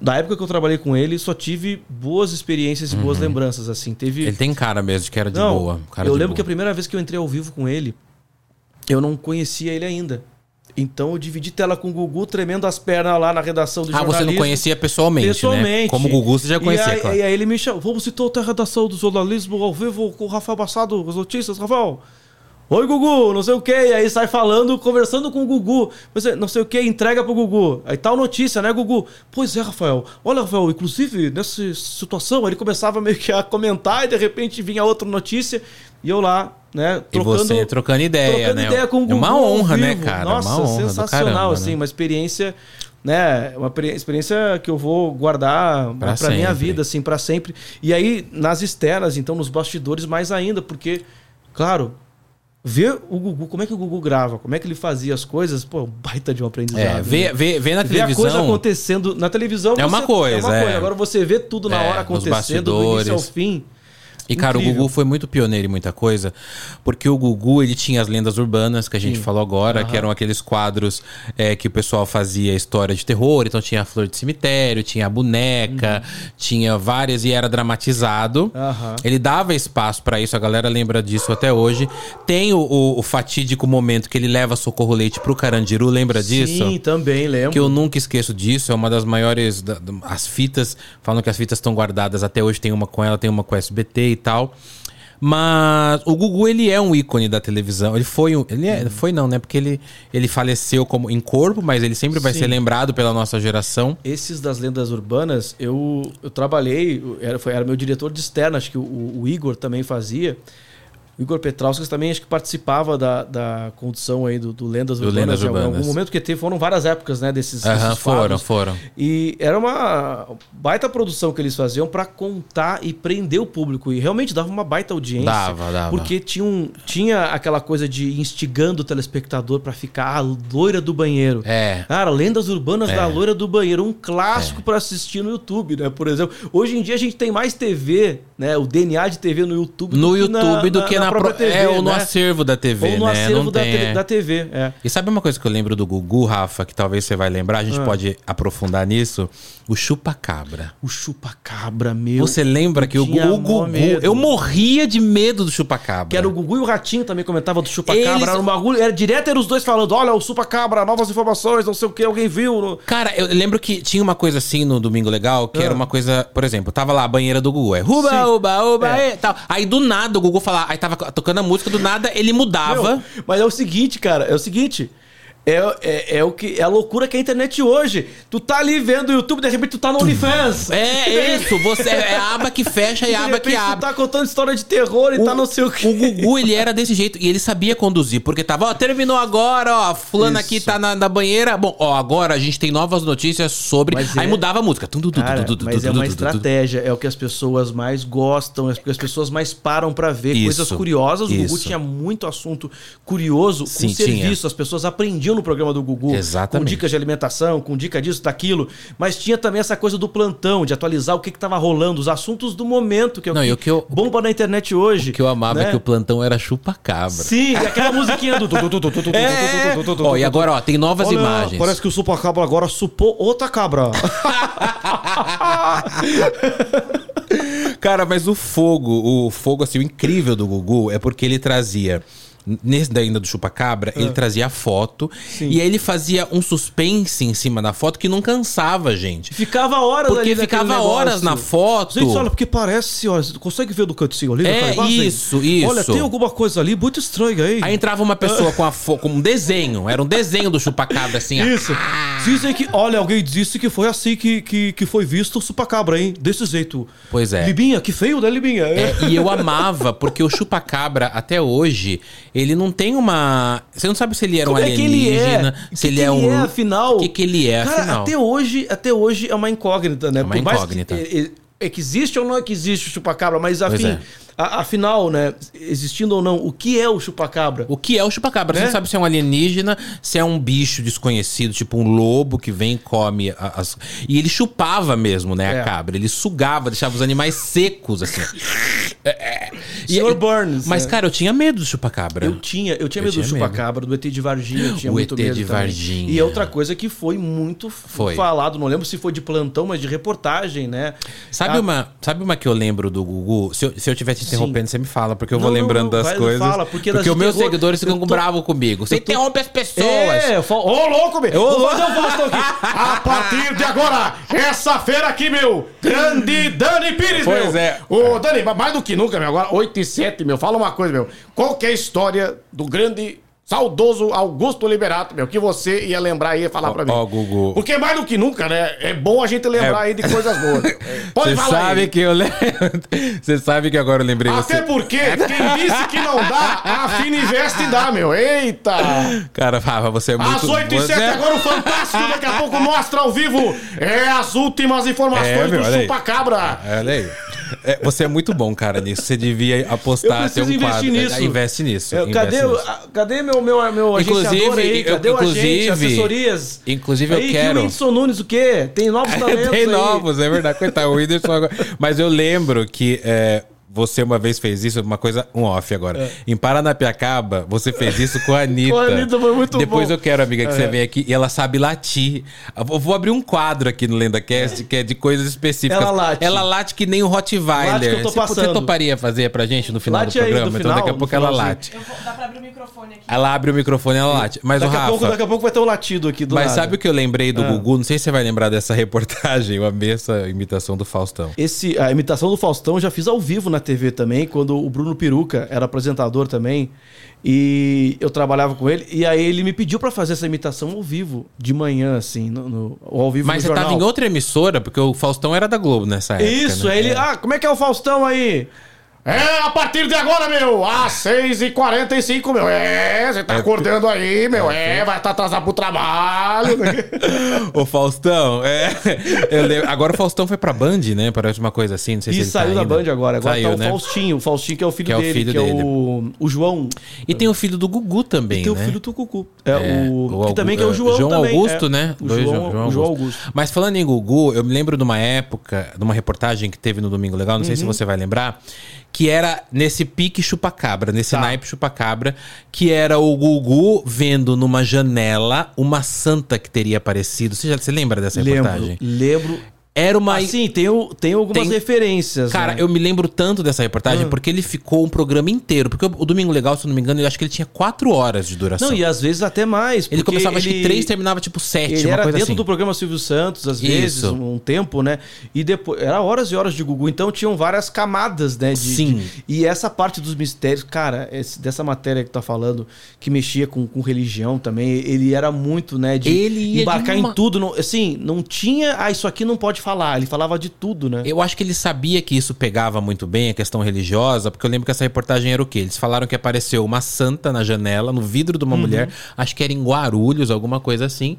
Speaker 2: Da época que eu trabalhei com ele, só tive boas experiências e boas lembranças, assim. Teve.
Speaker 1: Uhum. Ele tem cara mesmo de que era de
Speaker 2: Não,
Speaker 1: boa. Cara
Speaker 2: eu
Speaker 1: de
Speaker 2: lembro
Speaker 1: boa.
Speaker 2: que a primeira vez que eu entrei ao vivo com ele, eu não conhecia ele ainda. Então eu dividi tela com o Gugu, tremendo as pernas lá na redação do
Speaker 1: Ah, você não
Speaker 2: jornalismo.
Speaker 1: conhecia pessoalmente, né?
Speaker 2: Pessoalmente.
Speaker 1: Como o Gugu você já
Speaker 2: e
Speaker 1: conhecia,
Speaker 2: aí,
Speaker 1: claro.
Speaker 2: E aí ele me chamou. Vamos citar outra redação do jornalismo ao vivo com o Rafael Bassado, as notícias, Rafael. Oi, Gugu, não sei o que. E aí sai falando, conversando com o Gugu. Você, não sei o que, entrega pro Gugu. Aí tal notícia, né, Gugu? Pois é, Rafael. Olha, Rafael, inclusive, nessa situação, ele começava meio que a comentar e de repente vinha outra notícia. E eu lá, né,
Speaker 1: E você trocando ideia,
Speaker 2: trocando
Speaker 1: né?
Speaker 2: ideia com o
Speaker 1: É
Speaker 2: Gugu
Speaker 1: uma
Speaker 2: ao
Speaker 1: honra, né,
Speaker 2: vivo.
Speaker 1: cara?
Speaker 2: Nossa,
Speaker 1: uma honra do
Speaker 2: sensacional,
Speaker 1: caramba,
Speaker 2: assim,
Speaker 1: né?
Speaker 2: uma experiência, né? Uma pre- experiência que eu vou guardar
Speaker 1: Pra
Speaker 2: pra, minha
Speaker 1: sempre.
Speaker 2: vida, assim, pra sempre. E aí, nas externas, então, nos bastidores, mais ainda, porque, claro, ver o Gugu, como é que o Gugu grava, como é que ele fazia as coisas, pô, é um baita de um aprendizado.
Speaker 1: É, vê,
Speaker 2: né?
Speaker 1: vê, vê na
Speaker 2: Ver a
Speaker 1: televisão.
Speaker 2: coisa acontecendo na televisão
Speaker 1: É uma coisa, é.
Speaker 2: Agora você vê tudo na
Speaker 1: É,
Speaker 2: hora
Speaker 1: nos
Speaker 2: acontecendo, do início ao
Speaker 1: bastidores.
Speaker 2: fim.
Speaker 1: E, cara, o
Speaker 2: Incrível.
Speaker 1: Gugu foi muito pioneiro em muita coisa, porque o Gugu, ele tinha as lendas urbanas que a gente falou agora, que eram aqueles quadros é, que o pessoal fazia história de terror, então tinha a flor de cemitério, tinha a boneca, tinha várias e era dramatizado.
Speaker 2: Uhum. Aham.
Speaker 1: Ele dava espaço pra isso, a galera lembra disso até hoje. Tem o, o- o fatídico momento que ele leva Socorro Leite pro Carandiru, lembra disso?
Speaker 2: Sim, também lembro.
Speaker 1: Que eu nunca esqueço disso, é uma das maiores. da- da- as fitas, falam que as fitas estão guardadas até hoje, tem uma com ela, tem uma com o SBT e tal. Mas o Gugu, ele é um ícone da televisão. Ele foi um. Ele é- foi não, né? Porque ele, ele faleceu como, em corpo, mas ele sempre vai ser lembrado pela nossa geração.
Speaker 2: Esses das lendas urbanas, eu, eu trabalhei, eu era, foi, era meu diretor de externa, acho que o, o Igor também fazia. O Igor Petrauskas também acho que participava da, da condução aí do, do Lendas
Speaker 1: Do
Speaker 2: Urbanas.
Speaker 1: Lendas
Speaker 2: em algum-
Speaker 1: Urbanas.
Speaker 2: algum momento que teve, foram várias épocas, né, desses,
Speaker 1: Aham,
Speaker 2: desses
Speaker 1: foram,
Speaker 2: quadros.
Speaker 1: foram.
Speaker 2: E era uma baita produção que eles faziam pra contar e prender o público. E realmente dava uma baita audiência.
Speaker 1: Dava, dava.
Speaker 2: Porque tinha, um, tinha aquela coisa de instigando o telespectador pra ficar a loira do banheiro.
Speaker 1: É.
Speaker 2: Cara, Lendas Urbanas da Loira do Banheiro, um clássico pra assistir no YouTube, né? Por exemplo, hoje em dia a gente tem mais TV, né? O DNA de TV no YouTube
Speaker 1: No
Speaker 2: que na-
Speaker 1: YouTube do que na,
Speaker 2: própria
Speaker 1: pro- É, ou no
Speaker 2: né?
Speaker 1: acervo da TV,
Speaker 2: Ou no
Speaker 1: né?
Speaker 2: acervo
Speaker 1: Não
Speaker 2: da,
Speaker 1: tem,
Speaker 2: TV,
Speaker 1: é.
Speaker 2: da TV, é.
Speaker 1: E sabe uma coisa que eu lembro do Gugu, Rafa, que talvez você vai lembrar, a
Speaker 2: Ah.
Speaker 1: gente pode aprofundar nisso? O chupa-cabra.
Speaker 2: O chupa-cabra, meu.
Speaker 1: Você lembra que o
Speaker 2: tinha
Speaker 1: Gugu, o
Speaker 2: mó
Speaker 1: Gugu-
Speaker 2: medo.
Speaker 1: eu morria de medo do chupacabra.
Speaker 2: Que era o Gugu e o Ratinho também comentava do chupa-cabra.
Speaker 1: Eles-
Speaker 2: Era um bagulho. Era direto, eram os dois falando: olha, o chupa-cabra, novas informações, não sei o que, alguém viu. no-
Speaker 1: Cara, eu lembro que tinha uma coisa assim no Domingo Legal, que era uma coisa, por exemplo, tava lá a banheira do Gugu, é ruba,
Speaker 2: Ah. Sim.
Speaker 1: uba, uba,
Speaker 2: É.
Speaker 1: é. tal. Aí do nada o Gugu falava, aí tava tocando a música, do nada ele mudava.
Speaker 2: Não, mas é o seguinte, cara, é o seguinte. É, é, é o que, é a loucura que é a internet hoje. Tu tá ali vendo o YouTube, de repente tu tá no OnlyFans.
Speaker 1: É isso, você é a aba que fecha e a aba
Speaker 2: de repente
Speaker 1: que
Speaker 2: tu
Speaker 1: abre.
Speaker 2: tá contando história de terror e tá não sei o
Speaker 1: O
Speaker 2: que.
Speaker 1: Gugu, ele era desse jeito. E ele sabia conduzir. Porque tava, ó, terminou agora, ó. Fulano
Speaker 2: Isso.
Speaker 1: aqui tá na, na banheira. Bom, ó, agora a gente tem novas notícias sobre...
Speaker 2: Mas
Speaker 1: Aí
Speaker 2: é-
Speaker 1: mudava a música. Tum, tum, tum,
Speaker 2: Cara,
Speaker 1: tum, tum,
Speaker 2: mas
Speaker 1: tum,
Speaker 2: é
Speaker 1: tum,
Speaker 2: uma
Speaker 1: tum, tum, tum.
Speaker 2: estratégia, é o que as pessoas mais gostam, é o que as pessoas mais param pra ver
Speaker 1: Isso,
Speaker 2: coisas curiosas. O Gugu
Speaker 1: isso.
Speaker 2: tinha muito assunto curioso
Speaker 1: Sim,
Speaker 2: com serviço, as pessoas aprendiam no programa do Gugu, com
Speaker 1: Exatamente.
Speaker 2: dicas de alimentação, com dica disso, daquilo, mas tinha também essa coisa do plantão, de atualizar o que que tava rolando, os assuntos do momento, que é o
Speaker 1: Não,
Speaker 2: que,
Speaker 1: e o que eu-
Speaker 2: bomba na internet hoje.
Speaker 1: O que eu amava
Speaker 2: né?
Speaker 1: é que o plantão era chupa-cabra.
Speaker 2: Sim, e aquela musiquinha do...
Speaker 1: É. Ó, e agora, ó, tem novas
Speaker 2: Olha,
Speaker 1: imagens.
Speaker 2: Parece que o supacabra agora supou outra cabra.
Speaker 1: Cara, mas o fogo, o fogo, assim, o incrível do Gugu é porque ele trazia. Nesse da ainda do Chupacabra, ele trazia a foto e aí ele fazia um suspense em cima da foto que não cansava, gente.
Speaker 2: Ficava horas
Speaker 1: Porque
Speaker 2: ali naquele
Speaker 1: ficava horas
Speaker 2: negócio.
Speaker 1: na foto.
Speaker 2: Gente, olha, porque parece, ó, você consegue ver do cantinho ali?
Speaker 1: É,
Speaker 2: daquela imagem?
Speaker 1: isso, isso.
Speaker 2: Olha, tem alguma coisa ali muito estranha aí.
Speaker 1: Aí entrava uma pessoa com, a fo- com um desenho, era um desenho do Chupacabra, assim. ó.
Speaker 2: Isso. Dizem que, olha, alguém disse que foi assim que, que, que foi visto o supacabra, hein? Desse jeito.
Speaker 1: Pois é.
Speaker 2: Libinha, que feio, né, Libinha?
Speaker 1: É, e eu amava, porque o Chupacabra, até hoje, ele não tem uma. Você não sabe se ele era um
Speaker 2: Como é que ele
Speaker 1: alienígena,
Speaker 2: é?
Speaker 1: se
Speaker 2: Que
Speaker 1: ele
Speaker 2: que
Speaker 1: é um.
Speaker 2: afinal?
Speaker 1: O que, que ele é,
Speaker 2: Cara,
Speaker 1: afinal?
Speaker 2: até hoje, até hoje é uma incógnita, né?
Speaker 1: uma
Speaker 2: Por mais
Speaker 1: incógnita.
Speaker 2: Que, é- é- é que existe ou não é que existe o chupacabra, mas
Speaker 1: Pois
Speaker 2: afim,
Speaker 1: é.
Speaker 2: a- afinal, né? Existindo ou não, o que é o chupacabra?
Speaker 1: O que é o chupacabra? Você
Speaker 2: Né?
Speaker 1: não sabe se é um alienígena, se é um bicho desconhecido, tipo um lobo que vem e come a- as. E ele chupava mesmo, né, a
Speaker 2: É.
Speaker 1: cabra. Ele sugava, deixava os animais secos, assim. É, é. E-
Speaker 2: Sr. Burns,
Speaker 1: Mas,
Speaker 2: né?
Speaker 1: cara, eu tinha medo do chupacabra.
Speaker 2: Eu tinha, eu tinha
Speaker 1: Eu
Speaker 2: medo do
Speaker 1: tinha medo.
Speaker 2: chupacabra, do ET de Varginha, eu tinha
Speaker 1: O
Speaker 2: muito
Speaker 1: ET
Speaker 2: medo
Speaker 1: de
Speaker 2: também.
Speaker 1: Varginha.
Speaker 2: E é outra coisa que foi muito f-
Speaker 1: Foi.
Speaker 2: falado, não lembro se foi de plantão, mas de reportagem, né?
Speaker 1: Sabe,
Speaker 2: Ah,
Speaker 1: uma, sabe uma que eu lembro do Gugu? Se eu, se eu tiver te interrompendo, você me fala, porque eu
Speaker 2: Não,
Speaker 1: vou
Speaker 2: não,
Speaker 1: lembrando
Speaker 2: não,
Speaker 1: das
Speaker 2: vai, não
Speaker 1: coisas.
Speaker 2: fala, porque
Speaker 1: porque
Speaker 2: das
Speaker 1: os meus
Speaker 2: interro-
Speaker 1: seguidores ficam
Speaker 2: eu tô-
Speaker 1: bravos comigo. Você
Speaker 2: eu tô-
Speaker 1: interrompe as pessoas.
Speaker 2: É, eu falo, ô louco, meu!
Speaker 1: Ô,
Speaker 2: Vou
Speaker 1: louco.
Speaker 2: fazer um Faustão aqui.
Speaker 1: Ah,
Speaker 2: A partir de agora, essa feira aqui, meu! Grande Dani Pires, meu!
Speaker 1: Pois é.
Speaker 3: Ô, Dani, mas mais do que nunca, meu, agora 8 e 7, meu, fala uma coisa, meu. Qual que é a história do grande, saudoso Augusto Liberato, meu, que você ia lembrar aí e falar pra mim?
Speaker 1: ó, Gugu.
Speaker 3: Porque mais do que nunca, né, é bom a gente
Speaker 1: É.
Speaker 3: lembrar aí de coisas boas. Pode
Speaker 1: Você
Speaker 3: falar
Speaker 1: sabe
Speaker 3: aí.
Speaker 1: que eu lembro. Você sabe que agora eu lembrei
Speaker 3: Até
Speaker 1: você.
Speaker 3: porque quem disse que não dá, a Fininvest dá, meu. Eita!
Speaker 1: Cara, Rafa, você é muito.
Speaker 3: Às 8 e
Speaker 1: você
Speaker 3: 7,
Speaker 1: é-
Speaker 3: agora o Fantástico daqui a pouco mostra ao vivo é, as últimas informações
Speaker 1: É, meu,
Speaker 3: do
Speaker 1: olha aí.
Speaker 3: Chupacabra.
Speaker 1: É, Olha aí. É, você é muito bom, cara, nisso. Você devia apostar,
Speaker 2: Eu preciso
Speaker 1: ter um quadro.
Speaker 2: investir nisso.
Speaker 1: É, Investe nisso.
Speaker 2: Eu-
Speaker 1: investe
Speaker 2: cadê, o-
Speaker 1: nisso.
Speaker 2: a- cadê meu, meu, meu agenciador
Speaker 1: Inclusive,
Speaker 2: aí?
Speaker 1: eu-
Speaker 2: Cadê o agente,
Speaker 1: inclusive-
Speaker 2: assessorias?
Speaker 1: inclusive eu
Speaker 2: aí,
Speaker 1: quero-
Speaker 2: Que o Whindersson Nunes o quê? Tem novos talentos
Speaker 1: Tem
Speaker 2: aí.
Speaker 1: novos, é verdade. Coitado, o Whindersson agora. Mas eu lembro que é, Você uma vez fez isso, uma coisa, um off agora. Em Paranapiacaba, você fez isso com a Anitta.
Speaker 2: É. Com a Anitta foi muito
Speaker 1: Depois
Speaker 2: bom. É.
Speaker 1: eu quero, amiga, que você venha aqui e ela sabe latir. Eu vou abrir um quadro aqui no LendaCast que é de coisas específicas.
Speaker 2: Ela late.
Speaker 1: Ela late que nem o Rottweiler.
Speaker 2: Late que eu tô
Speaker 1: Você- Você
Speaker 2: passando.
Speaker 1: toparia fazer pra gente no final
Speaker 2: Late
Speaker 1: do
Speaker 2: aí,
Speaker 1: programa?
Speaker 2: no
Speaker 1: então daqui a
Speaker 2: final, no
Speaker 1: pouco ela
Speaker 2: finalzinho.
Speaker 1: late.
Speaker 4: Eu vou dar pra abrir o microfone aqui.
Speaker 1: Ela abre o microfone e ela late. Mas
Speaker 2: Daqui
Speaker 1: o
Speaker 2: a,
Speaker 1: Rafa...
Speaker 2: pouco, daqui a pouco vai ter um latido aqui do
Speaker 1: Mas
Speaker 2: nada. Ah.
Speaker 1: sabe o que eu lembrei do Gugu? Não sei se você vai lembrar dessa reportagem. Eu amei essa imitação do Faustão.
Speaker 2: Esse, a imitação do Faustão eu já fiz ao vivo na TV também, quando o Bruno Peruca era apresentador também. E eu trabalhava com ele. E aí ele me pediu pra fazer essa imitação ao vivo, de manhã, assim, no, no- ou ao vivo
Speaker 1: Mas
Speaker 2: no
Speaker 1: você
Speaker 2: jornal.
Speaker 1: tava em outra emissora, porque o Faustão era da Globo nessa época.
Speaker 2: Isso,
Speaker 1: né?
Speaker 2: aí ele. Ah, como é que é o Faustão aí?
Speaker 3: É, a partir de agora, meu, às 6h45, meu. É, você tá acordando aí, meu. É, vai estar atrasado pro trabalho.
Speaker 1: O Faustão, é. eu lembro- Agora o Faustão foi pra Band, né? Parece uma coisa assim, não sei se
Speaker 2: E
Speaker 1: ele tá
Speaker 2: saiu da
Speaker 1: ainda.
Speaker 2: Band agora. Agora
Speaker 1: saiu,
Speaker 2: tá o
Speaker 1: né?
Speaker 2: Faustinho. O Faustinho que é o filho
Speaker 1: Que é o
Speaker 2: dele,
Speaker 1: filho
Speaker 2: que
Speaker 1: dele.
Speaker 2: é o, o João.
Speaker 1: E tem o filho do Gugu também,
Speaker 2: Tem o
Speaker 1: né?
Speaker 2: filho do Cucu. É,
Speaker 1: o
Speaker 2: o, que
Speaker 1: Augu-
Speaker 2: também que é o João
Speaker 1: João
Speaker 2: também,
Speaker 1: Augusto,
Speaker 2: é.
Speaker 1: né?
Speaker 2: O
Speaker 1: Dois
Speaker 2: João,
Speaker 1: João-
Speaker 2: o João
Speaker 1: Augusto.
Speaker 2: Augusto.
Speaker 1: Mas falando em Gugu, eu me lembro de uma época, de uma reportagem que teve no Domingo Legal, não sei se
Speaker 2: Uhum.
Speaker 1: você vai lembrar, que era nesse pique chupacabra, nesse
Speaker 2: Tá.
Speaker 1: naipe chupacabra, que era o Gugu vendo numa janela uma santa que teria aparecido. Você, já, você lembra dessa
Speaker 2: Lembro,
Speaker 1: reportagem?
Speaker 2: lembro.
Speaker 1: Era uma...
Speaker 2: Assim, tem, o- tem algumas
Speaker 1: Tem-
Speaker 2: referências.
Speaker 1: Cara,
Speaker 2: né? Hum.
Speaker 1: eu me lembro tanto dessa reportagem porque ele ficou um programa inteiro. Porque o Domingo Legal, se eu não me engano, eu acho que ele tinha quatro horas de duração.
Speaker 2: Não, e às vezes até mais.
Speaker 1: ele
Speaker 2: porque
Speaker 1: começava acho que
Speaker 2: ele-
Speaker 1: três, terminava tipo sete,
Speaker 2: Ele
Speaker 1: uma
Speaker 2: era
Speaker 1: coisa
Speaker 2: dentro
Speaker 1: assim.
Speaker 2: do programa Silvio Santos, às vezes,
Speaker 1: Isso.
Speaker 2: um, um tempo, né? E depois. Era horas e horas de Gugu, então tinham várias camadas, né? de-
Speaker 1: Sim.
Speaker 2: de- e essa parte dos mistérios, cara, esse- dessa matéria que tá falando, que mexia com, com religião também, ele era muito, né? De
Speaker 1: Ele ia de
Speaker 2: embarcar
Speaker 1: uma-
Speaker 2: em tudo. não- assim, não tinha. Ah, isso aqui não pode falar. Ele falava de tudo, né?
Speaker 1: Eu acho que ele sabia que isso pegava muito bem a questão religiosa, porque eu lembro que essa reportagem era o quê? Eles falaram que apareceu uma santa na janela, no vidro de uma
Speaker 2: Uhum.
Speaker 1: mulher, acho que era em Guarulhos, alguma coisa assim.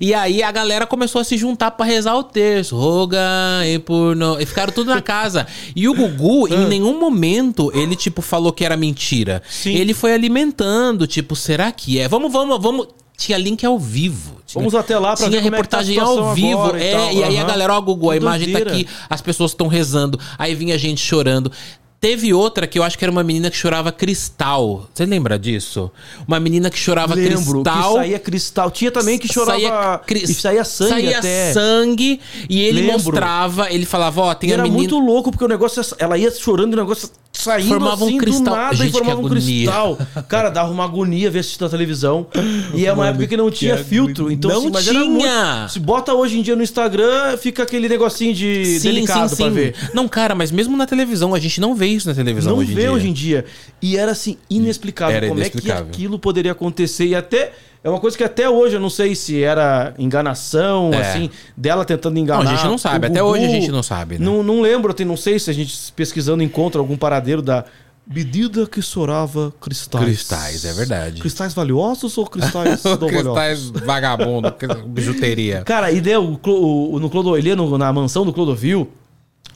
Speaker 1: E aí a galera começou a se juntar pra rezar o terço, roga e por no... e ficaram tudo na casa. E o Gugu,
Speaker 2: Ah.
Speaker 1: em nenhum momento, ele tipo falou que era mentira.
Speaker 2: Sim.
Speaker 1: Ele foi alimentando, tipo, será que é? Vamos, vamos, vamos. Tinha link ao vivo. Tinha-
Speaker 2: Vamos até lá pra
Speaker 1: Tinha
Speaker 2: ver como é que tá a
Speaker 1: reportagem
Speaker 2: situação
Speaker 1: ao vivo.
Speaker 2: agora e
Speaker 1: é,
Speaker 2: tal.
Speaker 1: e aí a
Speaker 2: Aham.
Speaker 1: galera, ó, Gugu, a
Speaker 2: Que
Speaker 1: imagem tá
Speaker 2: doideira.
Speaker 1: aqui as pessoas estão rezando, aí vinha gente chorando. Teve outra que eu acho que era uma menina que chorava cristal. Você lembra disso? Uma menina que chorava
Speaker 2: Lembro
Speaker 1: cristal.
Speaker 2: que saía cristal. Tinha também que chorava.
Speaker 1: cri-
Speaker 2: e saía sangue
Speaker 1: saía
Speaker 2: até.
Speaker 1: sangue, e ele
Speaker 2: Lembro.
Speaker 1: mostrava, ele falava, ó, tem
Speaker 2: E
Speaker 1: a
Speaker 2: era
Speaker 1: menina...
Speaker 2: muito louco, porque o negócio, ela ia chorando e o negócio saindo
Speaker 1: Formava um
Speaker 2: assim do
Speaker 1: cristal.
Speaker 2: nada
Speaker 1: Gente,
Speaker 2: e formava
Speaker 1: que
Speaker 2: um
Speaker 1: agonia.
Speaker 2: cristal. Cara, dava uma agonia ver assistir na televisão. E é uma época que não tinha filtro. Então,
Speaker 1: Não
Speaker 2: assim, mas era
Speaker 1: tinha!
Speaker 2: muito- se bota hoje em dia no Instagram, fica aquele negocinho de delicado pra ver.
Speaker 1: Não, cara, mas mesmo na televisão, a gente não vê isso na televisão
Speaker 2: Não
Speaker 1: hoje em
Speaker 2: vê
Speaker 1: dia.
Speaker 2: hoje em dia. E era assim, inexplicável
Speaker 1: Era
Speaker 2: como é
Speaker 1: inexplicável.
Speaker 2: que aquilo poderia acontecer. E até. É uma coisa que até hoje eu não sei se era enganação,
Speaker 1: É.
Speaker 2: assim, dela tentando enganar.
Speaker 1: Não, a gente não
Speaker 2: o
Speaker 1: sabe. Até hoje a gente não sabe, né?
Speaker 2: Não, não lembro, tem- não sei se a gente pesquisando encontra algum paradeiro da. Medida que sorava cristais.
Speaker 1: Cristais, é verdade.
Speaker 2: Cristais valiosos ou cristais não valiosos?
Speaker 1: Cristais vagabundo, que- bijuteria.
Speaker 2: Cara, e deu o, Clo- o- o- no Clodovilha, no- na mansão do Clodovil,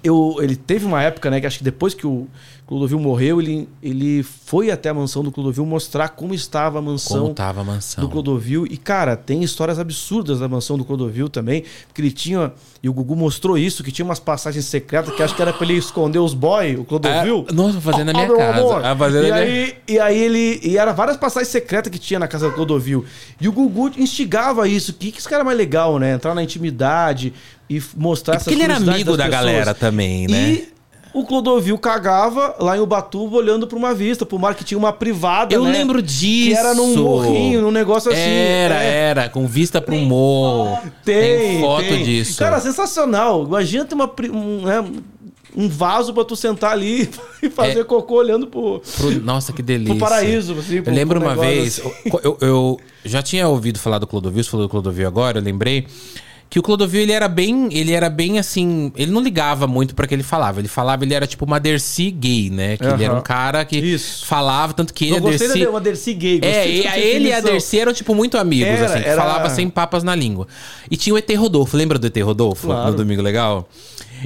Speaker 2: eu, ele teve uma época, né, que acho que depois que o Clodovil morreu, ele, ele foi até a mansão do Clodovil mostrar como estava a mansão
Speaker 1: Como tava a mansão.
Speaker 2: do Clodovil. E, cara, tem histórias absurdas da mansão do Clodovil também, porque ele tinha, e o Gugu mostrou isso, que tinha umas passagens secretas que acho que era pra ele esconder os boy, o Clodovil.
Speaker 1: É, nossa, fazendo na minha
Speaker 2: meu
Speaker 1: casa.
Speaker 2: amor.
Speaker 1: Ah, fazendo
Speaker 2: e,
Speaker 1: na minha-
Speaker 2: aí, e aí ele. E era várias passagens secretas que tinha na casa do Clodovil. E o Gugu instigava isso. Que, que esse cara é mais legal, né? Entrar na intimidade e f-
Speaker 1: E
Speaker 2: mostrar
Speaker 1: porque ele era
Speaker 2: curiosidades
Speaker 1: amigo
Speaker 2: das
Speaker 1: da galera também, né?
Speaker 2: E o Clodovil cagava lá em Ubatuba olhando pra uma vista, pro mar que tinha uma privada.
Speaker 1: Eu
Speaker 2: né?
Speaker 1: lembro disso.
Speaker 2: Que era num morrinho, num negócio assim.
Speaker 1: Era,
Speaker 2: É.
Speaker 1: era, com vista pro morro.
Speaker 2: Tem,
Speaker 1: foto
Speaker 2: tem.
Speaker 1: disso.
Speaker 2: Cara, assim, sensacional. Imagina ter uma, pri- um, né, um vaso pra tu sentar ali e fazer
Speaker 1: É.
Speaker 2: cocô olhando pro,
Speaker 1: Pro- nossa, que delícia.
Speaker 2: pro paraíso. Assim, pro-
Speaker 1: eu lembro
Speaker 2: pro
Speaker 1: uma
Speaker 2: negócio,
Speaker 1: vez,
Speaker 2: assim.
Speaker 1: eu, eu- eu já tinha ouvido falar do Clodovil, você falou do Clodovil agora, eu lembrei que o Clodovil ele era bem, ele era bem assim, ele não ligava muito pra que ele falava. Ele falava, ele era tipo uma Dercy gay, né? Que ele era um
Speaker 2: Aham.
Speaker 1: cara que
Speaker 2: Isso.
Speaker 1: falava tanto que ele
Speaker 2: Eu
Speaker 1: a
Speaker 2: gostei
Speaker 1: Dercy
Speaker 2: da uma Dercy gay.
Speaker 1: É,
Speaker 2: gostei
Speaker 1: e
Speaker 2: dessa
Speaker 1: a ele e a
Speaker 2: definição.
Speaker 1: Dercy eram, tipo, muito amigos,
Speaker 2: Era,
Speaker 1: assim, que
Speaker 2: era-
Speaker 1: falava sem papas na língua. E tinha o ET Rodolfo, lembra do ET Rodolfo
Speaker 2: Claro.
Speaker 1: no Domingo Legal?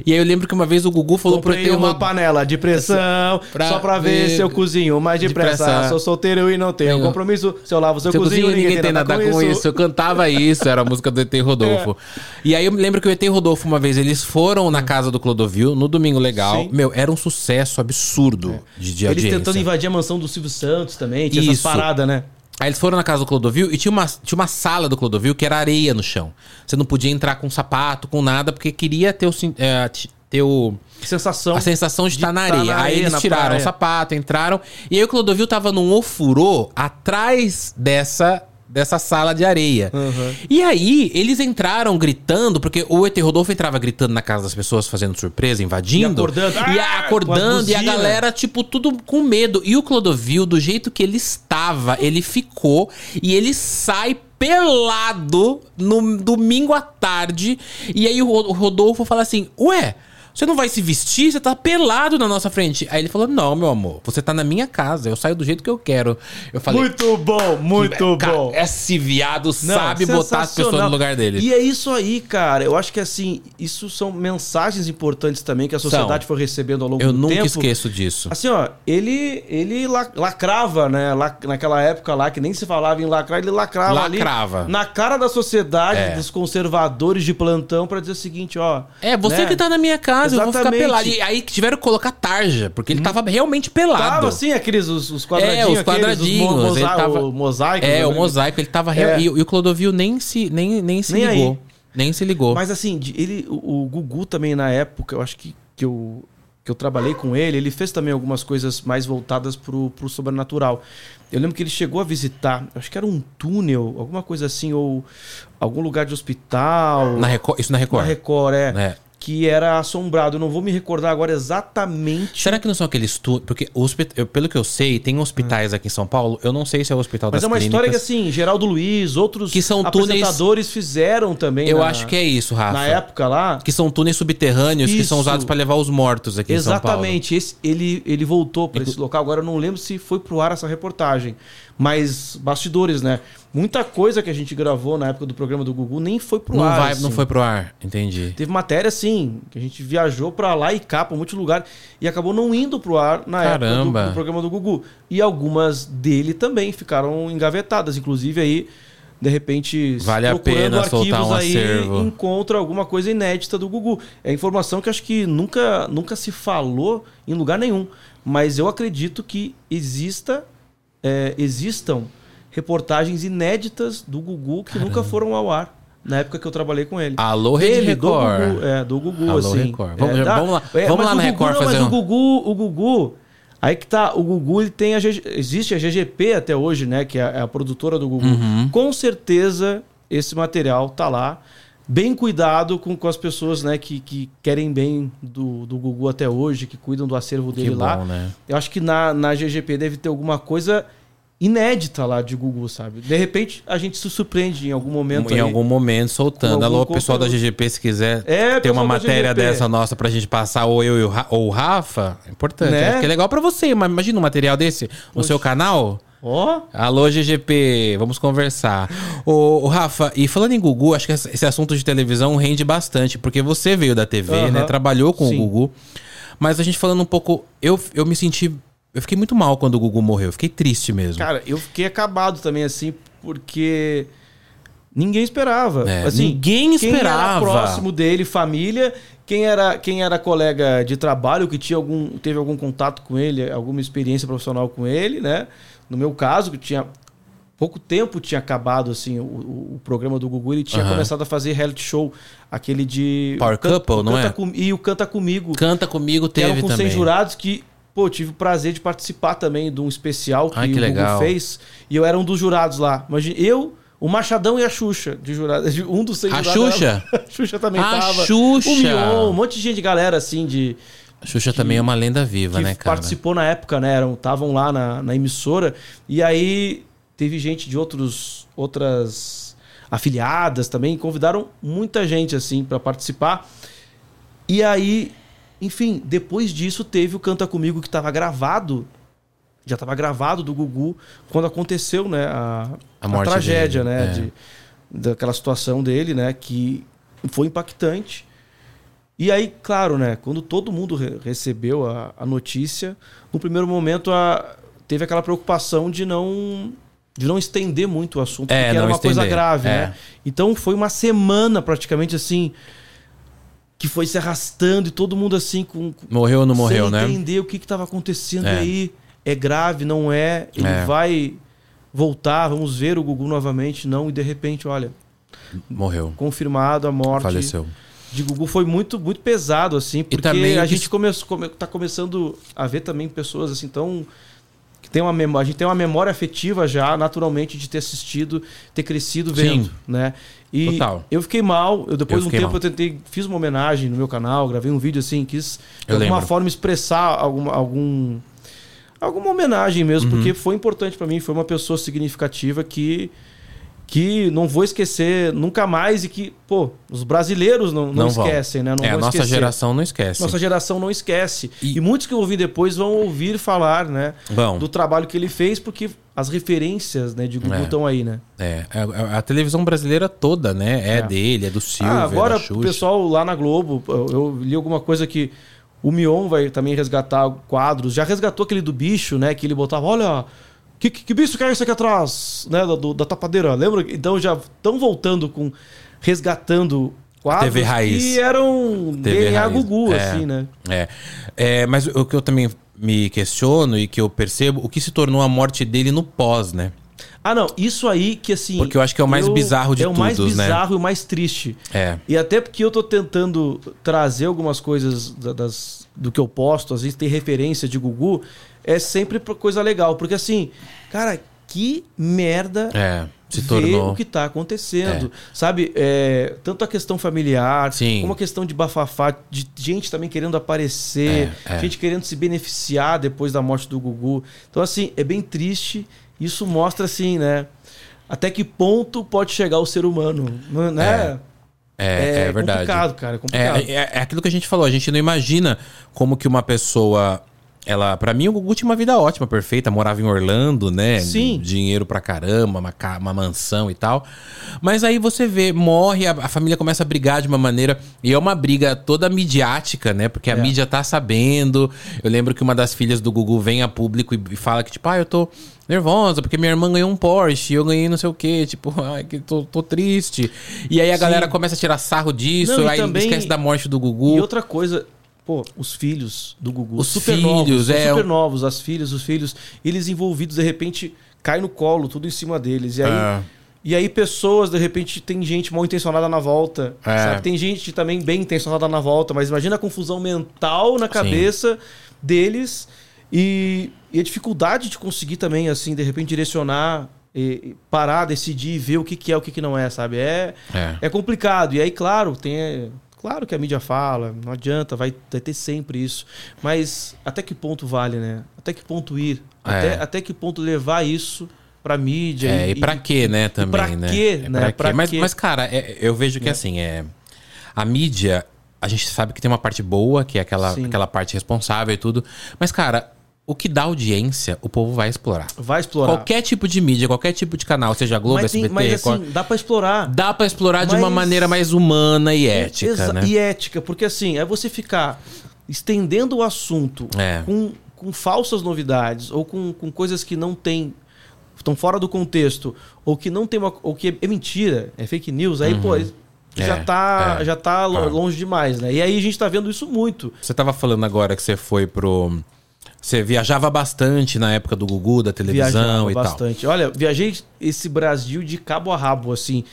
Speaker 1: E aí eu lembro que uma vez o Gugu falou pra eu
Speaker 2: Comprei
Speaker 1: ter
Speaker 2: uma
Speaker 1: uma
Speaker 2: panela de pressão,
Speaker 1: Pra
Speaker 2: só pra ver
Speaker 1: ver-
Speaker 2: se eu cozinho mais depressa.
Speaker 1: depressa.
Speaker 2: Sou solteiro e não tenho
Speaker 1: Tenho.
Speaker 2: compromisso. Se eu lavo, se eu
Speaker 1: Seu
Speaker 2: cozinho,
Speaker 1: cozinho, ninguém tem
Speaker 2: tá
Speaker 1: nada com isso. Eu cantava isso, era a música do
Speaker 2: É.
Speaker 1: ET Rodolfo. E aí eu me lembro que o ET Rodolfo, uma vez, eles foram na casa do Clodovil, no Domingo Legal.
Speaker 2: Hum. Sim. É.
Speaker 1: Meu, era um sucesso absurdo de, de
Speaker 2: Eles
Speaker 1: audiência.
Speaker 2: tentando invadir a mansão do Silvio Santos também, tinha essas
Speaker 1: Isso.
Speaker 2: paradas, né?
Speaker 1: Aí eles foram na casa do Clodovil e tinha uma, tinha uma sala do Clodovil que era areia no chão. Você não podia entrar com sapato, com nada, porque queria ter o... sin- eh, t- ter o
Speaker 2: Que sensação.
Speaker 1: a sensação de estar na
Speaker 2: tá
Speaker 1: areia.
Speaker 2: na
Speaker 1: aí
Speaker 2: areia,
Speaker 1: eles
Speaker 2: na
Speaker 1: tiraram
Speaker 2: praia.
Speaker 1: o sapato, entraram. E aí o Clodovil tava num ofurô atrás dessa dessa sala de areia.
Speaker 2: Uhum.
Speaker 1: E aí eles entraram gritando, porque o ET Rodolfo entrava gritando na casa das pessoas, fazendo surpresa, invadindo.
Speaker 2: E acordando.
Speaker 1: E
Speaker 2: Ah! Com as
Speaker 1: acordando, e a
Speaker 2: buzinas.
Speaker 1: galera, tipo, tudo com medo. E o Clodovil, do jeito que ele estava, ele ficou e ele sai pelado no domingo à tarde. E aí o Ro- o Rodolfo fala assim: Ué, você não vai se vestir? Você tá pelado na nossa frente. Aí ele falou: Não, meu amor, você tá na minha casa, eu saio do jeito que eu quero. Eu falei. "É,
Speaker 2: Muito bom, muito
Speaker 1: "Cara,
Speaker 2: bom.
Speaker 1: Esse viado
Speaker 2: Não,
Speaker 1: sabe botar as pessoas
Speaker 2: sensacional.
Speaker 1: no lugar dele.
Speaker 2: E é isso aí, cara. Eu acho que assim, isso são mensagens importantes também que a sociedade
Speaker 1: São.
Speaker 2: foi recebendo ao longo
Speaker 1: eu
Speaker 2: do
Speaker 1: nunca
Speaker 2: é tempo.
Speaker 1: esqueço disso.
Speaker 2: Assim, ó, ele, ele la- lacrava, né? lá- naquela época lá, que nem se falava em lacrar, ele lacrava,
Speaker 1: Lacrava.
Speaker 2: ali na cara da sociedade,
Speaker 1: É.
Speaker 2: dos conservadores de plantão, pra dizer o seguinte, ó.
Speaker 1: É, você
Speaker 2: né?
Speaker 1: que tá na minha casa, eu vou
Speaker 2: Exatamente. Hum.
Speaker 1: ficar pelado. E aí tiveram que colocar tarja, porque ele tava realmente pelado.
Speaker 2: Tava assim, aqueles os, os
Speaker 1: é,
Speaker 2: quadradinhos,
Speaker 1: os
Speaker 2: aqueles,
Speaker 1: quadradinhos.
Speaker 2: os mo-
Speaker 1: ele
Speaker 2: mosa-
Speaker 1: tava-
Speaker 2: o mosaico.
Speaker 1: É,
Speaker 2: né?
Speaker 1: o mosaico. Ele tava.
Speaker 2: É.
Speaker 1: Real... E, e o Clodovil nem se, nem, nem se
Speaker 2: Nem aí.
Speaker 1: ligou. Nem se ligou.
Speaker 2: Mas assim, de- ele, o, o Gugu também na época, eu acho que, que, eu, que eu trabalhei com ele, ele fez também algumas coisas mais voltadas pro, pro sobrenatural. Eu lembro que ele chegou a visitar, acho que era um túnel, alguma coisa assim, ou algum lugar de hospital.
Speaker 1: Na Record- Isso na
Speaker 2: Na
Speaker 1: Record.
Speaker 2: Record, é.
Speaker 1: É.
Speaker 2: Que era assombrado. Eu não vou me recordar agora exatamente.
Speaker 1: Será que não são aqueles tu... Porque o hospi- eu- pelo que eu sei, tem hospitais aqui em São Paulo. Eu não sei se é o hospital
Speaker 2: Mas
Speaker 1: das
Speaker 2: é uma
Speaker 1: clínicas.
Speaker 2: história que, assim, Geraldo Luiz, outros
Speaker 1: Que são túneis-
Speaker 2: apresentadores fizeram também.
Speaker 1: Eu
Speaker 2: na-
Speaker 1: acho que é isso, Rafa.
Speaker 2: assim, né? Na época lá.
Speaker 1: Que são túneis subterrâneos que são
Speaker 2: Isso.
Speaker 1: usados pra levar os mortos aqui em São Paulo.
Speaker 2: Exatamente. Esse, ele, ele voltou para esse local. Agora eu não lembro se foi pro ar essa reportagem. Mas bastidores, né? Muita coisa que a gente gravou na época do programa do Gugu nem foi pro
Speaker 1: Não,
Speaker 2: ar.
Speaker 1: vai, não
Speaker 2: assim.
Speaker 1: foi pro ar. Entendi.
Speaker 2: Teve matéria, assim, que a gente viajou pra lá e cá, pra um monte de lugar, e acabou não indo pro ar na
Speaker 1: Caramba.
Speaker 2: época do, do programa do Gugu. E algumas dele também ficaram engavetadas. Inclusive aí, de repente,
Speaker 1: Vale a pena soltar um acervo.
Speaker 2: encontra alguma coisa inédita do Gugu. É informação que acho que nunca, nunca se falou em lugar nenhum. Mas eu acredito que exista, é, existam reportagens inéditas do Gugu que nunca foram ao ar. Na época que eu trabalhei com ele.
Speaker 1: Alô, Rede
Speaker 2: Dele, do
Speaker 1: Record.
Speaker 2: Gugu, é, do Gugu,
Speaker 1: Alô,
Speaker 2: assim.
Speaker 1: Record. Vamos-
Speaker 2: É, dá-
Speaker 1: vamos lá-
Speaker 2: é,
Speaker 1: vamos
Speaker 2: mas
Speaker 1: lá
Speaker 2: o
Speaker 1: na
Speaker 2: Gugu,
Speaker 1: Record
Speaker 2: não,
Speaker 1: fazer
Speaker 2: Mas
Speaker 1: um-
Speaker 2: o Gugu, o Gugu... Aí que tá, o Gugu, ele tem a... G- Existe a GGP até hoje, né? Que é a, é a produtora do Gugu.
Speaker 1: Uhum.
Speaker 2: Com certeza, esse material tá lá. Bem cuidado com, com as pessoas, né? Que, que querem bem do, do Gugu até hoje, que cuidam do acervo dele
Speaker 1: bom,
Speaker 2: lá.
Speaker 1: né?
Speaker 2: Eu acho que na, na GGP deve ter alguma coisa inédita lá de Gugu, sabe? De repente, a gente se surpreende em algum momento
Speaker 1: Em
Speaker 2: aí.
Speaker 1: algum momento soltando.
Speaker 2: Com algum
Speaker 1: Alô, pessoal da
Speaker 2: conteúdo.
Speaker 1: GGP, se quiser
Speaker 2: É,
Speaker 1: ter uma
Speaker 2: pessoal da
Speaker 1: matéria
Speaker 2: GGP.
Speaker 1: dessa nossa pra gente passar, ou eu e o Ra- ou o Rafa, é importante.
Speaker 2: Né?
Speaker 1: Acho que é legal pra você, mas imagina um material desse no seu canal.
Speaker 2: Ó...
Speaker 1: Alô, GGP, vamos conversar. Ô, ô, Rafa, e falando em Gugu, acho que essa- esse assunto de televisão rende bastante, porque você veio da TV,
Speaker 2: Aham.
Speaker 1: né? Trabalhou com
Speaker 2: Sim.
Speaker 1: o Gugu. Mas a gente falando um pouco, eu, eu me senti. Eu fiquei muito mal quando o Gugu morreu, eu fiquei triste mesmo.
Speaker 2: Cara, eu fiquei acabado também, assim, porque ninguém esperava.
Speaker 1: É,
Speaker 2: assim,
Speaker 1: ninguém
Speaker 2: Quem era
Speaker 1: esperava.
Speaker 2: próximo dele, família, quem era, quem era colega de trabalho, que tinha algum, teve algum contato com ele, alguma experiência profissional com ele, né? No meu caso, que tinha pouco tempo tinha acabado assim o, o- o programa do Gugu, ele tinha
Speaker 1: Aham.
Speaker 2: começado a fazer reality show, aquele de
Speaker 1: Power
Speaker 2: o Canta-
Speaker 1: Couple,
Speaker 2: o
Speaker 1: não
Speaker 2: Canta
Speaker 1: é?
Speaker 2: Com- e o Canta Comigo,
Speaker 1: Canta comigo
Speaker 2: que eram
Speaker 1: teve
Speaker 2: com
Speaker 1: também.
Speaker 2: 100 jurados que, pô, tive o prazer de participar também de um especial que,
Speaker 1: Ai, que
Speaker 2: o
Speaker 1: legal.
Speaker 2: Gugu fez. E eu era um dos jurados lá. Imagina, eu, o Machadão e a Xuxa, de jurado, de- um dos 100
Speaker 1: A
Speaker 2: jurados.
Speaker 1: Xuxa?
Speaker 2: A Xuxa também
Speaker 1: A
Speaker 2: tava.
Speaker 1: Xuxa!
Speaker 2: O Mion, um monte de gente de galera, assim, de...
Speaker 1: A Xuxa também é uma lenda viva,
Speaker 2: Que
Speaker 1: né, cara?
Speaker 2: participou na época, né? Eram- Estavam lá na, na emissora. E aí teve gente de outros, outras afiliadas também. Convidaram muita gente, assim, para participar. E aí, enfim, depois disso teve o Canta Comigo que tava gravado. Já tava gravado do Gugu quando aconteceu, né? A,
Speaker 1: A morte
Speaker 2: tragédia,
Speaker 1: dele,
Speaker 2: né?
Speaker 1: é.
Speaker 2: de- daquela situação dele, né? Que foi impactante. E aí, claro, né? Quando todo mundo re- recebeu a, a notícia, no primeiro momento a- teve aquela preocupação de não de não estender muito o assunto,
Speaker 1: É,
Speaker 2: porque era
Speaker 1: não
Speaker 2: uma coisa
Speaker 1: estender,
Speaker 2: grave,
Speaker 1: é.
Speaker 2: né? Então foi uma semana praticamente assim que foi se arrastando e todo mundo assim com, com-
Speaker 1: Morreu ou não morreu,
Speaker 2: sem
Speaker 1: né?
Speaker 2: entender o que estava acontecendo
Speaker 1: É.
Speaker 2: aí. É grave, não é? Ele
Speaker 1: É.
Speaker 2: vai voltar, vamos ver o Gugu novamente, não, e de repente, olha,
Speaker 1: Morreu.
Speaker 2: confirmado a morte
Speaker 1: Faleceu.
Speaker 2: de Gugu foi muito, muito pesado, assim, porque
Speaker 1: também
Speaker 2: a
Speaker 1: que-
Speaker 2: gente começou, come, tá começando a ver também pessoas assim tão. Que tem uma memória, a gente tem uma memória afetiva já, naturalmente, de ter assistido, ter crescido vendo,
Speaker 1: Sim.
Speaker 2: né? E
Speaker 1: Total.
Speaker 2: eu fiquei mal, eu depois
Speaker 1: Eu
Speaker 2: de um
Speaker 1: fiquei
Speaker 2: tempo
Speaker 1: mal.
Speaker 2: eu tentei, fiz uma homenagem no meu canal, gravei um vídeo assim, quis de
Speaker 1: Eu
Speaker 2: alguma
Speaker 1: lembro.
Speaker 2: forma expressar alguma, algum alguma homenagem mesmo,
Speaker 1: Uhum.
Speaker 2: porque foi importante pra mim, foi uma pessoa significativa que que não vou esquecer nunca mais e que, pô, os brasileiros não, não,
Speaker 1: Não vão.
Speaker 2: esquecem, né? Não
Speaker 1: é, a
Speaker 2: vão
Speaker 1: nossa
Speaker 2: esquecer.
Speaker 1: geração não esquece.
Speaker 2: Nossa geração não esquece.
Speaker 1: E-
Speaker 2: E, muitos que ouvir depois vão ouvir falar, né?
Speaker 1: Vão.
Speaker 2: Do trabalho que ele fez, porque as referências, né, de Gugu
Speaker 1: É.
Speaker 2: estão aí, né?
Speaker 1: É, a, a- a televisão brasileira toda, né? É,
Speaker 2: É.
Speaker 1: dele, é do Silvio,
Speaker 2: ah, agora
Speaker 1: é da Xuxa.
Speaker 2: o pessoal lá na Globo, eu, eu li alguma coisa que o Mion vai também resgatar quadros. Já resgatou aquele do bicho, né? Que ele botava, olha, que, que, que bicho que é esse aqui atrás? Né, da- do- da tapadeira, lembra? Então já estão voltando com, resgatando quadros
Speaker 1: TV Raiz.
Speaker 2: que eram
Speaker 1: TV
Speaker 2: DNA
Speaker 1: raiz.
Speaker 2: Gugu,
Speaker 1: É.
Speaker 2: assim, né?
Speaker 1: É. É, mas o que eu também me questiono e que eu percebo, o que se tornou a morte dele no pós, né?
Speaker 2: Ah, não, isso aí que assim...
Speaker 1: Porque eu acho que é o mais bizarro de
Speaker 2: É o mais
Speaker 1: todos, né?
Speaker 2: bizarro e o mais triste.
Speaker 1: É.
Speaker 2: E até porque eu tô tentando trazer algumas coisas da- das, do que eu posto, às vezes tem referência de Gugu, é sempre pra coisa legal. Porque assim, cara, que merda
Speaker 1: É. Se
Speaker 2: ver
Speaker 1: tornou.
Speaker 2: o que tá acontecendo. Sabe, é, tanto a questão familiar,
Speaker 1: Sim.
Speaker 2: como a questão de bafafá, de gente também querendo aparecer,
Speaker 1: É, é.
Speaker 2: gente querendo se beneficiar depois da morte do Gugu. Então, assim, é bem triste. Isso mostra, assim, né? Até que ponto pode chegar o ser humano, né?
Speaker 1: É, é, verdade.
Speaker 2: complicado, cara. É complicado.
Speaker 1: É, é, é aquilo que a gente falou, a gente não imagina como que uma pessoa. Ela, pra mim, o Gugu tinha uma vida ótima, perfeita. Morava em Orlando, né?
Speaker 2: Sim.
Speaker 1: Dinheiro pra caramba, uma, ca- uma mansão e tal. Mas aí você vê, morre, a, a família começa a brigar de uma maneira. E é uma briga toda midiática, né?
Speaker 2: É.
Speaker 1: Porque a mídia tá sabendo. Eu lembro que uma das filhas do Gugu vem a público e, e fala que, tipo, ah, eu tô nervosa porque minha irmã ganhou um Porsche e eu ganhei não sei o quê. Tipo, ai, que tô, tô triste. E aí a galera começa a tirar sarro disso. Isso,
Speaker 2: Não, e
Speaker 1: aí
Speaker 2: também-
Speaker 1: esquece da morte do
Speaker 2: E
Speaker 1: Gugu.
Speaker 2: outra coisa, pô, os filhos do Gugu.
Speaker 1: Os filhos,
Speaker 2: novos,
Speaker 1: é,
Speaker 2: super
Speaker 1: o-
Speaker 2: novos, as filhas, os filhos, eles envolvidos, de repente, cai no colo, tudo em cima deles. E aí,
Speaker 1: É.
Speaker 2: e aí pessoas, de repente, tem gente mal intencionada na volta.
Speaker 1: É.
Speaker 2: Sabe? Tem gente também bem intencionada na volta, mas imagina a confusão mental na cabeça deles e, e a dificuldade de conseguir também, assim, de repente, direcionar. e- e parar, decidir, ver o que, que é, o que, que não é, sabe? É,
Speaker 1: É.
Speaker 2: é complicado. E aí, claro, tem. Claro que a mídia fala, não adianta, vai, vai ter sempre isso. Mas até que ponto vale, né? Até que ponto ir? Até,
Speaker 1: É.
Speaker 2: até que ponto levar isso pra mídia?
Speaker 1: É, e pra quê, né, também,
Speaker 2: pra
Speaker 1: né?
Speaker 2: quê,
Speaker 1: É
Speaker 2: né?
Speaker 1: pra quê?
Speaker 2: Pra
Speaker 1: mas,
Speaker 2: quê?
Speaker 1: mas, cara, é- eu vejo que, assim, é... A mídia, a gente sabe que tem uma parte boa, que é aquela,
Speaker 2: Sim.
Speaker 1: aquela parte responsável e tudo. Mas, cara, o que dá audiência, o povo vai explorar.
Speaker 2: Vai explorar.
Speaker 1: Qualquer tipo de mídia, qualquer tipo de canal, seja Globo,
Speaker 2: mas, tem-
Speaker 1: SBT,
Speaker 2: mas
Speaker 1: Record...
Speaker 2: assim, dá pra explorar.
Speaker 1: Dá pra explorar de uma
Speaker 2: Mas-
Speaker 1: maneira mais humana e ética,
Speaker 2: Exa-
Speaker 1: né?
Speaker 2: E ética, porque assim, é você ficar estendendo o assunto
Speaker 1: É.
Speaker 2: com, com falsas novidades ou com, com coisas que não tem estão fora do contexto ou que não tem uma, ou que é, é mentira, é fake news, aí pô, aí já
Speaker 1: Uhum. É,
Speaker 2: tá
Speaker 1: é.
Speaker 2: já tá lo-
Speaker 1: Ah.
Speaker 2: longe demais, né? E aí a gente tá vendo isso muito.
Speaker 1: Você tava falando agora que você foi pro... Você viajava bastante na época do Gugu, da televisão
Speaker 2: Viajava
Speaker 1: e tal.
Speaker 2: bastante. Olha, viajei esse Brasil de cabo a rabo, assim.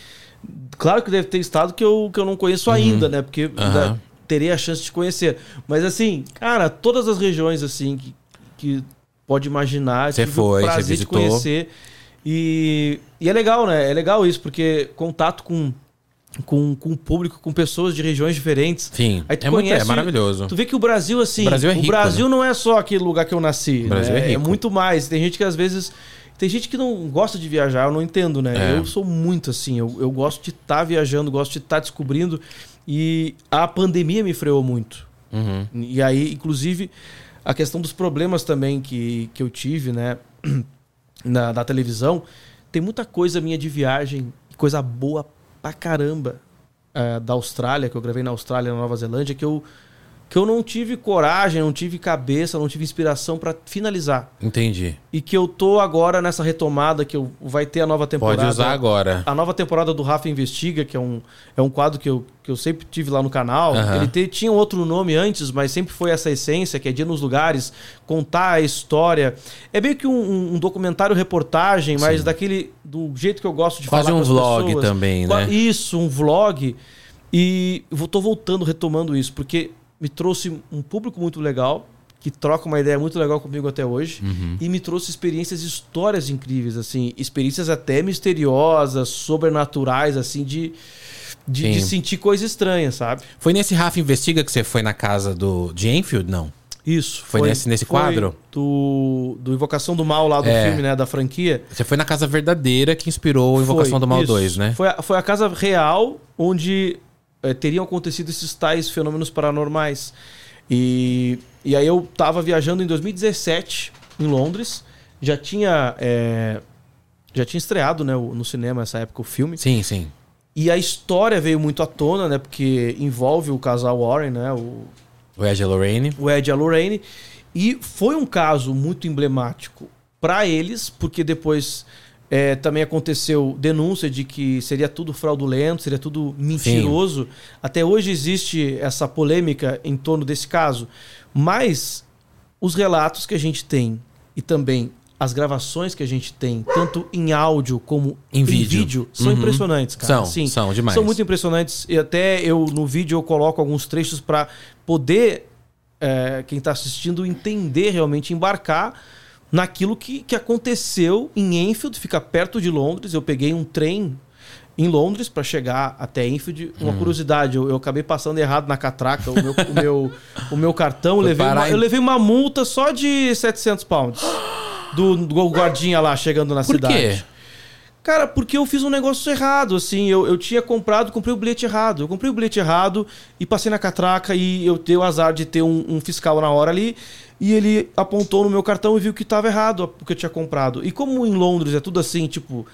Speaker 2: Claro que deve ter estado que eu, que eu não conheço
Speaker 1: Uhum.
Speaker 2: ainda, né? Porque ainda terei a chance de conhecer. Mas assim, cara, todas as regiões, assim, que, que pode imaginar.
Speaker 1: Você
Speaker 2: tive
Speaker 1: foi,
Speaker 2: o
Speaker 1: você
Speaker 2: prazer
Speaker 1: visitou.
Speaker 2: de conhecer. E, e é legal, né? É legal isso, porque contato com, com, com o público, com pessoas de regiões diferentes.
Speaker 1: Sim,
Speaker 2: Aí tu
Speaker 1: é, muito, é
Speaker 2: conhece-
Speaker 1: maravilhoso.
Speaker 2: Tu vê que o Brasil, assim.
Speaker 1: O Brasil é rico,
Speaker 2: Brasil não é só aquele lugar que eu nasci.
Speaker 1: O Brasil
Speaker 2: né?
Speaker 1: é rico.
Speaker 2: muito mais. Tem gente que às vezes. Tem gente que não gosta de viajar, eu não entendo, né?
Speaker 1: É.
Speaker 2: Eu sou muito assim. Eu, eu gosto de estar viajando, gosto de estar descobrindo. E a pandemia me freou muito.
Speaker 1: Uhum.
Speaker 2: E aí, inclusive, a questão dos problemas também que, que eu tive, né? Na, na televisão. Tem muita coisa minha de viagem, coisa boa pra caramba. eh, da Austrália, que eu gravei na Austrália, na Nova Zelândia, que eu, que eu não tive coragem, não tive cabeça, não tive inspiração pra finalizar.
Speaker 1: Entendi.
Speaker 2: E que eu tô agora nessa retomada, que eu, vai ter a nova temporada.
Speaker 1: Pode usar agora.
Speaker 2: A nova temporada do Rafa Investiga, que é um, é um quadro que eu, que eu sempre tive lá no canal.
Speaker 1: Aham.
Speaker 2: Ele te- tinha um outro nome antes, mas sempre foi essa essência, que é de ir nos lugares, contar a história. É meio que um- um, um documentário reportagem, mas daquele. do jeito que eu gosto de
Speaker 1: Quase
Speaker 2: falar
Speaker 1: um
Speaker 2: com as
Speaker 1: vlog
Speaker 2: pessoas.
Speaker 1: também,
Speaker 2: Qua-
Speaker 1: né?
Speaker 2: Isso, um vlog. E vou, tô voltando, retomando isso, porque me trouxe um público muito legal. Que troca uma ideia muito legal comigo até hoje.
Speaker 1: Uhum.
Speaker 2: E me trouxe experiências, e histórias incríveis, assim. Experiências até misteriosas, sobrenaturais, assim, de, de,
Speaker 1: Sim.
Speaker 2: de sentir coisa estranha, sabe?
Speaker 1: Foi nesse Rafa Investiga que você foi na casa do de Enfield, não?
Speaker 2: Isso.
Speaker 1: Foi nesse- nesse quadro?
Speaker 2: Do, do Invocação do Mal lá do
Speaker 1: É.
Speaker 2: filme, né? Da franquia.
Speaker 1: Você foi na casa verdadeira que inspirou o Invocação
Speaker 2: Foi,
Speaker 1: do Mal
Speaker 2: isso.
Speaker 1: 2, né?
Speaker 2: Foi a, foi a casa real onde eh, teriam acontecido esses tais fenômenos paranormais. E, e aí eu tava viajando em 2017 em Londres, já tinha eh, já tinha estreado né, o- no cinema essa época o filme.
Speaker 1: Sim, sim.
Speaker 2: E a história veio muito à tona, né? Porque envolve o casal Warren, né? O,
Speaker 1: O Ed Lorraine.
Speaker 2: o Ed e a Lorraine. E foi um caso muito emblemático para eles, porque depois eh, também aconteceu denúncia de que seria tudo fraudulento, seria tudo mentiroso. Até hoje existe essa polêmica em torno desse caso. Mas os relatos que a gente tem e também as gravações que a gente tem, tanto em áudio como
Speaker 1: Em
Speaker 2: em,
Speaker 1: vídeo. Uhum.
Speaker 2: vídeo. são impressionantes, cara.
Speaker 1: São, são demais.
Speaker 2: São muito impressionantes. E até eu, no vídeo, eu coloco alguns trechos para poder é, quem está assistindo entender realmente, embarcar naquilo que, que aconteceu em Enfield, fica perto de Londres. Eu peguei um trem em Londres para chegar até Enfield.
Speaker 1: Hum.
Speaker 2: Uma curiosidade, eu, eu acabei passando errado na catraca o meu, o meu, o meu cartão. Eu
Speaker 1: Foi
Speaker 2: levei,
Speaker 1: parar
Speaker 2: uma,
Speaker 1: em-
Speaker 2: eu levei uma multa só de 700 pounds do, do guardinha lá chegando na
Speaker 1: Por
Speaker 2: cidade.
Speaker 1: quê?
Speaker 2: Cara, porque eu fiz um negócio errado, assim. Eu, eu tinha comprado, comprei o bilhete errado. Eu comprei o bilhete errado e passei na catraca e eu dei o azar de ter um, um fiscal na hora ali. E ele apontou no meu cartão e viu que estava errado o que eu tinha comprado. E como em Londres é tudo assim, tipo,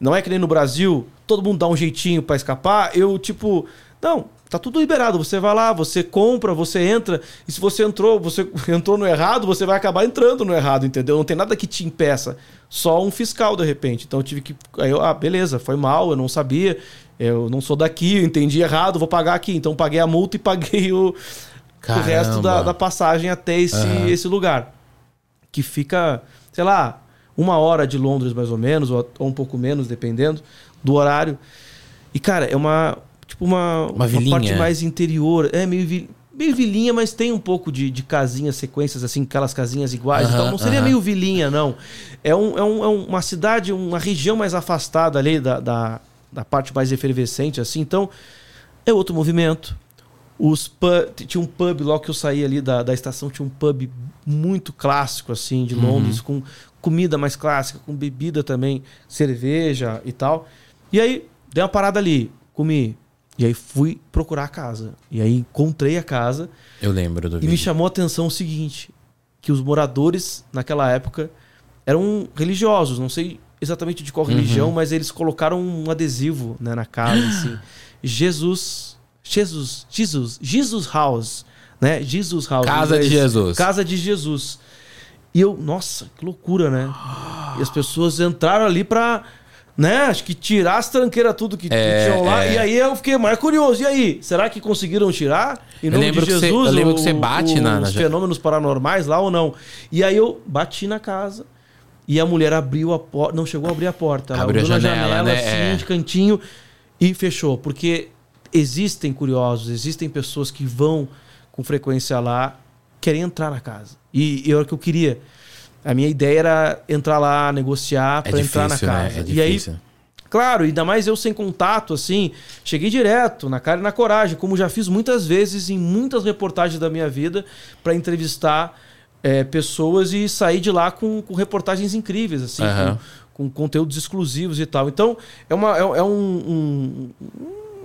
Speaker 2: não é que nem no Brasil, todo mundo dá um jeitinho pra escapar, eu, tipo, não, tá tudo liberado. Você vai lá, você compra, você entra. E se você entrou, você entrou no errado, você vai acabar entrando no errado, entendeu? Não tem nada que te impeça. Só um fiscal, de repente. Então eu tive que. Aí eu, ah, beleza, foi mal, eu não sabia. Eu não sou daqui, eu entendi errado, vou pagar aqui. Então paguei a multa e paguei o, o
Speaker 1: Caramba.
Speaker 2: resto da, da passagem até esse, esse lugar. Que fica, sei lá, uma hora de Londres, mais ou menos, ou, ou um pouco menos, dependendo do horário. E, cara, é uma. Tipo, uma,
Speaker 1: vilinha.
Speaker 2: parte mais interior. É meio, vi- meio vilinha, mas tem um pouco de, de casinhas, sequências, assim, aquelas casinhas iguais.
Speaker 1: Aham,
Speaker 2: então, não seria
Speaker 1: aham.
Speaker 2: meio vilinha, não. É, um, é, um- é um- uma cidade, uma região mais afastada ali da, da, da parte mais efervescente, assim. Então, é outro movimento. Os pub, tinha um pub logo que eu saí ali da, da estação, tinha um pub muito clássico, assim, de Londres, com comida mais clássica, com bebida também, cerveja e tal. E aí, dei uma parada ali, comi. E aí fui procurar a casa. E aí encontrei a casa.
Speaker 1: Eu lembro do
Speaker 2: E me
Speaker 1: vídeo.
Speaker 2: chamou a atenção o seguinte: que os moradores naquela época eram religiosos, não sei exatamente de qual
Speaker 1: Uhum.
Speaker 2: religião, mas eles colocaram um adesivo né, na casa, assim. Jesus, Jesus, Jesus, Jesus House, né? Jesus House. em
Speaker 1: Casa de
Speaker 2: inglês.
Speaker 1: Jesus.
Speaker 2: Casa de Jesus. E eu, nossa, que loucura, né? E as pessoas entraram ali pra, né? Acho que tirar as tranqueiras tudo que, que
Speaker 1: É,
Speaker 2: tinham lá.
Speaker 1: é.
Speaker 2: E aí eu fiquei mais curioso. E aí, será que conseguiram tirar? Em
Speaker 1: Eu
Speaker 2: nome
Speaker 1: lembro
Speaker 2: de
Speaker 1: que você-
Speaker 2: Jesus,
Speaker 1: eu lembro
Speaker 2: o-
Speaker 1: que você bate na- na-
Speaker 2: os fenômenos paranormais lá ou não. E aí eu bati na casa e a mulher abriu a porta, não chegou a abrir a porta, ela
Speaker 1: Abriu a
Speaker 2: abriu na
Speaker 1: janela,
Speaker 2: janela,
Speaker 1: né?
Speaker 2: assim,
Speaker 1: É.
Speaker 2: de cantinho e fechou, porque existem curiosos, existem pessoas que vão com frequência lá, querem entrar na casa. E, e era o que eu queria. A minha ideia era entrar lá, negociar
Speaker 1: É
Speaker 2: pra entrar na
Speaker 1: difícil, né?
Speaker 2: casa.
Speaker 1: É
Speaker 2: e aí
Speaker 1: difícil.
Speaker 2: Claro, ainda mais eu sem contato, assim. Cheguei direto, na cara e na coragem, como já fiz muitas vezes em muitas reportagens da minha vida, para entrevistar é, pessoas e sair de lá com, com reportagens incríveis, assim,
Speaker 1: Aham.
Speaker 2: com, com conteúdos exclusivos e tal. Então, é uma, é, é um- um-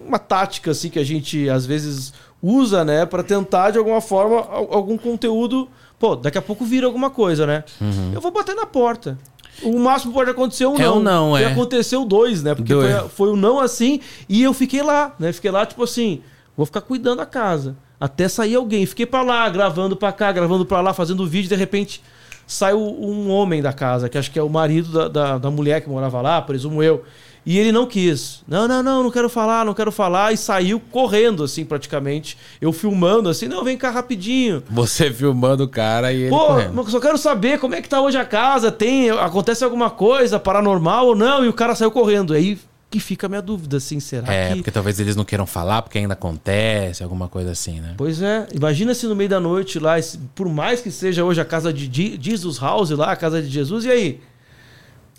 Speaker 2: uma tática, assim, que a gente às vezes usa, né, para tentar de alguma forma al- algum conteúdo. Pô, daqui a pouco vira alguma coisa, né? Eu vou bater na porta. O máximo pode acontecer um não.
Speaker 1: Uhum. É um não,
Speaker 2: e
Speaker 1: é.
Speaker 2: aconteceu dois, né? Porque
Speaker 1: Dois.
Speaker 2: foi, a- foi um não assim e eu fiquei lá, né? Fiquei lá, tipo assim, vou ficar cuidando da casa. Até sair alguém. Fiquei pra lá, gravando pra cá, gravando pra lá, fazendo vídeo, de repente saiu um homem da casa, que acho que é o marido da, da, da mulher que morava lá, presumo eu. E ele não quis. Não, não, não, não quero falar, não quero falar. E saiu correndo, assim, praticamente. Eu filmando, assim, não, vem cá rapidinho.
Speaker 1: Você filmando o cara e ele
Speaker 2: Pô,
Speaker 1: correndo.
Speaker 2: mas eu só quero saber como é que tá hoje a casa, tem, acontece alguma coisa paranormal ou não, e o cara saiu correndo. Aí que fica a minha dúvida, assim, será
Speaker 1: É,
Speaker 2: que...
Speaker 1: porque talvez eles não queiram falar, porque ainda acontece, alguma coisa assim, né?
Speaker 2: Pois é, imagina se no meio da noite lá, esse- por mais que seja hoje a casa de Je- Jesus House lá, a casa de Jesus, e aí?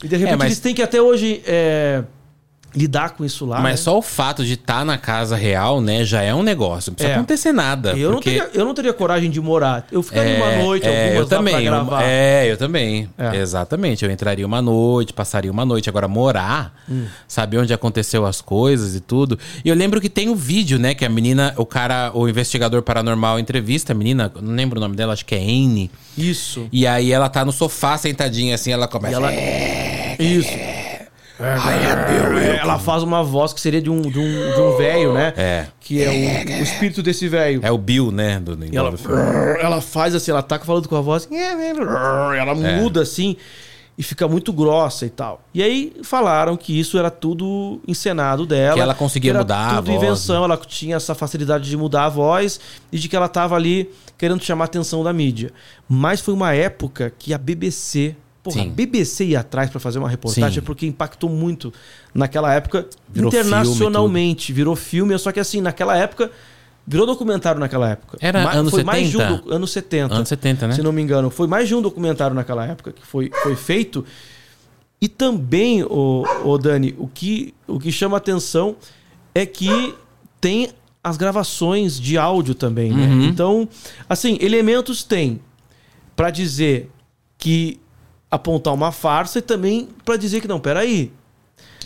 Speaker 2: E de repente
Speaker 1: É, mas-
Speaker 2: eles têm que até hoje é, lidar com isso lá,
Speaker 1: Mas
Speaker 2: né?
Speaker 1: só o fato de estar na casa real, né, já é um negócio. Não precisa
Speaker 2: É.
Speaker 1: acontecer nada.
Speaker 2: Eu, não
Speaker 1: porque-
Speaker 2: teria, eu não teria coragem de morar. Eu ficaria uma noite,
Speaker 1: é,
Speaker 2: algumas
Speaker 1: eu
Speaker 2: lá pra
Speaker 1: também,
Speaker 2: gravar.
Speaker 1: É, eu também.
Speaker 2: É.
Speaker 1: Exatamente. Eu entraria uma noite, passaria uma noite. Agora, morar,
Speaker 2: Hum.
Speaker 1: saber onde aconteceu as coisas e tudo. E eu lembro que tem o vídeo, né? Que a menina, o cara, o investigador paranormal entrevista a menina, eu não lembro o nome dela, acho que é Anne.
Speaker 2: Isso,
Speaker 1: E aí ela tá no sofá sentadinha assim, ela começa.
Speaker 2: E ela- isso. É, ela faz uma voz que seria de um, de um, de um velho, né?
Speaker 1: É.
Speaker 2: Que é o, o espírito desse velho.
Speaker 1: É o Bill, né? Do, do-
Speaker 2: E ela,
Speaker 1: do filme.
Speaker 2: ela faz assim, ela tá falando com a voz. Ela
Speaker 1: É.
Speaker 2: muda assim e fica muito grossa e tal. E aí falaram que isso era tudo encenado dela.
Speaker 1: Que ela conseguia
Speaker 2: era
Speaker 1: mudar a
Speaker 2: tudo
Speaker 1: voz, né?
Speaker 2: invenção, ela tinha essa facilidade de mudar a voz e de que ela tava ali querendo chamar a atenção da mídia. Mas foi uma época que a BBC. Porra, a
Speaker 1: Sim.
Speaker 2: BBC ia atrás pra fazer uma reportagem
Speaker 1: Sim.
Speaker 2: é porque impactou muito naquela época
Speaker 1: Virou filme e
Speaker 2: internacionalmente. virou filme, só que assim, naquela época. Virou documentário naquela época.
Speaker 1: Era
Speaker 2: Ma-
Speaker 1: anos
Speaker 2: foi Mais de um
Speaker 1: 70?
Speaker 2: docu- anos 70.
Speaker 1: Anos 70, né?
Speaker 2: Se não me engano. Foi mais de um documentário naquela época que foi, foi feito. E também, o, Dani, o que, o que chama atenção é que tem as gravações de áudio também, né?
Speaker 1: Uhum.
Speaker 2: Então, assim, elementos tem pra dizer que apontar uma farsa e também pra dizer que não, peraí.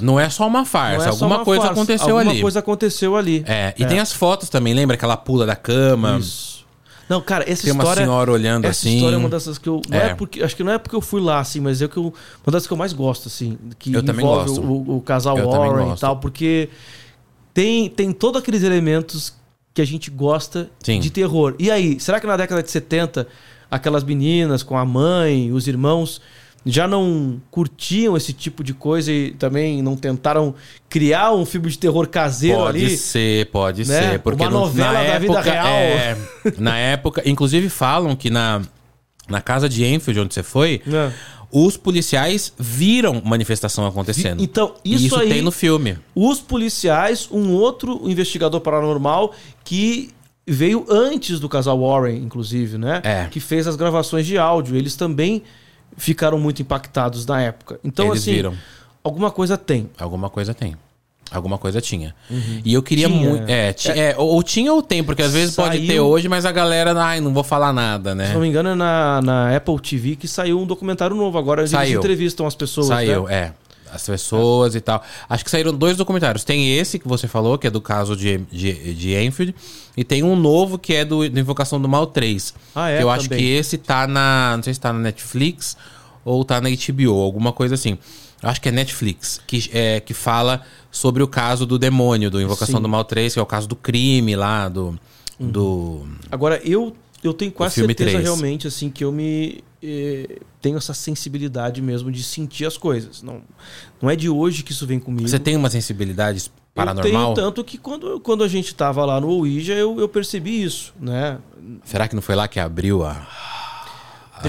Speaker 1: Não é só uma
Speaker 2: não é
Speaker 1: farsa,
Speaker 2: só
Speaker 1: alguma
Speaker 2: uma
Speaker 1: coisa
Speaker 2: farsa,
Speaker 1: aconteceu
Speaker 2: alguma
Speaker 1: ali.
Speaker 2: coisa aconteceu ali.
Speaker 1: É, e tem as fotos também, lembra que ela pula da cama?
Speaker 2: Isso. Não, cara, essa
Speaker 1: Tem uma
Speaker 2: história.
Speaker 1: senhora olhando
Speaker 2: essa
Speaker 1: assim.
Speaker 2: história é uma dessas que eu. Não é.
Speaker 1: É.
Speaker 2: porque, acho que não é porque eu fui lá, assim, mas é que eu, uma das que eu mais gosto, assim. Que
Speaker 1: Eu também
Speaker 2: envolve
Speaker 1: gosto.
Speaker 2: O, o casal
Speaker 1: Eu também
Speaker 2: Warren e
Speaker 1: gosto.
Speaker 2: tal, porque tem, tem todos aqueles elementos que a gente gosta
Speaker 1: Sim.
Speaker 2: de terror. E aí, será que na década de 70, aquelas meninas com a mãe, os irmãos. Já não curtiam esse tipo de coisa e também não tentaram criar um filme de terror caseiro
Speaker 1: Pode
Speaker 2: ali.
Speaker 1: ser, pode
Speaker 2: né?
Speaker 1: ser. Porque
Speaker 2: Uma
Speaker 1: não-
Speaker 2: novela
Speaker 1: na
Speaker 2: da vida
Speaker 1: época,
Speaker 2: real.
Speaker 1: é, na época, inclusive falam que na, na casa de Enfield, onde você foi,
Speaker 2: É.
Speaker 1: os policiais viram manifestação acontecendo.
Speaker 2: Vi- então,
Speaker 1: É. E
Speaker 2: isso aí-
Speaker 1: tem no filme.
Speaker 2: os policiais, um outro investigador paranormal que veio antes do casal Warren, inclusive, né?
Speaker 1: É.
Speaker 2: Que fez as gravações de áudio. Eles também ficaram muito impactados na época. Então,
Speaker 1: Eles
Speaker 2: assim,
Speaker 1: viram.
Speaker 2: alguma coisa tem.
Speaker 1: Alguma coisa tem. Alguma coisa tinha. E eu queria
Speaker 2: Uhum. Tinha,
Speaker 1: muito. É, ti- é, ou, ou tinha ou tem, porque às vezes pode
Speaker 2: Saiu-
Speaker 1: ter hoje, mas a galera, ai, não vou falar nada,
Speaker 2: Se não
Speaker 1: né?
Speaker 2: me engano, é na, na Apple TV que saiu um documentário novo. Agora eles
Speaker 1: Saiu.
Speaker 2: entrevistam as pessoas.
Speaker 1: Saiu,
Speaker 2: né?
Speaker 1: é. As pessoas e tal. Acho que saíram dois documentários. Tem esse que você falou, que é do caso de, de, de Enfield. E tem um novo que é do, do Invocação do Mal 3.
Speaker 2: Ah, é,
Speaker 1: Que eu acho
Speaker 2: também.
Speaker 1: que esse tá na. Não sei se tá na Netflix ou tá na HBO, alguma coisa assim. Eu Acho que é Netflix, que, é, que fala sobre o caso do demônio, do Invocação
Speaker 2: Sim. Uhum.
Speaker 1: do Mal 3, que é o caso do crime lá, do. do
Speaker 2: Agora, eu, eu tenho quase
Speaker 1: filme
Speaker 2: certeza
Speaker 1: três.
Speaker 2: realmente, assim, que eu me. eh, tenho essa sensibilidade mesmo de sentir as coisas. Não, não é de hoje que isso vem comigo.
Speaker 1: Você tem uma sensibilidade
Speaker 2: Eu tenho
Speaker 1: paranormal?
Speaker 2: tanto que quando, quando a gente tava lá no Ouija, eu, eu percebi isso, né?
Speaker 1: Será que não foi lá que abriu a.
Speaker 2: De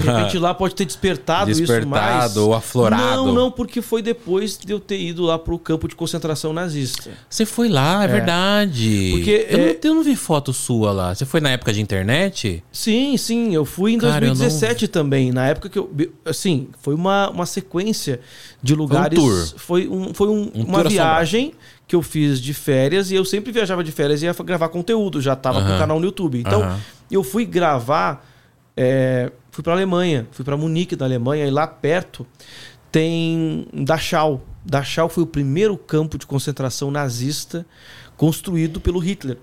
Speaker 2: repente lá pode ter despertado, isso mais.
Speaker 1: Despertado ou aflorado.
Speaker 2: Não, não, porque foi depois de eu ter ido lá pro campo de concentração nazista.
Speaker 1: Você foi lá, é, verdade.
Speaker 2: Porque,
Speaker 1: eu,
Speaker 2: é-
Speaker 1: não, eu não vi foto sua lá. Você foi na época de internet?
Speaker 2: Sim, sim, eu fui em
Speaker 1: Cara, eu não-
Speaker 2: 2017 também, na época que eu, assim, foi uma, uma sequência de lugares,
Speaker 1: um tour.
Speaker 2: foi um foi um,
Speaker 1: Um
Speaker 2: uma
Speaker 1: tour
Speaker 2: viagem que eu fiz de férias e eu sempre viajava de férias e ia gravar conteúdo, já tava com
Speaker 1: Aham.
Speaker 2: o canal no YouTube. Então,
Speaker 1: Aham.
Speaker 2: eu fui gravar é, fui pra Alemanha, fui pra Munique, na Alemanha, e lá perto tem Dachau. Dachau foi o primeiro campo de concentração nazista construído pelo Hitler.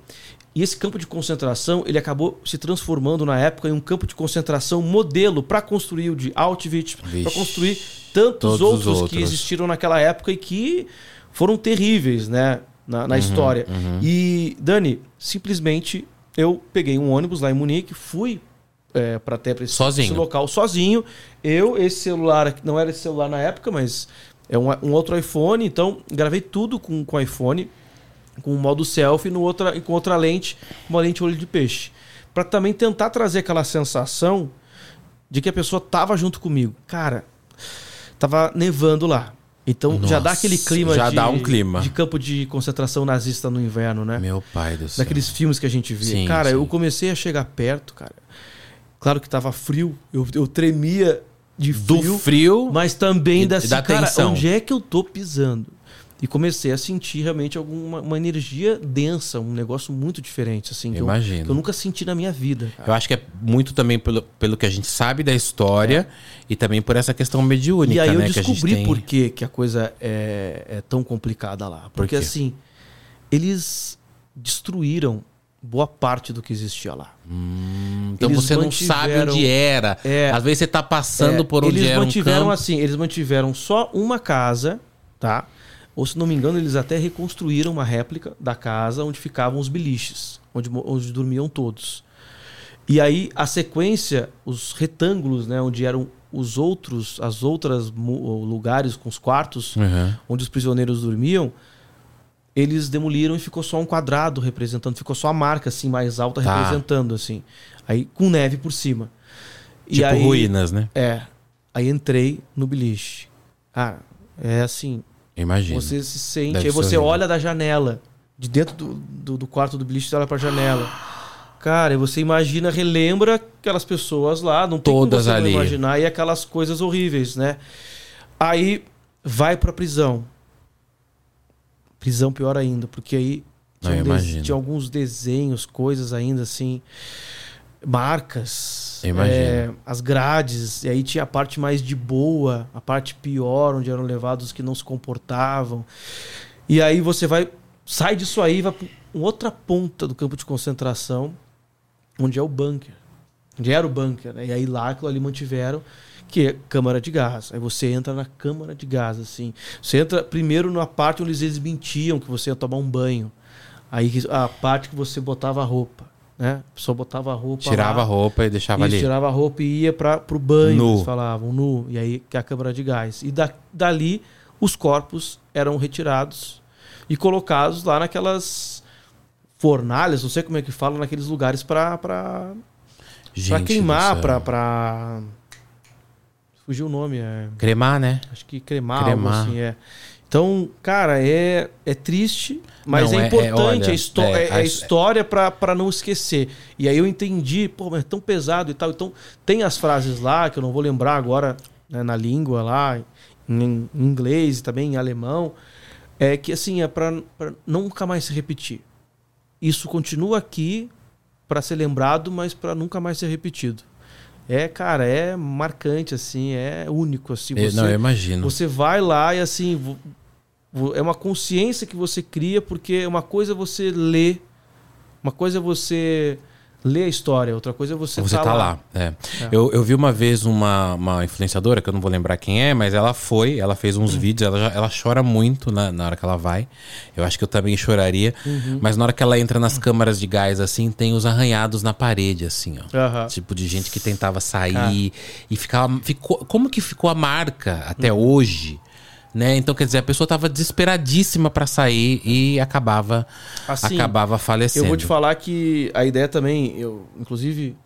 Speaker 2: E esse campo de concentração, ele acabou se transformando na época em um campo de concentração modelo para construir o de Auschwitz, para
Speaker 1: Vixe.
Speaker 2: construir tantos
Speaker 1: Todos os
Speaker 2: outros, que
Speaker 1: outros.
Speaker 2: existiram naquela época e que foram terríveis, né? Na,
Speaker 1: Uhum,
Speaker 2: na história. E, Dani, simplesmente eu peguei um ônibus lá em Munique, fui é, para até pra esse,
Speaker 1: Sozinho.
Speaker 2: esse local sozinho. Eu, esse celular, aqui- não era esse celular na época, mas é um, um outro iPhone, então gravei tudo com, com iPhone com o modo selfie no outra, e com outra lente, uma lente olho de peixe. Pra também tentar trazer aquela sensação de que a pessoa tava junto comigo. Cara, tava nevando lá. Então já dá
Speaker 1: Nossa,
Speaker 2: aquele clima
Speaker 1: já
Speaker 2: de,
Speaker 1: dá um clima.
Speaker 2: de campo de concentração nazista no inverno, né?
Speaker 1: Meu pai do céu.
Speaker 2: Daqueles filmes que a gente via.
Speaker 1: Sim,
Speaker 2: cara,
Speaker 1: sim.
Speaker 2: eu comecei a chegar perto, cara. Claro que tava frio, eu, eu tremia de
Speaker 1: Do
Speaker 2: frio.
Speaker 1: frio,
Speaker 2: Mas também
Speaker 1: E-
Speaker 2: da
Speaker 1: e da
Speaker 2: cara,
Speaker 1: tensão.
Speaker 2: onde é que eu tô pisando? E comecei a sentir realmente alguma uma energia densa, um negócio muito diferente, assim, que, eu- que
Speaker 1: Imagino.
Speaker 2: Eu, nunca senti na minha vida. cara.
Speaker 1: Eu acho que é muito também pelo, pelo que a gente sabe da história e também por essa questão mediúnica,
Speaker 2: É. E aí eu
Speaker 1: né?
Speaker 2: descobri
Speaker 1: que a gente tem.
Speaker 2: por que, que a coisa é, é tão complicada lá. Porque
Speaker 1: quê?
Speaker 2: assim, eles destruíram boa parte do que existia lá.
Speaker 1: Então
Speaker 2: eles
Speaker 1: você não sabe
Speaker 2: mantiveram-
Speaker 1: onde era.
Speaker 2: É.
Speaker 1: Às vezes você tá passando
Speaker 2: É,
Speaker 1: por onde
Speaker 2: eles
Speaker 1: era um
Speaker 2: mantiveram
Speaker 1: campo.
Speaker 2: assim, eles mantiveram só uma casa, tá? Ou se não me engano, eles até reconstruíram uma réplica da casa onde ficavam os beliches, onde, mo- onde dormiam todos. E aí a sequência, os retângulos, né, onde eram os outros, as outras mu- lugares com os quartos,
Speaker 1: Uhum.
Speaker 2: onde os prisioneiros dormiam, eles demoliram e ficou só um quadrado representando, ficou só a marca assim mais alta
Speaker 1: Tá.
Speaker 2: representando assim. Aí com neve por cima. E
Speaker 1: Tipo
Speaker 2: aí-
Speaker 1: ruínas, né?
Speaker 2: é. Aí entrei no beliche. Cara, é assim.
Speaker 1: Imagino.
Speaker 2: Você se sente.
Speaker 1: Deve
Speaker 2: aí
Speaker 1: ser
Speaker 2: você
Speaker 1: horrível.
Speaker 2: olha da janela. De dentro do, do, do quarto do beliche, você olha pra janela. Cara, e você imagina, relembra aquelas pessoas lá, não tem
Speaker 1: Todas
Speaker 2: como você não
Speaker 1: ali.
Speaker 2: imaginar, e aquelas coisas horríveis, né? Aí vai pra prisão. Prisão pior ainda, porque aí
Speaker 1: Não,
Speaker 2: tinha, um
Speaker 1: eu
Speaker 2: des-
Speaker 1: imagino.
Speaker 2: tinha alguns desenhos, coisas ainda assim, marcas,
Speaker 1: Eu imagino.
Speaker 2: é, as grades, e aí tinha a parte mais de boa, a parte pior, onde eram levados os que não se comportavam. E aí você vai, sai disso aí, e vai pra uma outra ponta do campo de concentração, onde é o bunker. Onde era o bunker, né? E aí lá aquilo ali mantiveram, que é câmara de gás. Aí você entra na câmara de gás, assim. Você entra primeiro na parte onde eles mentiam que você ia tomar um banho. Aí a parte que você botava a roupa, né? A pessoa botava a roupa
Speaker 1: Tirava
Speaker 2: lá,
Speaker 1: a roupa e deixava
Speaker 2: isso,
Speaker 1: ali.
Speaker 2: tirava a roupa e ia para pro banho,
Speaker 1: Nu.
Speaker 2: eles falavam, nu. E aí que é a câmara de gás. E da, dali os corpos eram retirados e colocados lá naquelas fornalhas, não sei como é que fala, naqueles lugares para para
Speaker 1: Gente do
Speaker 2: queimar,
Speaker 1: céu.
Speaker 2: para para fugiu o nome, é
Speaker 1: Cremar, né?
Speaker 2: Acho que cremar,
Speaker 1: Cremar.
Speaker 2: algo assim, é. Então, cara, é, é triste, mas
Speaker 1: Não, é-
Speaker 2: é
Speaker 1: é,
Speaker 2: importante, é,
Speaker 1: olha,
Speaker 2: histó-
Speaker 1: é,
Speaker 2: é- é
Speaker 1: a-
Speaker 2: história pra pra não esquecer. E aí eu entendi, pô, mas é tão pesado e tal. Então, tem as frases lá, que eu não vou lembrar agora, né, na língua lá, em, em inglês e também em alemão, é que assim, é pra, pra nunca mais se repetir. Isso continua aqui pra ser lembrado, mas pra nunca mais ser repetido. É, cara, é marcante, assim, é único, assim.
Speaker 1: Eu-
Speaker 2: você-
Speaker 1: não, eu imagino.
Speaker 2: você vai lá e assim. vo- vo- É uma consciência que você cria, porque uma coisa é você lê, uma coisa é você ler a história, outra coisa é você,
Speaker 1: Você tá, lá. é. Eu, eu vi uma vez uma, uma influenciadora, que eu não vou lembrar quem é, mas ela foi, ela fez
Speaker 2: Hum.
Speaker 1: uns vídeos, ela, já- ela chora muito na, na hora que ela vai. Eu acho que eu também choraria.
Speaker 2: Uhum.
Speaker 1: Mas na hora que ela entra nas câmaras de gás, assim, tem os arranhados na parede, assim, ó.
Speaker 2: Aham.
Speaker 1: Tipo, de gente que tentava sair e ficava. Ficou, como que ficou a marca até
Speaker 2: Uhum.
Speaker 1: hoje? Né? Então, quer dizer, a pessoa tava desesperadíssima pra sair e acabava
Speaker 2: Assim,
Speaker 1: acabava
Speaker 2: Eu
Speaker 1: falecendo.
Speaker 2: vou te falar que a ideia também, eu, inclusive,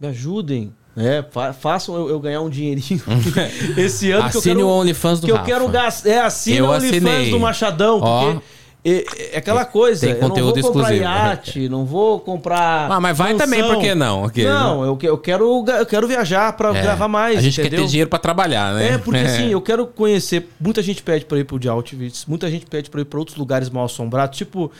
Speaker 2: me ajudem, né? Fa- façam eu, eu ganhar um dinheirinho esse ano que eu
Speaker 1: Assine
Speaker 2: quero.
Speaker 1: o OnlyFans do
Speaker 2: que eu
Speaker 1: Rafa.
Speaker 2: quero gastar. É, assina
Speaker 1: Eu
Speaker 2: o OnlyFans
Speaker 1: assinei.
Speaker 2: do Machadão,
Speaker 1: Ó.
Speaker 2: porque. É, é aquela coisa,
Speaker 1: Tem conteúdo
Speaker 2: eu não vou comprar
Speaker 1: exclusivo.
Speaker 2: iate, não vou comprar.
Speaker 1: Ah, mas vai também, por que não? Ok.
Speaker 2: Não, eu, que- eu quero, ga- eu quero viajar pra
Speaker 1: É,
Speaker 2: gravar mais.
Speaker 1: A gente
Speaker 2: entendeu?
Speaker 1: quer ter dinheiro pra trabalhar, né?
Speaker 2: É, porque assim, eu quero conhecer. Muita gente pede pra ir pro de Auschwitz, muita gente pede pra ir pra outros lugares mal assombrados, tipo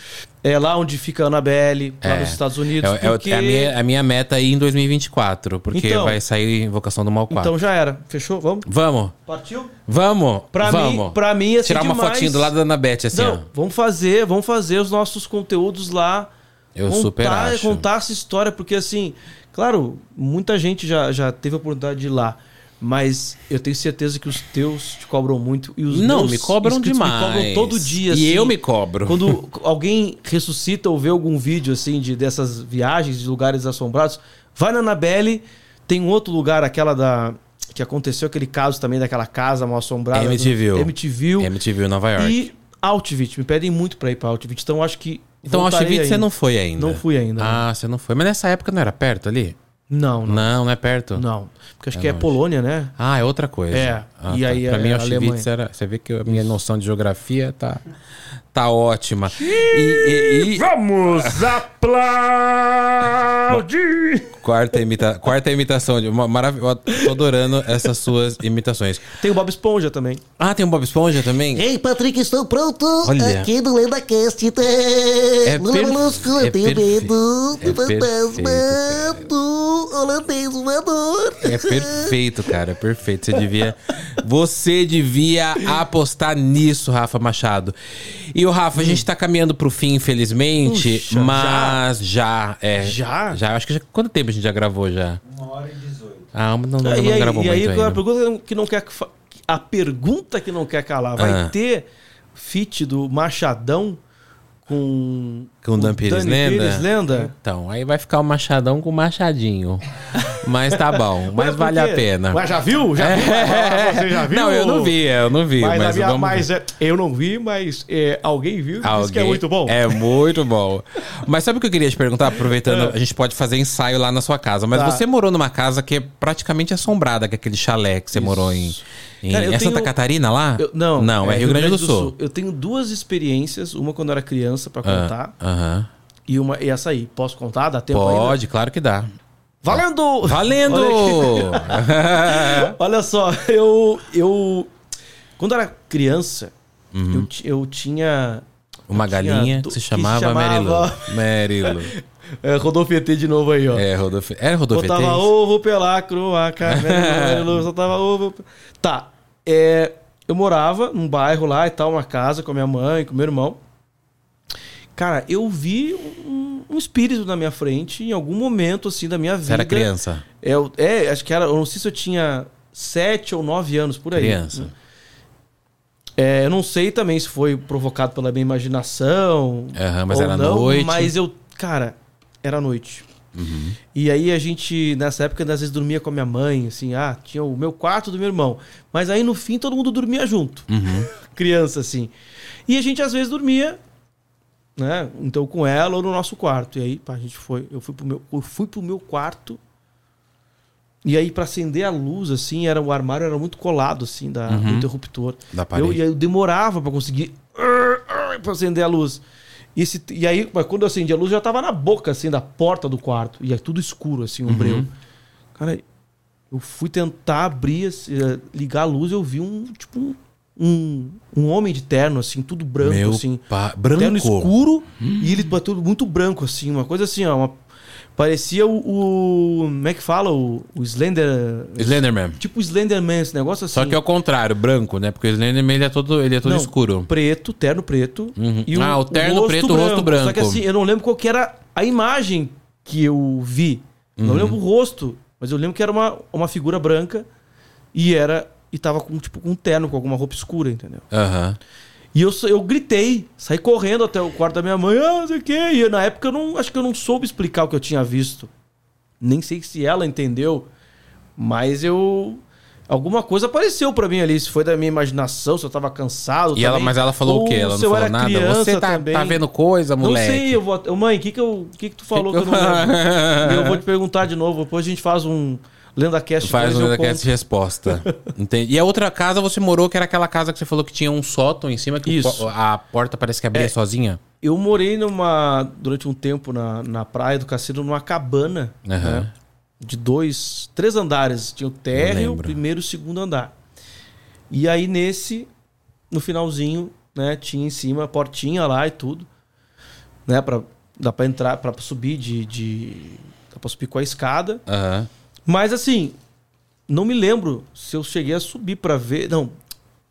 Speaker 2: é, lá onde fica a Annabelle, lá
Speaker 1: É.
Speaker 2: nos Estados Unidos.
Speaker 1: É, é
Speaker 2: porque-
Speaker 1: a, minha, a minha meta aí em 2024, porque
Speaker 2: Então.
Speaker 1: vai sair Invocação do Mal 4.
Speaker 2: Então já era. Fechou? Vamos?
Speaker 1: vamos,
Speaker 2: Partiu?
Speaker 1: vamos,
Speaker 2: Pra
Speaker 1: vamos.
Speaker 2: mim, pra mim ia ser
Speaker 1: Tirar uma
Speaker 2: demais.
Speaker 1: fotinha do lado da Anabete, assim,
Speaker 2: Não,
Speaker 1: ó.
Speaker 2: vamos fazer, vamos fazer os nossos conteúdos lá. é,
Speaker 1: Eu super acho.
Speaker 2: Contar essa história, porque assim, claro, muita gente já, já teve a oportunidade de ir lá. Mas eu tenho certeza que os teus te cobram muito. E os
Speaker 1: Não,
Speaker 2: meus
Speaker 1: me cobram
Speaker 2: inscritos
Speaker 1: demais.
Speaker 2: Me cobram todo dia. assim,
Speaker 1: E eu me cobro.
Speaker 2: Quando alguém ressuscita ou vê algum vídeo assim de dessas viagens de lugares assombrados, vai na Anabelle, tem um outro lugar, aquela da. que aconteceu aquele caso também daquela casa mal assombrada.
Speaker 1: MTV.
Speaker 2: do- MTV.
Speaker 1: MTV Nova York.
Speaker 2: E Outfit. Me pedem muito pra ir pra Outfit. Então eu acho que.
Speaker 1: Então,
Speaker 2: voltarei
Speaker 1: Auschwitz você
Speaker 2: ainda.
Speaker 1: não foi ainda?
Speaker 2: Não fui ainda.
Speaker 1: Ah, você não foi. Mas nessa época não era perto ali?
Speaker 2: Não, não,
Speaker 1: Não, não é perto.
Speaker 2: não. Porque acho que é Polônia, né?
Speaker 1: Ah, é outra coisa.
Speaker 2: É,
Speaker 1: Ah,
Speaker 2: e
Speaker 1: tá.
Speaker 2: aí
Speaker 1: pra
Speaker 2: é
Speaker 1: mim,
Speaker 2: a
Speaker 1: Auschwitz era. Você vê que a minha noção de geografia tá, tá ótima. E, e- e-
Speaker 3: Vamos aplaudir!
Speaker 1: quarta, imita... quarta imitação. De... uma Marav... eu Tô adorando essas suas imitações.
Speaker 2: Tem o Bob Esponja também.
Speaker 1: Ah, tem o Bob Esponja também?
Speaker 4: Ei, Patrick, estou pronto
Speaker 1: Olha.
Speaker 4: aqui no LendaCast.
Speaker 1: É
Speaker 4: É
Speaker 1: perfe- é
Speaker 4: eu tenho
Speaker 1: perfeito.
Speaker 4: medo
Speaker 1: É
Speaker 4: do fantasma
Speaker 1: perfeito,
Speaker 4: do holandês voador.
Speaker 1: É perfeito, cara, é perfeito. Você devia, você devia apostar nisso, Rafa Machado. E o Rafa, a gente tá caminhando pro fim, infelizmente,
Speaker 2: Puxa,
Speaker 1: mas já, é,
Speaker 2: Já?
Speaker 1: já. Acho que já, quanto tempo a gente já gravou já? Uma hora e dezoito. Ah, não, não, não,
Speaker 2: e aí,
Speaker 1: gravou
Speaker 2: e aí é
Speaker 1: muito
Speaker 2: a
Speaker 1: ainda.
Speaker 2: pergunta que não quer que fa- a pergunta que não quer calar vai
Speaker 1: Ah.
Speaker 2: ter fit do Machadão com
Speaker 1: Com o Dan Pires Lenda?
Speaker 2: Lenda?
Speaker 1: Então, aí vai ficar o machadão com o machadinho. Mas tá bom, mas
Speaker 2: por
Speaker 1: vale a
Speaker 2: quê?
Speaker 1: pena.
Speaker 3: Mas já viu? Já viu? Você já viu?
Speaker 1: Ah. É. Não, eu não vi, eu não vi.
Speaker 3: Mas, a minha-
Speaker 1: vamos ver.
Speaker 3: mas é, eu não vi, mas é, alguém viu e disse que é
Speaker 1: Alguém-
Speaker 3: muito bom.
Speaker 1: É muito bom. Mas sabe o que eu queria te perguntar? Aproveitando, a gente pode fazer ensaio lá na sua casa. Mas
Speaker 2: Tá.
Speaker 1: você morou numa casa que é praticamente assombrada, que é aquele chalé que você morou em. em-
Speaker 2: Cara, eu
Speaker 1: é Santa
Speaker 2: tenho-
Speaker 1: Catarina lá?
Speaker 2: Eu- não,
Speaker 1: Não, é, Rio Grande, do Sul.
Speaker 2: Eu tenho duas experiências, uma quando eu era criança pra
Speaker 1: Ah,
Speaker 2: contar
Speaker 1: aham.
Speaker 2: e uma e essa aí. Posso contar? Dá tempo ainda?
Speaker 1: Pode, claro que dá.
Speaker 2: Valendo!
Speaker 1: Valendo! É.
Speaker 2: Olha só, eu eu quando eu era criança,
Speaker 1: Uhum.
Speaker 2: eu, ti- eu tinha
Speaker 1: Uma galinha que se
Speaker 2: que
Speaker 1: chamava,
Speaker 2: chamava-
Speaker 1: Merilo. Merilo.
Speaker 2: é, Rodolfo ET de novo aí, ó.
Speaker 1: É, Rodolfo. Era Rodolfo ET?
Speaker 2: Botava ovo pela croa, caverna, soltava ovo. Tá. é, eu morava num bairro lá e tal, uma casa com a minha mãe, com meu irmão. Cara, eu vi um, um espírito na minha frente em algum momento assim da minha vida.
Speaker 1: Você era criança?
Speaker 2: Eu, é, acho que era. Eu não sei se eu tinha sete ou nove anos por aí.
Speaker 1: Criança.
Speaker 2: É, eu não sei também se foi provocado pela minha imaginação.
Speaker 1: Aham, mas
Speaker 2: ou
Speaker 1: era à noite. Uhum.
Speaker 2: Mas eu, cara, era à noite. E aí a gente, nessa época, às vezes dormia com a minha mãe, assim, ah, tinha o meu quarto do meu irmão. Mas aí no fim todo mundo dormia junto.
Speaker 1: Uhum.
Speaker 2: Criança, assim. E a gente às vezes dormia, né? Então com ela ou no nosso quarto. E aí, pá, a gente foi, eu fui pro meu, eu fui pro meu quarto. E aí, pra acender a luz, assim, era o armário era muito colado, assim, da, do interruptor.
Speaker 1: Uhum. Da
Speaker 2: Eu,
Speaker 1: parede.
Speaker 2: e aí eu demorava pra conseguir pra acender a luz. E, esse- e aí, mas quando eu acendi a luz, já tava na boca, assim, da porta do quarto. E é tudo escuro, assim, um
Speaker 1: Uhum.
Speaker 2: breu. Cara, eu fui tentar abrir, assim, eh, ligar a luz, eu vi um, tipo, um, um, um homem de terno, assim, tudo branco,
Speaker 1: Meu
Speaker 2: assim.
Speaker 1: pa- branco?
Speaker 2: Terno escuro
Speaker 1: Hum.
Speaker 2: e ele bateu muito branco, assim, uma coisa assim, ó. uma- parecia o, o- Como é que fala? O, o Slender.
Speaker 1: Slenderman.
Speaker 2: Tipo o Slenderman, esse negócio assim.
Speaker 1: Só que é o contrário, branco, né? Porque o Slenderman ele é todo, ele é todo
Speaker 2: Não,
Speaker 1: escuro.
Speaker 2: Preto, terno preto.
Speaker 1: Ah, o terno preto, o rosto branco.
Speaker 2: Só que assim, eu não lembro qual que era a imagem que eu vi.
Speaker 1: Uhum.
Speaker 2: Não lembro o rosto, mas eu lembro que era uma, uma figura branca e era e tava com tipo com um terno com alguma roupa escura, entendeu?
Speaker 1: Aham.
Speaker 2: E eu, sa- eu gritei, saí correndo até o quarto da minha mãe, ah, não sei o quê. E na época eu não, acho que eu não soube explicar o que eu tinha visto. Nem sei se ela entendeu, mas eu. Alguma coisa apareceu pra mim ali. Se foi da minha imaginação, se eu tava cansado.
Speaker 1: E ela,
Speaker 2: também,
Speaker 1: mas ela falou
Speaker 2: ou
Speaker 1: o quê? Ela não
Speaker 2: se eu
Speaker 1: falou
Speaker 2: era
Speaker 1: nada.
Speaker 2: criança
Speaker 1: Você tá,
Speaker 2: também.
Speaker 1: tá vendo coisa,
Speaker 2: Não
Speaker 1: moleque?
Speaker 2: sei, eu vou. até- Mãe, o que, que, eu- que, que tu falou que, eu não lembro? E eu vou te perguntar de novo. Depois a gente faz um Lenda Cast.
Speaker 1: Faz
Speaker 2: depois
Speaker 1: um
Speaker 2: eu
Speaker 1: LendaCast de
Speaker 2: conto.
Speaker 1: resposta. Entendi. E a outra casa você morou, que era aquela casa que você falou que tinha um sótão em cima, que o
Speaker 2: Isso. É.
Speaker 1: po- a porta parece que abria sozinha.
Speaker 2: Eu morei numa. Durante um tempo na, na praia do cassino, numa cabana.
Speaker 1: Aham.
Speaker 2: né? de dois, três andares. Tinha o térreo, o
Speaker 1: Lembro.
Speaker 2: primeiro e o segundo andar. E aí nesse, no finalzinho, né, tinha em cima a portinha lá e tudo, né, para dá para entrar, para subir de, de dá para subir com a escada.
Speaker 1: Aham.
Speaker 2: Mas assim, não me lembro se eu cheguei a subir para ver, não.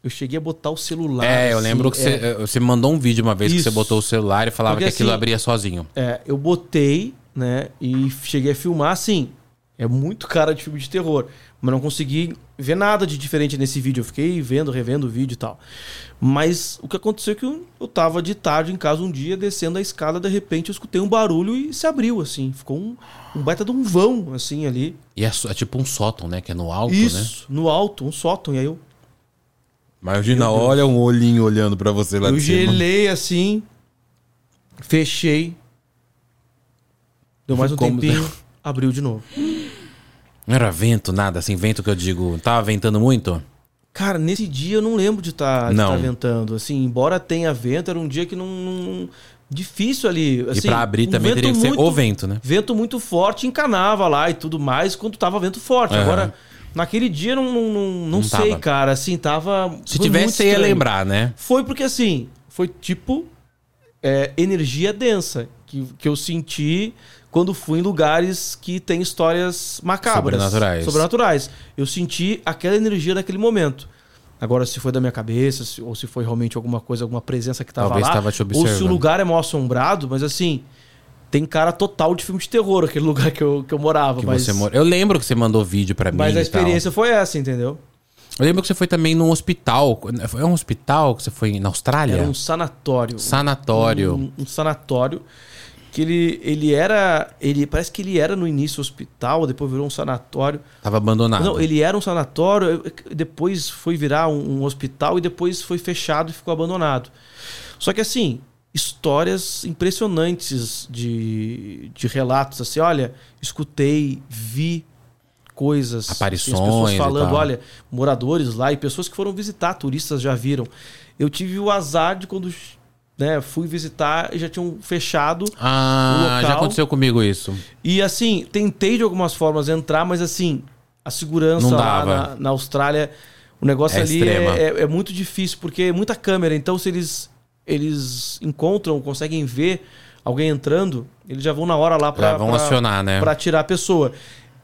Speaker 2: Eu cheguei a botar o celular.
Speaker 1: É, eu
Speaker 2: assim,
Speaker 1: lembro que você,
Speaker 2: é.
Speaker 1: você mandou um vídeo uma vez que
Speaker 2: Isso.
Speaker 1: você botou o celular e falava
Speaker 2: Porque
Speaker 1: que aquilo
Speaker 2: assim-
Speaker 1: abria sozinho.
Speaker 2: É, eu botei, né? E cheguei a filmar assim. É muito cara de filme de terror. Mas não consegui ver nada de diferente nesse vídeo. Eu fiquei vendo, revendo o vídeo e tal. Mas o que aconteceu é que eu, eu tava de tarde em casa um dia, descendo a escada, de repente eu escutei um barulho e se abriu, assim. Ficou um, um baita de um vão, assim, ali.
Speaker 1: E é, só- é tipo um sótão, né? Que é no alto, né?
Speaker 2: Isso, no alto, um sótão. E aí eu,
Speaker 1: Imagina, olha um olhinho olhando pra você lá
Speaker 2: eu
Speaker 1: de cima.
Speaker 2: gelei assim, fechei. Deu mais um
Speaker 1: Como-
Speaker 2: tempinho, abriu de novo.
Speaker 1: Não era vento, nada, assim, vento que eu digo. Tava ventando muito?
Speaker 2: Cara, nesse dia eu não lembro de estar
Speaker 1: Não.
Speaker 2: ventando. Assim, embora tenha vento, era um dia que não. não- difícil ali. Assim,
Speaker 1: e pra abrir
Speaker 2: um
Speaker 1: também
Speaker 2: vento
Speaker 1: teria que ser
Speaker 2: muito-
Speaker 1: o vento, né?
Speaker 2: Vento muito forte encanava lá e tudo mais quando tava vento forte.
Speaker 1: Aham.
Speaker 2: Agora, naquele dia, não, não, não, não
Speaker 1: Não
Speaker 2: sei,
Speaker 1: tava.
Speaker 2: cara. Assim, tava.
Speaker 1: Se
Speaker 2: foi muito
Speaker 1: tivesse, você ia
Speaker 2: estranho.
Speaker 1: lembrar, né?
Speaker 2: Foi porque assim, foi tipo é, energia densa que, que eu senti quando fui em lugares que tem histórias macabras.
Speaker 1: Sobrenaturais.
Speaker 2: Sobrenaturais. Eu senti aquela energia naquele momento. Agora, se foi da minha cabeça, se- ou se foi realmente alguma coisa, alguma presença que tava
Speaker 1: Talvez
Speaker 2: lá.
Speaker 1: tava te
Speaker 2: ou se o
Speaker 1: observando.
Speaker 2: lugar é mal assombrado, mas assim, tem cara total de filme de terror aquele lugar que eu, que eu morava.
Speaker 1: Que
Speaker 2: mas
Speaker 1: você mora. Eu lembro que você mandou vídeo pra mim.
Speaker 2: mas a
Speaker 1: e tal.
Speaker 2: experiência foi essa, entendeu?
Speaker 1: Eu lembro que você foi também num hospital. É um hospital que você foi na Austrália?
Speaker 2: Era um sanatório.
Speaker 1: sanatório.
Speaker 2: Um, um sanatório. Que ele, ele era. Ele, parece que ele era no início hospital, depois virou um sanatório.
Speaker 1: Tava abandonado.
Speaker 2: Não, ele era um sanatório, eh, depois foi virar um, um hospital e depois foi fechado e ficou abandonado. Só que assim, histórias impressionantes de, de relatos assim, olha, escutei, vi coisas, assim, as
Speaker 1: Aparições
Speaker 2: pessoas
Speaker 1: e
Speaker 2: falando,
Speaker 1: tal.
Speaker 2: olha, moradores lá e pessoas que foram visitar, turistas já viram. Eu tive o azar de quando né, fui visitar e já tinham fechado
Speaker 1: Ah,
Speaker 2: o
Speaker 1: já
Speaker 2: local.
Speaker 1: aconteceu comigo isso.
Speaker 2: e assim, tentei de algumas formas entrar, mas assim, a segurança
Speaker 1: Não
Speaker 2: lá
Speaker 1: dava.
Speaker 2: na, na Austrália, o negócio
Speaker 1: É
Speaker 2: ali
Speaker 1: extrema.
Speaker 2: é, é- é muito difícil, porque é muita câmera. Então, se eles, eles encontram, conseguem ver alguém entrando, eles já vão na hora lá pra,
Speaker 1: Já vão
Speaker 2: pra-
Speaker 1: acionar, né?
Speaker 2: pra tirar a pessoa.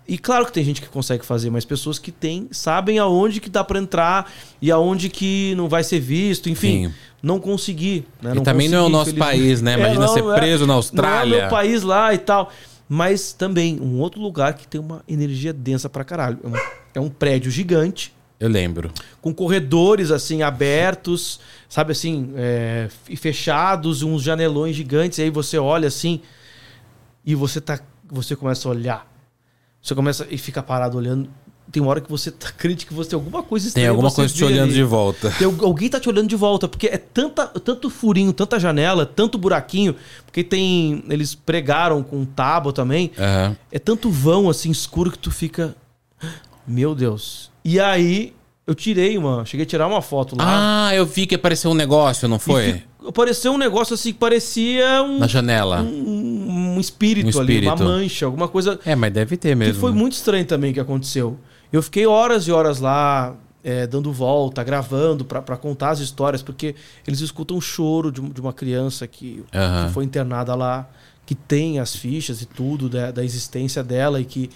Speaker 2: E claro que tem gente que consegue fazer, mas pessoas que têm, sabem aonde que dá pra entrar e aonde que não vai ser visto, enfim.
Speaker 1: Sim.
Speaker 2: Não consegui. né?
Speaker 1: E também não é o
Speaker 2: consegui,
Speaker 1: nosso
Speaker 2: infelizmente.
Speaker 1: país, né? Imagina ser
Speaker 2: é-
Speaker 1: preso na Austrália.
Speaker 2: Não é meu país lá e tal. Mas também, um outro lugar que tem uma energia densa pra caralho. É um, é um prédio gigante,
Speaker 1: Eu lembro.
Speaker 2: com corredores, assim, abertos, sabe assim, é, e fechados, uns janelões gigantes. E aí você olha assim e você tá. Você começa a olhar. Você começa e fica parado olhando. Tem uma hora que você tá acredita que você tem alguma coisa
Speaker 1: Tem
Speaker 2: estranha.
Speaker 1: alguma
Speaker 2: você
Speaker 1: coisa te
Speaker 2: vê
Speaker 1: olhando
Speaker 2: ali.
Speaker 1: de volta.
Speaker 2: Tem al- alguém tá te olhando de volta, porque é tanta, tanto furinho, tanta janela, tanto buraquinho, porque tem. Eles pregaram com tábua também.
Speaker 1: Aham.
Speaker 2: É tanto vão assim escuro que tu fica. Meu Deus. E aí, eu tirei uma. Cheguei a tirar uma foto lá.
Speaker 1: Ah, eu vi que apareceu um negócio, não
Speaker 2: e
Speaker 1: foi?
Speaker 2: fi- Apareceu um negócio assim que parecia um,
Speaker 1: Na janela.
Speaker 2: um, um espírito,
Speaker 1: Um
Speaker 2: ali, uma
Speaker 1: espírito.
Speaker 2: mancha, alguma coisa.
Speaker 1: É, mas deve ter
Speaker 2: Que
Speaker 1: mesmo.
Speaker 2: foi
Speaker 1: né?
Speaker 2: muito estranho também que aconteceu. Eu fiquei horas e horas lá, é, dando volta, gravando pra pra contar as histórias, porque eles escutam o choro de, um- de uma criança que,
Speaker 1: Aham.
Speaker 2: que foi internada lá, que tem as fichas e tudo da, da existência dela e que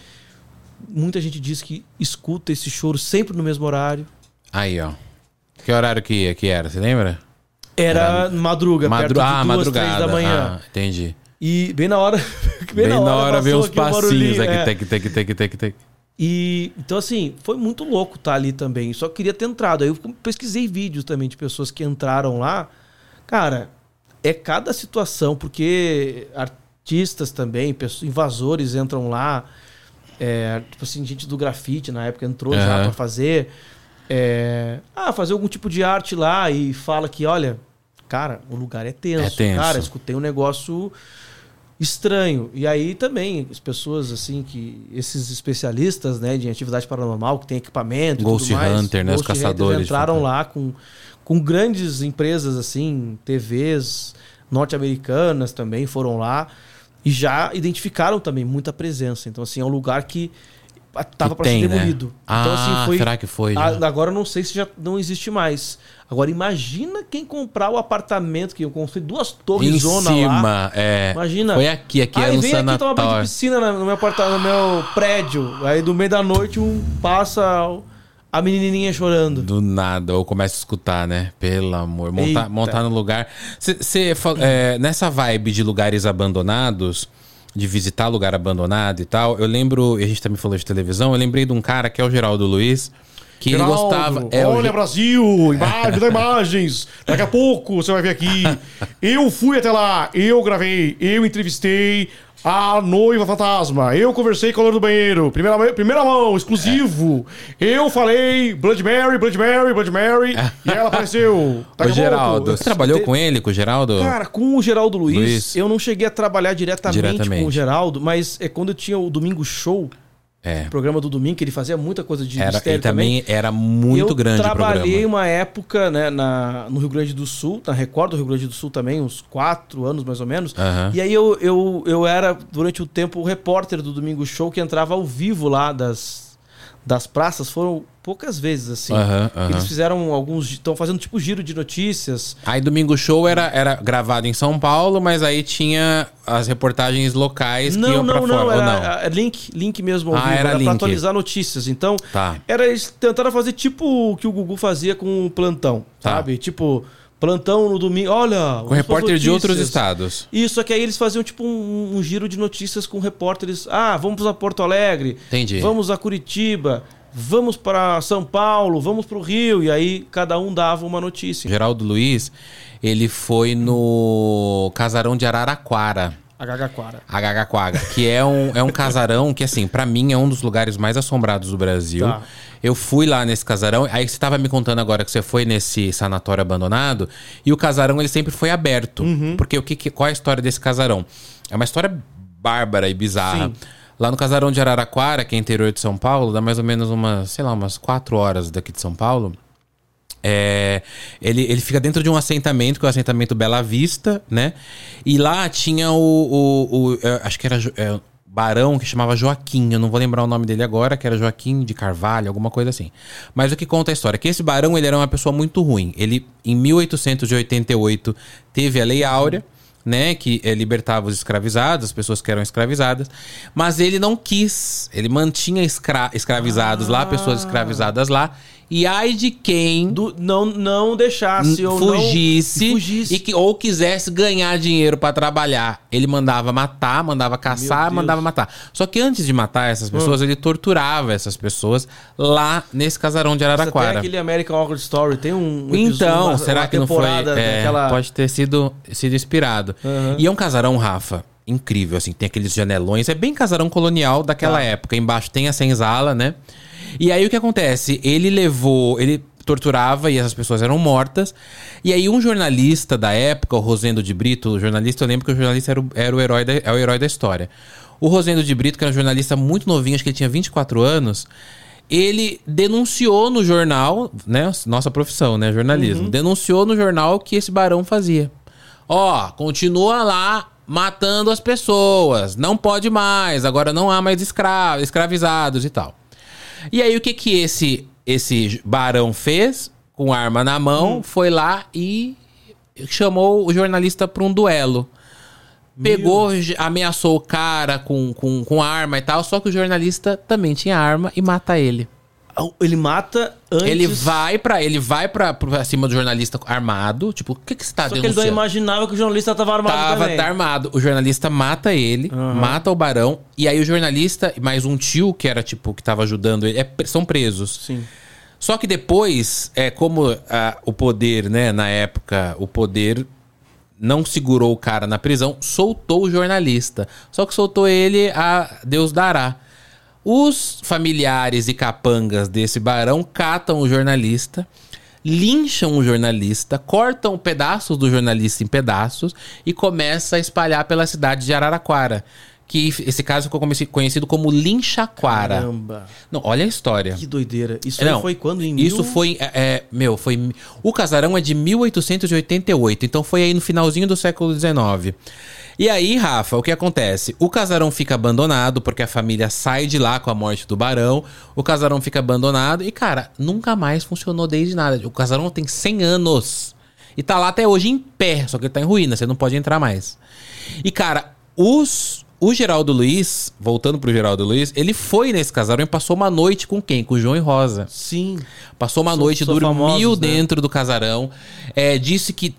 Speaker 2: muita gente diz que escuta esse choro sempre no mesmo horário.
Speaker 1: Aí, ó. Que horário que, ia- que era, você lembra?
Speaker 2: Era, madruga,
Speaker 1: Madru...
Speaker 2: perto de
Speaker 1: Ah,
Speaker 2: duas, três
Speaker 1: madrugada.
Speaker 2: da manhã.
Speaker 1: Ah, entendi.
Speaker 2: E bem na hora...
Speaker 1: Bem, na hora veio
Speaker 2: passou
Speaker 1: uns
Speaker 2: aqui um
Speaker 1: passinhos
Speaker 2: barulhinho,
Speaker 1: aqui,
Speaker 2: é.
Speaker 1: tec, tec, tec, tec, tec.
Speaker 2: E então assim, foi muito louco estar ali também. Só queria ter entrado. Aí eu pesquisei vídeos também de pessoas que entraram lá. Cara, é cada situação, porque artistas também, pessoas- invasores entram lá. É, tipo assim, gente do grafite na época entrou já
Speaker 1: Aham.
Speaker 2: pra fazer. é, ah, fazer algum tipo de arte lá e fala que, olha, cara, o lugar é tenso.
Speaker 1: É tenso.
Speaker 2: Cara, escutei um negócio estranho. E aí também as pessoas assim que esses especialistas, né, de atividade paranormal que tem equipamento, e
Speaker 1: Ghost Hunter, né, os
Speaker 2: Ghost Hunter
Speaker 1: caçadores de
Speaker 2: entraram
Speaker 1: fantasma.
Speaker 2: lá com com grandes empresas assim, TVs norte-americanas também foram lá e já identificaram também muita presença. Então assim, é um lugar que ah, tava
Speaker 1: Que
Speaker 2: para ser
Speaker 1: tem, né?
Speaker 2: demolido. Então
Speaker 1: Ah,
Speaker 2: assim, foi
Speaker 1: será que foi? né?
Speaker 2: a- Agora eu não sei se já não existe mais. Agora imagina quem comprar o apartamento que eu construí duas torres
Speaker 1: Em
Speaker 2: zona
Speaker 1: cima,
Speaker 2: lá.
Speaker 1: é.
Speaker 2: Imagina.
Speaker 1: Foi aqui, aqui
Speaker 2: Aí
Speaker 1: era um
Speaker 2: vem aqui tomar banho de
Speaker 1: sanatório.
Speaker 2: piscina na- no meu apartamento, no meu prédio. Aí do meio da noite um passa a menininha chorando.
Speaker 1: Do nada, ou começa a escutar, né? Pelo amor. Montar,
Speaker 2: Eita.
Speaker 1: montar no lugar. Cê, cê fa- é, nessa vibe de lugares abandonados, de visitar lugar abandonado e tal. Eu lembro, e a gente também falou de televisão, eu lembrei de um cara que é o Geraldo Luiz, que ele gostava. É, o
Speaker 3: Olha,
Speaker 1: Ge-
Speaker 2: tá
Speaker 3: Brasil, imagens, dá imagens. Daqui a pouco você vai ver aqui. Eu fui até lá, eu gravei, eu entrevistei a noiva fantasma. Eu conversei com a loira do banheiro. Primeira, ma- primeira mão, exclusivo.
Speaker 1: É.
Speaker 3: Eu falei Blood Mary, Blood Mary, Blood Mary. E ela apareceu.
Speaker 1: o
Speaker 3: a
Speaker 1: Geraldo.
Speaker 3: pouco.
Speaker 1: Você trabalhou com ele, com o Geraldo?
Speaker 2: Cara, com o Geraldo Luiz,
Speaker 1: Luiz.
Speaker 2: eu não cheguei a trabalhar diretamente,
Speaker 1: Diretamente.
Speaker 2: com o Geraldo, mas é quando eu tinha o Domingo Show,
Speaker 1: é.
Speaker 2: o programa do domingo, que ele fazia muita coisa de
Speaker 1: Era,
Speaker 2: mistério
Speaker 1: ele também era muito
Speaker 2: eu
Speaker 1: grande o
Speaker 2: trabalhei
Speaker 1: programa.
Speaker 2: uma época né, na, no Rio Grande do Sul, na Record do Rio Grande do Sul também, uns quatro anos mais ou menos.
Speaker 1: Aham.
Speaker 2: E aí eu, eu, eu era, durante o tempo, o repórter do Domingo Show que entrava ao vivo lá das, das praças. Foram poucas vezes, assim.
Speaker 1: Aham, aham.
Speaker 2: Eles fizeram alguns... Estão fazendo tipo giro de notícias.
Speaker 1: Aí Domingo Show era, era gravado em São Paulo, mas aí tinha as reportagens locais que
Speaker 2: Não,
Speaker 1: iam pra
Speaker 2: não,
Speaker 1: fora,
Speaker 2: não,
Speaker 1: ou não?
Speaker 2: era, era link, link mesmo ao
Speaker 1: Ah,
Speaker 2: vivo,
Speaker 1: era
Speaker 2: era,
Speaker 1: link.
Speaker 2: pra atualizar notícias. Então,
Speaker 1: Tá.
Speaker 2: era eles tentaram fazer tipo o que o Gugu fazia com o plantão,
Speaker 1: Tá.
Speaker 2: sabe? Tipo, plantão no domingo, olha,
Speaker 1: Com repórter de outros
Speaker 2: estados.
Speaker 1: estados.
Speaker 2: Isso, só que aí eles faziam tipo um, um giro de notícias com repórteres. Ah, vamos a Porto Alegre.
Speaker 1: Entendi.
Speaker 2: Vamos a Curitiba. Vamos para São Paulo, vamos para o Rio. E aí cada um dava uma notícia.
Speaker 1: Geraldo Luiz, ele foi no casarão de Araraquara.
Speaker 2: Agagaquara.
Speaker 1: Agagaquaga, que é um, é um casarão que, assim, pra mim é um dos lugares mais assombrados do Brasil.
Speaker 2: Tá.
Speaker 1: Eu fui lá nesse casarão, aí você tava me contando agora que você foi nesse sanatório abandonado, e o casarão ele sempre foi aberto. Porque o que, que- qual é a história desse casarão? É uma história bárbara e bizarra. Lá no casarão de Araraquara, que é interior de São Paulo, dá mais ou menos umas, sei lá, umas quatro horas daqui de São Paulo. É, ele, ele fica dentro de um assentamento, que é o assentamento Bela Vista, né? E lá tinha o. o- o- é, acho que era. Jo- é, Barão que chamava Joaquim, eu não vou lembrar o nome dele agora, que era Joaquim de Carvalho, alguma coisa assim. Mas o que conta a história? é Que esse barão ele era uma pessoa muito ruim. Ele, em 1888, teve a Lei Áurea, né, que eh, libertava os escravizados, as pessoas que eram escravizadas, mas ele não quis, ele mantinha escra- escravizados lá, pessoas escravizadas lá, e ai de quem
Speaker 2: Do, não, não deixasse ou não-
Speaker 1: fugisse,
Speaker 2: fugisse.
Speaker 1: e que ou quisesse ganhar dinheiro pra trabalhar, ele mandava matar, mandava caçar,
Speaker 2: Deus. Ah.
Speaker 1: mandava matar. Só que antes de matar essas pessoas, ele torturava essas pessoas lá nesse casarão de
Speaker 2: Mas
Speaker 1: Araraquara.
Speaker 2: Até aquele American Horror Story tem um. um
Speaker 1: Então,
Speaker 2: episódio, uma-
Speaker 1: será
Speaker 2: uma
Speaker 1: que não foi?
Speaker 2: temporada né,
Speaker 1: é,
Speaker 2: daquela-
Speaker 1: Pode ter sido, sido inspirado. E é um casarão, Rafa, incrível, assim. Tem aqueles janelões. É bem casarão colonial
Speaker 2: Tá.
Speaker 1: daquela época. Embaixo tem a senzala, né? E aí o que acontece? Ele levou. Ele torturava e essas pessoas eram mortas. E aí um jornalista da época, o Rosendo de Brito, o jornalista, eu lembro que o jornalista era o, era o herói da, é o herói da história. O Rosendo de Brito, que era um jornalista muito novinho, acho que ele tinha 24 anos, ele denunciou no jornal, né? Nossa profissão, né? Jornalismo. Denunciou no jornal que esse barão fazia. Ó, continua lá matando as pessoas. Não pode mais. Agora não há mais escra- escravizados e tal. E aí o que que esse esse barão fez com arma na mão? Foi lá e chamou o jornalista para um duelo. Pegou, j- ameaçou o cara com, com, com arma e tal, só que o jornalista também tinha arma e mata ele.
Speaker 2: Ele mata antes.
Speaker 1: Ele vai para ele vai para cima do jornalista armado, tipo, o que que você tá
Speaker 2: Só que ele não
Speaker 1: denunciando?
Speaker 2: imaginava que o jornalista tava armado
Speaker 1: Tava
Speaker 2: também.
Speaker 1: tá armado. O jornalista mata ele, mata o barão, e aí o jornalista e mais um tio que era tipo que tava ajudando ele, é pre- são presos.
Speaker 2: Sim.
Speaker 1: Só que depois, é como ah, o poder, né, na época, o poder não segurou o cara na prisão, soltou o jornalista. Só que soltou ele a Deus dará. Os familiares e capangas desse barão catam o jornalista, lincham o jornalista, cortam pedaços do jornalista em pedaços e começa a espalhar pela cidade de Araraquara. Que esse caso ficou comece- conhecido como Linchaquara.
Speaker 2: Caramba.
Speaker 1: Não, olha a história.
Speaker 2: Que doideira. Isso
Speaker 1: É. Não,
Speaker 2: aí foi quando em
Speaker 1: Isso
Speaker 2: mil-
Speaker 1: foi, é, é, meu, foi. O casarão é de 1888, então foi aí no finalzinho do século XIX. E aí, Rafa, o que acontece? O casarão fica abandonado porque a família sai de lá com a morte do barão. O casarão fica abandonado e, cara, nunca mais funcionou desde nada. O casarão tem 100 anos. E tá lá até hoje em pé, só que ele tá em ruína, você não pode entrar mais. E, cara, os. O Geraldo Luiz, voltando pro Geraldo Luiz, ele foi nesse casarão e passou uma noite com quem? Com o João e Rosa.
Speaker 2: Sim.
Speaker 1: Passou uma noite,
Speaker 2: são
Speaker 1: dormiu
Speaker 2: famosos, né?
Speaker 1: dentro do casarão. É, disse que.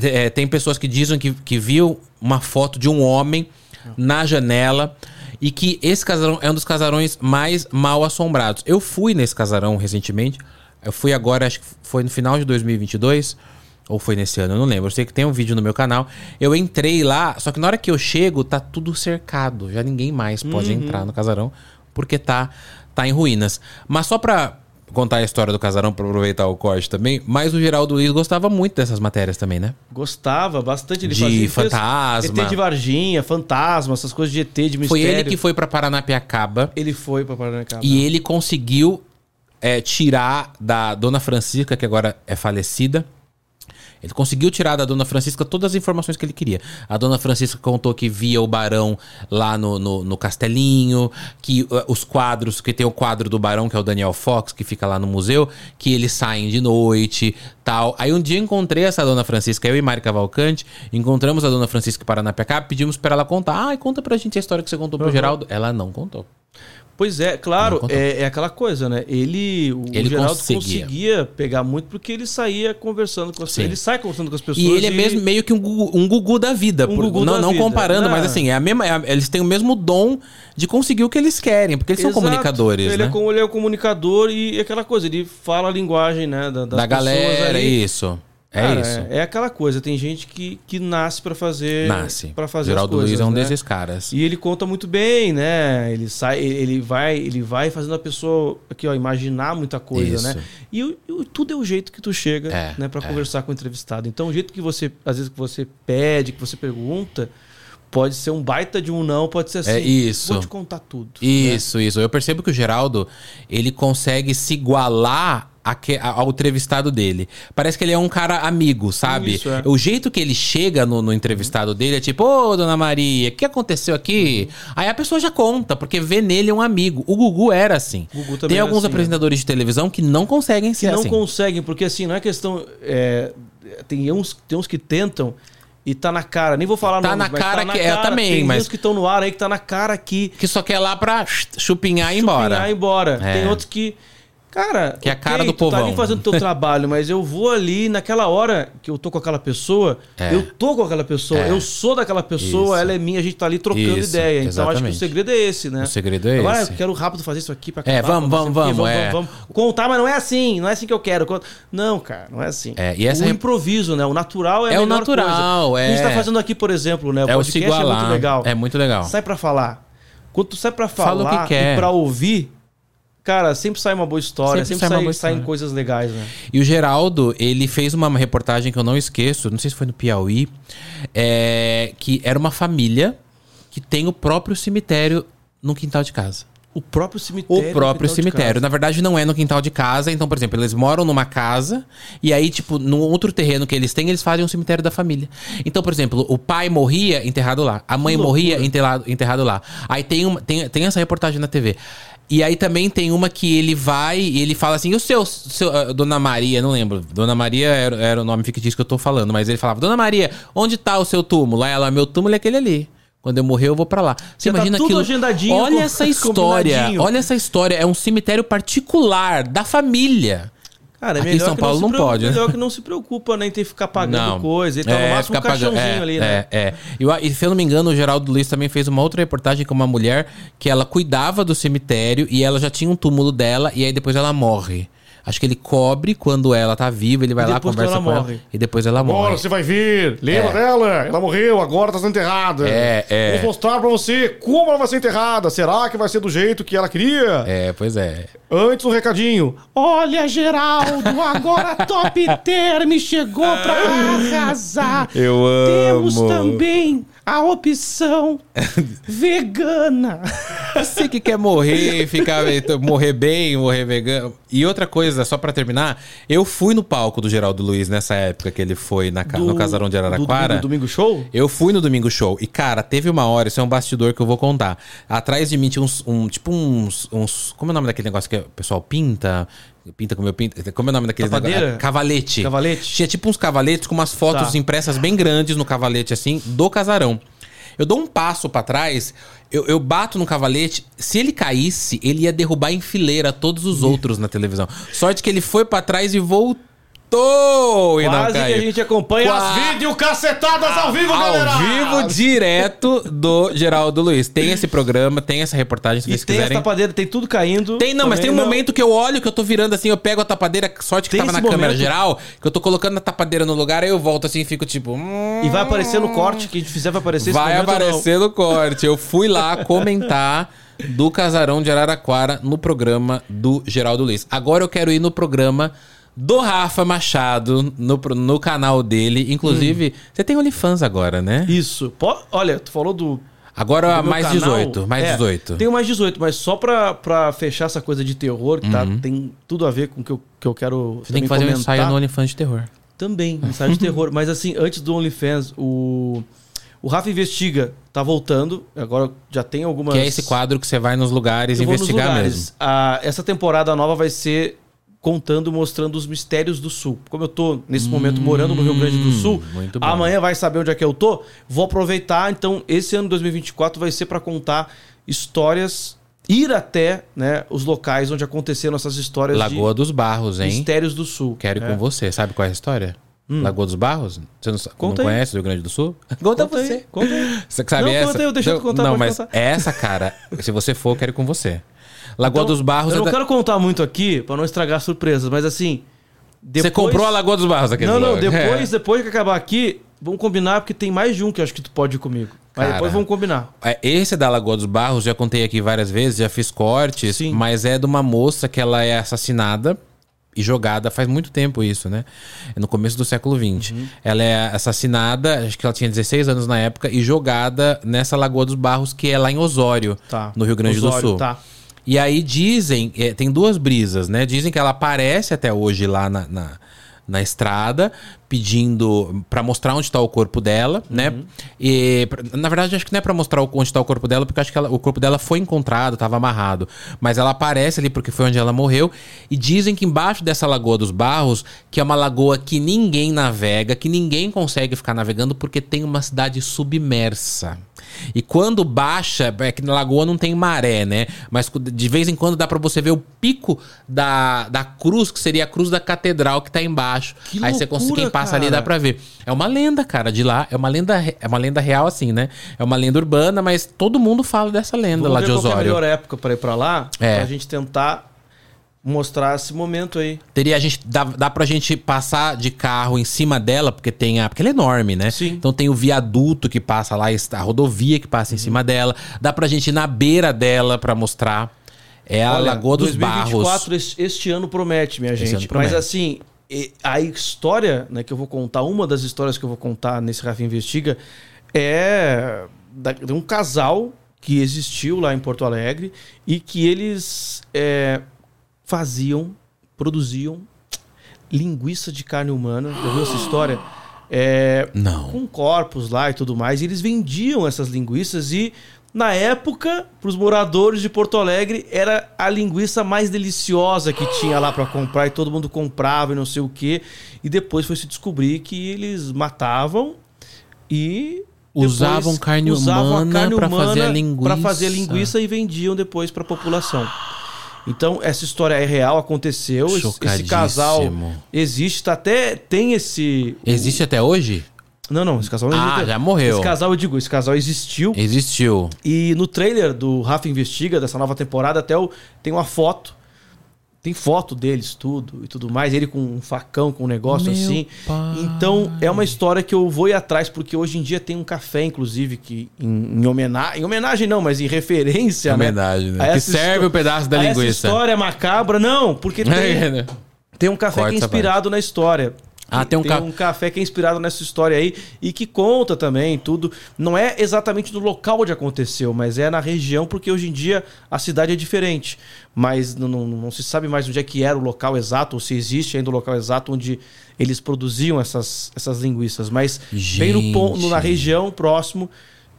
Speaker 1: é, tem pessoas que dizem que, que viu uma foto de um homem na janela. E que esse casarão é um dos casarões mais mal assombrados. Eu fui nesse casarão recentemente. Eu fui agora, acho que foi no final de 2022. Ou foi nesse ano, eu não lembro. Eu sei que tem um vídeo no meu canal. Eu entrei lá, só que na hora que eu chego, tá tudo cercado. Já ninguém mais pode
Speaker 2: Uhum.
Speaker 1: entrar no casarão, porque tá, tá em ruínas. Mas só pra contar a história do casarão, pra aproveitar o corte também, mas o Geraldo Luiz gostava muito dessas matérias também, né?
Speaker 2: Gostava bastante. Ele
Speaker 1: De
Speaker 2: fazia, ele fez
Speaker 1: fantasma.
Speaker 2: ET de Varginha, fantasma, essas coisas de ET, de mistério.
Speaker 1: Foi ele que foi pra Paranapiacaba.
Speaker 2: Ele foi pra Paranaicaba.
Speaker 1: E ele conseguiu é, tirar da Dona Francisca, que agora é falecida. Ele conseguiu tirar da Dona Francisca todas as informações que ele queria. A Dona Francisca contou que via o Barão lá no, no, no Castelinho, que uh, os quadros, que tem o quadro do Barão, que é o Daniel Fox, que fica lá no museu, que eles saem de noite, tal. Aí um dia encontrei essa Dona Francisca, eu e Mari Cavalcante, encontramos a Dona Francisca em Paranapiacaba, pedimos pra ela contar. Ai, conta pra gente a história que você contou pro Geraldo. Ela não contou.
Speaker 2: Pois é,
Speaker 1: Não
Speaker 2: claro,
Speaker 1: contou.
Speaker 2: é, é aquela coisa, né? Ele, o
Speaker 1: Ele
Speaker 2: Geraldo
Speaker 1: conseguia.
Speaker 2: conseguia. pegar muito porque ele saía conversando com as
Speaker 1: Sim.
Speaker 2: pessoas. Ele sai conversando com as pessoas.
Speaker 1: E ele é mesmo meio que um gugu, um gugu da vida.
Speaker 2: Um
Speaker 1: por-
Speaker 2: gugu
Speaker 1: não
Speaker 2: da
Speaker 1: não
Speaker 2: vida.
Speaker 1: comparando, mas
Speaker 2: Ah.
Speaker 1: assim, é a mesma, é a- eles têm o mesmo dom de conseguir o que eles querem, porque eles são
Speaker 2: Exato.
Speaker 1: comunicadores,
Speaker 2: ele
Speaker 1: né?
Speaker 2: É, como- ele é o comunicador e é aquela coisa, ele fala a linguagem, né? Da, das
Speaker 1: da galera,
Speaker 2: pessoas ali.
Speaker 1: isso. É
Speaker 2: Cara,
Speaker 1: isso.
Speaker 2: É, é aquela coisa, tem gente que, que nasce pra fazer.
Speaker 1: Nasce.
Speaker 2: é, Pra fazer as
Speaker 1: Geraldo
Speaker 2: coisas,
Speaker 1: Luiz é um
Speaker 2: né?
Speaker 1: desses caras.
Speaker 2: E ele conta muito bem, né? Ele sai, ele vai, ele vai fazendo a pessoa aqui, ó, imaginar muita coisa,
Speaker 1: Isso.
Speaker 2: né? E o- e o- tudo é o jeito que tu chega,
Speaker 1: É,
Speaker 2: né, para
Speaker 1: é.
Speaker 2: conversar com o entrevistado. Então, o jeito que você, às vezes que você pede, que você pergunta, pode ser um baita de um não, pode ser assim,
Speaker 1: É isso.
Speaker 2: vou te contar tudo. Né?
Speaker 1: Isso, isso. Eu percebo que o Geraldo, ele consegue se igualar aque- a- ao entrevistado dele. Parece que ele é um cara amigo, sabe?
Speaker 2: Isso, é. Uhum.
Speaker 1: O jeito que ele chega no, no entrevistado dele é tipo, ô, dona Maria, o que aconteceu aqui? Aí a pessoa já conta, porque vê nele um amigo. O Gugu era assim.
Speaker 2: O Gugu também
Speaker 1: Tem
Speaker 2: era
Speaker 1: alguns
Speaker 2: assim,
Speaker 1: apresentadores de televisão que não conseguem
Speaker 2: que
Speaker 1: ser
Speaker 2: não
Speaker 1: assim.
Speaker 2: conseguem, porque assim, não é questão. é, tem, uns, tem uns que tentam e tá na cara. Nem vou falar
Speaker 1: Tá
Speaker 2: nomes,
Speaker 1: na
Speaker 2: mas
Speaker 1: cara que- é, eu também,
Speaker 2: Tem
Speaker 1: mas-
Speaker 2: uns que estão no ar aí que tá na cara que.
Speaker 1: Que só quer lá pra chupinhar e ir embora.
Speaker 2: Chupinhar e ir embora.
Speaker 1: É.
Speaker 2: Tem outros que. Cara,
Speaker 1: Que é a cara do
Speaker 2: tu tá
Speaker 1: povão.
Speaker 2: ali fazendo teu trabalho, mas eu vou ali naquela hora que eu tô com aquela pessoa,
Speaker 1: É.
Speaker 2: eu tô com aquela pessoa,
Speaker 1: É.
Speaker 2: eu sou daquela
Speaker 1: Isso.
Speaker 2: pessoa, ela é minha, a gente tá ali trocando
Speaker 1: Isso,
Speaker 2: ideia. Então acho que
Speaker 1: exatamente.
Speaker 2: o segredo é esse, né?
Speaker 1: O segredo é
Speaker 2: Agora,
Speaker 1: esse.
Speaker 2: eu quero rápido fazer isso aqui pra
Speaker 1: É,
Speaker 2: acabar
Speaker 1: vamos,
Speaker 2: com
Speaker 1: vamos,
Speaker 2: isso aqui,
Speaker 1: vamos, é.
Speaker 2: Contar, mas não é assim, não é assim que eu quero. Conta- Não, cara, não é assim.
Speaker 1: É, e essa
Speaker 2: o
Speaker 1: re-
Speaker 2: improviso, né? O natural é,
Speaker 1: É
Speaker 2: a
Speaker 1: o
Speaker 2: melhor
Speaker 1: natural,
Speaker 2: coisa. O que A gente
Speaker 1: é.
Speaker 2: tá fazendo aqui, por exemplo, né? O
Speaker 1: É o se
Speaker 2: podcast
Speaker 1: igualar.
Speaker 2: é muito legal.
Speaker 1: É muito legal.
Speaker 2: Sai pra falar. Quando tu sai pra
Speaker 1: Fala o
Speaker 2: falar
Speaker 1: que quer.
Speaker 2: e pra ouvir, cara, sempre sai uma boa história,
Speaker 1: Sempre
Speaker 2: sempre,
Speaker 1: sai uma
Speaker 2: sai-
Speaker 1: boa
Speaker 2: saem
Speaker 1: história.
Speaker 2: coisas legais, né?
Speaker 1: E o Geraldo, ele fez uma reportagem que eu não esqueço, não sei se foi no Piauí, é, que era uma família que tem o próprio cemitério no quintal de casa.
Speaker 2: O próprio
Speaker 1: O
Speaker 2: cemitério.
Speaker 1: próprio
Speaker 2: quintal de
Speaker 1: cemitério. é Na verdade, não é no quintal de casa. Então, por exemplo, eles moram numa casa e aí, tipo, num outro terreno que eles têm, eles fazem um cemitério da família. Então, por exemplo, o pai morria enterrado lá. A mãe morria enterrado, enterrado lá. Aí tem, uma, tem, tem essa reportagem na TV. E aí também tem uma que ele vai e ele fala assim: e o seu, seu ah, Dona Maria, não lembro. Dona Maria era, era o nome fictício que eu tô falando, mas ele falava: Dona Maria, onde tá o seu túmulo? Aí ela, meu túmulo é aquele ali. Quando eu morrer, eu vou pra lá. Você
Speaker 2: Já tá
Speaker 1: imagina
Speaker 2: tudo
Speaker 1: aquilo?
Speaker 2: agendadinho,
Speaker 1: Olha
Speaker 2: com-
Speaker 1: essa história.
Speaker 2: combinadinho.
Speaker 1: Olha essa história. É um cemitério particular da família.
Speaker 2: Cara, é
Speaker 1: Aqui em
Speaker 2: melhor
Speaker 1: São
Speaker 2: que
Speaker 1: Paulo
Speaker 2: se
Speaker 1: não
Speaker 2: preo-
Speaker 1: pode, né?
Speaker 2: Melhor que não se preocupa nem ter que ficar pagando coisa. Ele tá
Speaker 1: É,
Speaker 2: no máximo
Speaker 1: fica
Speaker 2: um caixãozinho
Speaker 1: pagando- é,
Speaker 2: ali, né?
Speaker 1: É, é. E, eu- e se eu não me engano, o Geraldo Luiz também fez uma outra reportagem com uma mulher que ela cuidava do cemitério e ela já tinha um túmulo dela e aí depois ela morre. Acho que ele cobre quando ela tá viva, ele vai
Speaker 2: E
Speaker 1: lá,
Speaker 2: depois
Speaker 1: conversa
Speaker 2: ela
Speaker 1: com ela
Speaker 2: morre.
Speaker 1: e depois ela
Speaker 3: Agora
Speaker 1: morre.
Speaker 3: você vai ver. Lembra
Speaker 1: É.
Speaker 3: dela? Ela morreu, agora tá sendo enterrada.
Speaker 1: É, é.
Speaker 3: Vou mostrar pra você como ela vai ser enterrada. Será que vai ser do jeito que ela queria?
Speaker 1: É, pois é.
Speaker 3: Antes um recadinho.
Speaker 2: Olha, Geraldo, agora a Top Term chegou pra arrasar.
Speaker 1: Eu
Speaker 2: Temos também a opção vegana.
Speaker 1: Você que quer morrer, ficar morrer bem, morrer vegano. E outra coisa, só pra terminar, eu fui no palco do Geraldo Luiz nessa época que ele foi na, ca- no casarão de Araraquara.
Speaker 2: Do, domingo show?
Speaker 1: Eu fui no Domingo Show e, cara, teve uma hora, isso é um bastidor que eu vou contar. Atrás de mim tinha uns, um, tipo uns, uns- como é o nome daquele negócio que o pessoal pinta? Pinta como eu pinto? Como é o nome daquele
Speaker 2: Tapadeira?
Speaker 1: negócio? Cavalete.
Speaker 2: Cavalete.
Speaker 1: Tinha tipo uns cavaletes com umas fotos
Speaker 2: Tá.
Speaker 1: impressas bem grandes no cavalete, assim, do casarão. Eu dou um passo pra trás, eu, eu bato no cavalete. Se ele caísse, ele ia derrubar em fileira todos os outros na televisão. Sorte que ele foi pra trás e voltou. acertou! E não
Speaker 2: Quase que a
Speaker 1: caiu.
Speaker 2: gente acompanha
Speaker 1: Qua-
Speaker 2: as
Speaker 3: Vídeo cacetadas ao vivo, galera!
Speaker 1: Ao vivo, direto do Geraldo Luiz. Tem esse programa, tem essa reportagem, se
Speaker 2: E
Speaker 1: vocês
Speaker 2: tem as
Speaker 1: quiserem.
Speaker 2: tapadeiras, tem tudo caindo.
Speaker 1: Tem, não, mas
Speaker 2: Também
Speaker 1: tem um momento que eu olho, que eu tô virando assim, eu pego a tapadeira, sorte que
Speaker 2: Tem
Speaker 1: tava na
Speaker 2: esse
Speaker 1: câmera
Speaker 2: momento.
Speaker 1: geral, que eu tô colocando a tapadeira no lugar, aí eu volto assim e fico tipo. hum,
Speaker 2: E vai aparecer no corte que a gente fizer, vai aparecer esse
Speaker 1: vai
Speaker 2: momento ou não?
Speaker 1: aparecer no corte. Eu fui lá comentar do Casarão de Araraquara no programa do Geraldo Luiz. Agora eu quero ir no programa do Rafa Machado, no, pro- no canal dele.
Speaker 2: Hum.
Speaker 1: Inclusive, você tem OnlyFans agora, né?
Speaker 2: Isso. Po- Olha, tu falou do.
Speaker 1: Agora
Speaker 2: do meu
Speaker 1: Ah, mais
Speaker 2: canal.
Speaker 1: 18, mais
Speaker 2: É,
Speaker 1: 18.
Speaker 2: Tenho mais 18, mas só pra, pra fechar essa coisa de terror, que tá, tem tudo a ver com o que eu, que eu quero.
Speaker 1: Uhum. Você tem que
Speaker 2: também
Speaker 1: fazer um ensaio
Speaker 2: comentar.
Speaker 1: no OnlyFans de terror.
Speaker 2: Também, um ensaio de terror. Mas assim, antes do OnlyFans, o. O Rafa Investiga tá voltando. Agora já tem algumas.
Speaker 1: Que é esse quadro que você vai nos lugares
Speaker 2: Eu vou nos
Speaker 1: investigar
Speaker 2: lugares.
Speaker 1: mesmo.
Speaker 2: Ah, essa temporada nova vai ser contando, mostrando os mistérios do Sul. Como eu tô, nesse momento, morando no Rio Grande do Sul,
Speaker 1: Hum, muito bom.
Speaker 2: amanhã vai saber onde é que eu tô. Vou aproveitar, então, esse ano 2024 vai ser para contar histórias, ir até né, os locais onde aconteceram essas histórias
Speaker 1: Lagoa dos Barros,
Speaker 2: de
Speaker 1: hein?
Speaker 2: mistérios do Sul.
Speaker 1: Quero ir com você. Sabe qual é a história? Lagoa dos Barros? Você não, sa- não
Speaker 2: Hum. Conta aí.
Speaker 1: conhece o Rio Grande do Sul? Conta,
Speaker 2: Conta aí, conta aí.
Speaker 1: Você que sabe
Speaker 2: Não,
Speaker 1: essa?
Speaker 2: conta aí, eu deixo
Speaker 1: Não,
Speaker 2: tu contar,
Speaker 1: Não,
Speaker 2: pode
Speaker 1: mas
Speaker 2: contar.
Speaker 1: essa, cara, se você for, eu quero ir com você. Lagoa
Speaker 2: Então,
Speaker 1: dos Barros...
Speaker 2: Eu
Speaker 1: é
Speaker 2: não
Speaker 1: da-
Speaker 2: quero contar muito aqui, para não estragar surpresas, mas assim...
Speaker 1: Você comprou a Lagoa dos Barros aquele
Speaker 2: Não, não,
Speaker 1: logo.
Speaker 2: depois,
Speaker 1: É.
Speaker 2: depois que acabar aqui, vamos combinar, porque tem mais de um que eu acho que tu pode ir comigo. Mas
Speaker 1: Cara.
Speaker 2: depois vamos combinar.
Speaker 1: É, Esse da Lagoa dos Barros, já contei aqui várias vezes, já fiz cortes,
Speaker 2: Sim.
Speaker 1: mas é de uma moça que ela é assassinada e jogada faz muito tempo isso, né? É No começo do século XX.
Speaker 2: Uhum.
Speaker 1: Ela é assassinada, acho que ela tinha 16 anos na época, e jogada nessa Lagoa dos Barros, que é lá em Osório,
Speaker 2: Tá.
Speaker 1: no Rio Grande do
Speaker 2: Osório,
Speaker 1: Sul.
Speaker 2: Tá.
Speaker 1: E aí dizem, eh, tem duas brisas, né? Dizem que ela aparece até hoje lá na, na, na estrada, pedindo pra mostrar onde tá o corpo dela, né? E pra- na verdade acho que não é pra mostrar o- onde tá o corpo dela, porque acho que ela- o corpo dela foi encontrado, tava amarrado, mas ela aparece ali porque foi onde ela morreu. E dizem que embaixo dessa lagoa dos Barros, que é uma lagoa que ninguém navega, que ninguém consegue ficar navegando porque tem uma cidade submersa. E quando baixa, é que na lagoa não tem maré, né? Mas cu- de vez em quando dá pra você ver o pico da, da cruz, que seria a cruz da catedral que tá embaixo.
Speaker 2: Que
Speaker 1: Aí você
Speaker 2: loucura,
Speaker 1: consegue quem passa ali
Speaker 2: cara.
Speaker 1: dá pra ver. É uma lenda, cara, de lá, é uma lenda, re- é uma lenda real assim, né? É uma lenda urbana, mas todo mundo fala dessa lenda
Speaker 2: Vamos
Speaker 1: lá
Speaker 2: ver
Speaker 1: de
Speaker 2: qual que é a
Speaker 1: Osório.
Speaker 2: melhor época pra ir pra lá,
Speaker 1: É.
Speaker 2: pra gente tentar mostrar esse momento aí.
Speaker 1: Teria a gente dá, dá pra gente passar de carro em cima dela, porque tem a, porque ela é enorme, né?
Speaker 2: Sim.
Speaker 1: Então tem o viaduto que passa lá, a rodovia que passa em
Speaker 2: Uhum.
Speaker 1: cima dela. Dá pra gente ir na beira dela pra mostrar. É a
Speaker 2: Olha,
Speaker 1: Lagoa dos Barros.
Speaker 2: 2024 este- este ano promete, minha
Speaker 1: Esse
Speaker 2: gente.
Speaker 1: ano promete.
Speaker 2: Mas assim, e- a história né, que eu vou contar, uma das histórias que eu vou contar nesse Rafa Investiga é da- de um casal que existiu lá em Porto Alegre e que eles é, faziam, produziam linguiça de carne humana. Já viu essa história? É,
Speaker 1: Não.
Speaker 2: com corpos lá e tudo mais. E eles vendiam essas linguiças e na época, para os moradores de Porto Alegre, era a linguiça mais deliciosa que tinha lá para comprar e todo mundo comprava e não sei o quê. E depois foi se descobrir que eles matavam e depois
Speaker 1: Usavam carne humana pra fazer a linguiça.
Speaker 2: pra fazer a linguiça e vendiam depois para a população. Então, essa história é real, aconteceu. esse- Esse
Speaker 1: Chocadíssimo.
Speaker 2: casal existe, tá até tem esse
Speaker 1: Existe até hoje?
Speaker 2: não, não, esse casal não
Speaker 1: Ah,
Speaker 2: existe.
Speaker 1: já morreu.
Speaker 2: Esse casal, eu digo, esse casal existiu.
Speaker 1: Existiu.
Speaker 2: E no trailer do Rafa Investiga, dessa nova temporada, até o- tem uma foto. Tem foto deles, tudo e tudo mais. Ele com um facão, com um negócio
Speaker 1: Meu
Speaker 2: assim.
Speaker 1: pai.
Speaker 2: Então, é uma história que eu vou ir atrás, porque hoje em dia tem um café, inclusive, que em, em homenagem. Em homenagem não, mas em referência.
Speaker 1: É verdade,
Speaker 2: a
Speaker 1: né? Que
Speaker 2: essa
Speaker 1: serve
Speaker 2: histó-
Speaker 1: o pedaço da
Speaker 2: a Essa
Speaker 1: linguiça.
Speaker 2: história macabra, não, porque
Speaker 1: É,
Speaker 2: tem,
Speaker 1: né?
Speaker 2: tem um café
Speaker 1: Corta
Speaker 2: que é
Speaker 1: essa parte.
Speaker 2: inspirado na história.
Speaker 1: Ah, tem um ca-
Speaker 2: café que é inspirado nessa história aí e que conta também tudo. Não é exatamente no local onde aconteceu, mas é na região, porque hoje em dia a cidade é diferente. Mas não, não- não se sabe mais onde é que era o local exato, ou se existe ainda o local exato onde eles produziam essas, essas linguiças. Mas bem no pon-
Speaker 1: Gente.
Speaker 2: na região próximo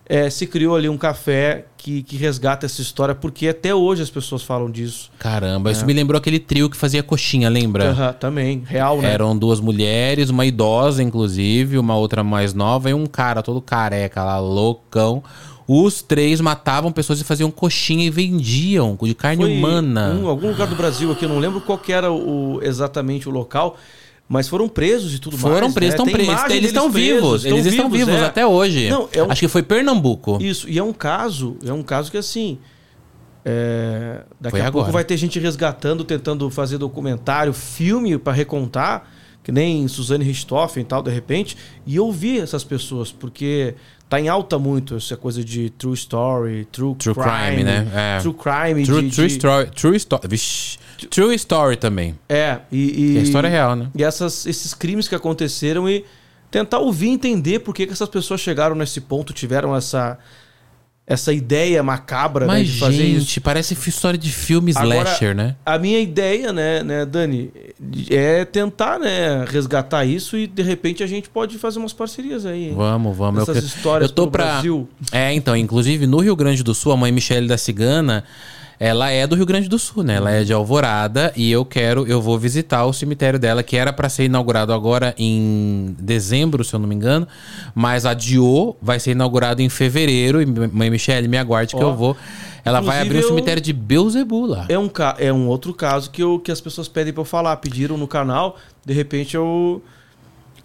Speaker 2: é, se criou ali um café que, que resgata essa história, porque até hoje as pessoas falam disso.
Speaker 1: Caramba,
Speaker 2: É.
Speaker 1: isso me lembrou aquele trio que fazia coxinha, lembra?
Speaker 2: Aham, também, real, né?
Speaker 1: Eram duas mulheres, uma idosa, inclusive, uma outra mais nova, e um cara todo careca lá, loucão. Os três matavam pessoas e faziam coxinha e vendiam de carne
Speaker 2: Foi um
Speaker 1: humana.
Speaker 2: Em algum lugar do Brasil aqui, eu não lembro qual que era o, exatamente o local, Mas foram presos e tudo mais.
Speaker 1: Foram presos,
Speaker 2: né?
Speaker 1: estão
Speaker 2: Tem
Speaker 1: presos.
Speaker 2: imagem
Speaker 1: Eles
Speaker 2: deles
Speaker 1: estão
Speaker 2: presos,
Speaker 1: vivos. Eles estão vivos,
Speaker 2: é.
Speaker 1: até hoje.
Speaker 2: Não, é um-
Speaker 1: Acho que foi Pernambuco.
Speaker 2: Isso, e é um caso, é um caso que assim. é, daqui
Speaker 1: Foi
Speaker 2: a pouco
Speaker 1: agora.
Speaker 2: vai ter gente resgatando, tentando fazer documentário, filme pra recontar, que nem Suzane Richthofen e tal, de repente. E eu vi essas pessoas, porque tá em alta muito essa coisa de true story, true,
Speaker 1: True crime,
Speaker 2: crime,
Speaker 1: né? É.
Speaker 2: True crime,
Speaker 1: True,
Speaker 2: de,
Speaker 1: true
Speaker 2: de-
Speaker 1: story. True story. Vixe. True story também.
Speaker 2: É, e. e
Speaker 1: Que é história real, né?
Speaker 2: E essas, esses crimes que aconteceram e tentar ouvir, entender por que, que essas pessoas chegaram nesse ponto, tiveram essa. Essa ideia macabra né,
Speaker 1: Mas,
Speaker 2: de fazer
Speaker 1: gente,
Speaker 2: isso.
Speaker 1: parece fi- história de filme
Speaker 2: Agora,
Speaker 1: slasher, né?
Speaker 2: A minha ideia, né, né, Dani, é tentar, né, resgatar isso e de repente a gente pode fazer umas parcerias aí. hein?
Speaker 1: Vamos, vamos.
Speaker 2: Essas
Speaker 1: que-
Speaker 2: histórias
Speaker 1: eu tô
Speaker 2: pelo
Speaker 1: pra...
Speaker 2: Brasil.
Speaker 1: É, então, inclusive no Rio Grande do Sul, a mãe Michele da Cigana, ela é do Rio Grande do Sul, né? Ela é de Alvorada e eu quero, eu vou visitar o cemitério dela, que era pra ser inaugurado agora em dezembro, se eu não me engano, mas adiou, vai ser inaugurado em fevereiro. E mãe Michele, me aguarde que
Speaker 2: Ó,
Speaker 1: eu vou. Ela vai
Speaker 2: inclusive,
Speaker 1: abrir o
Speaker 2: eu-
Speaker 1: cemitério de Beuzebu lá.
Speaker 2: É um, ca- é um outro caso que, eu, que as pessoas pedem pra eu falar, pediram no canal, de repente eu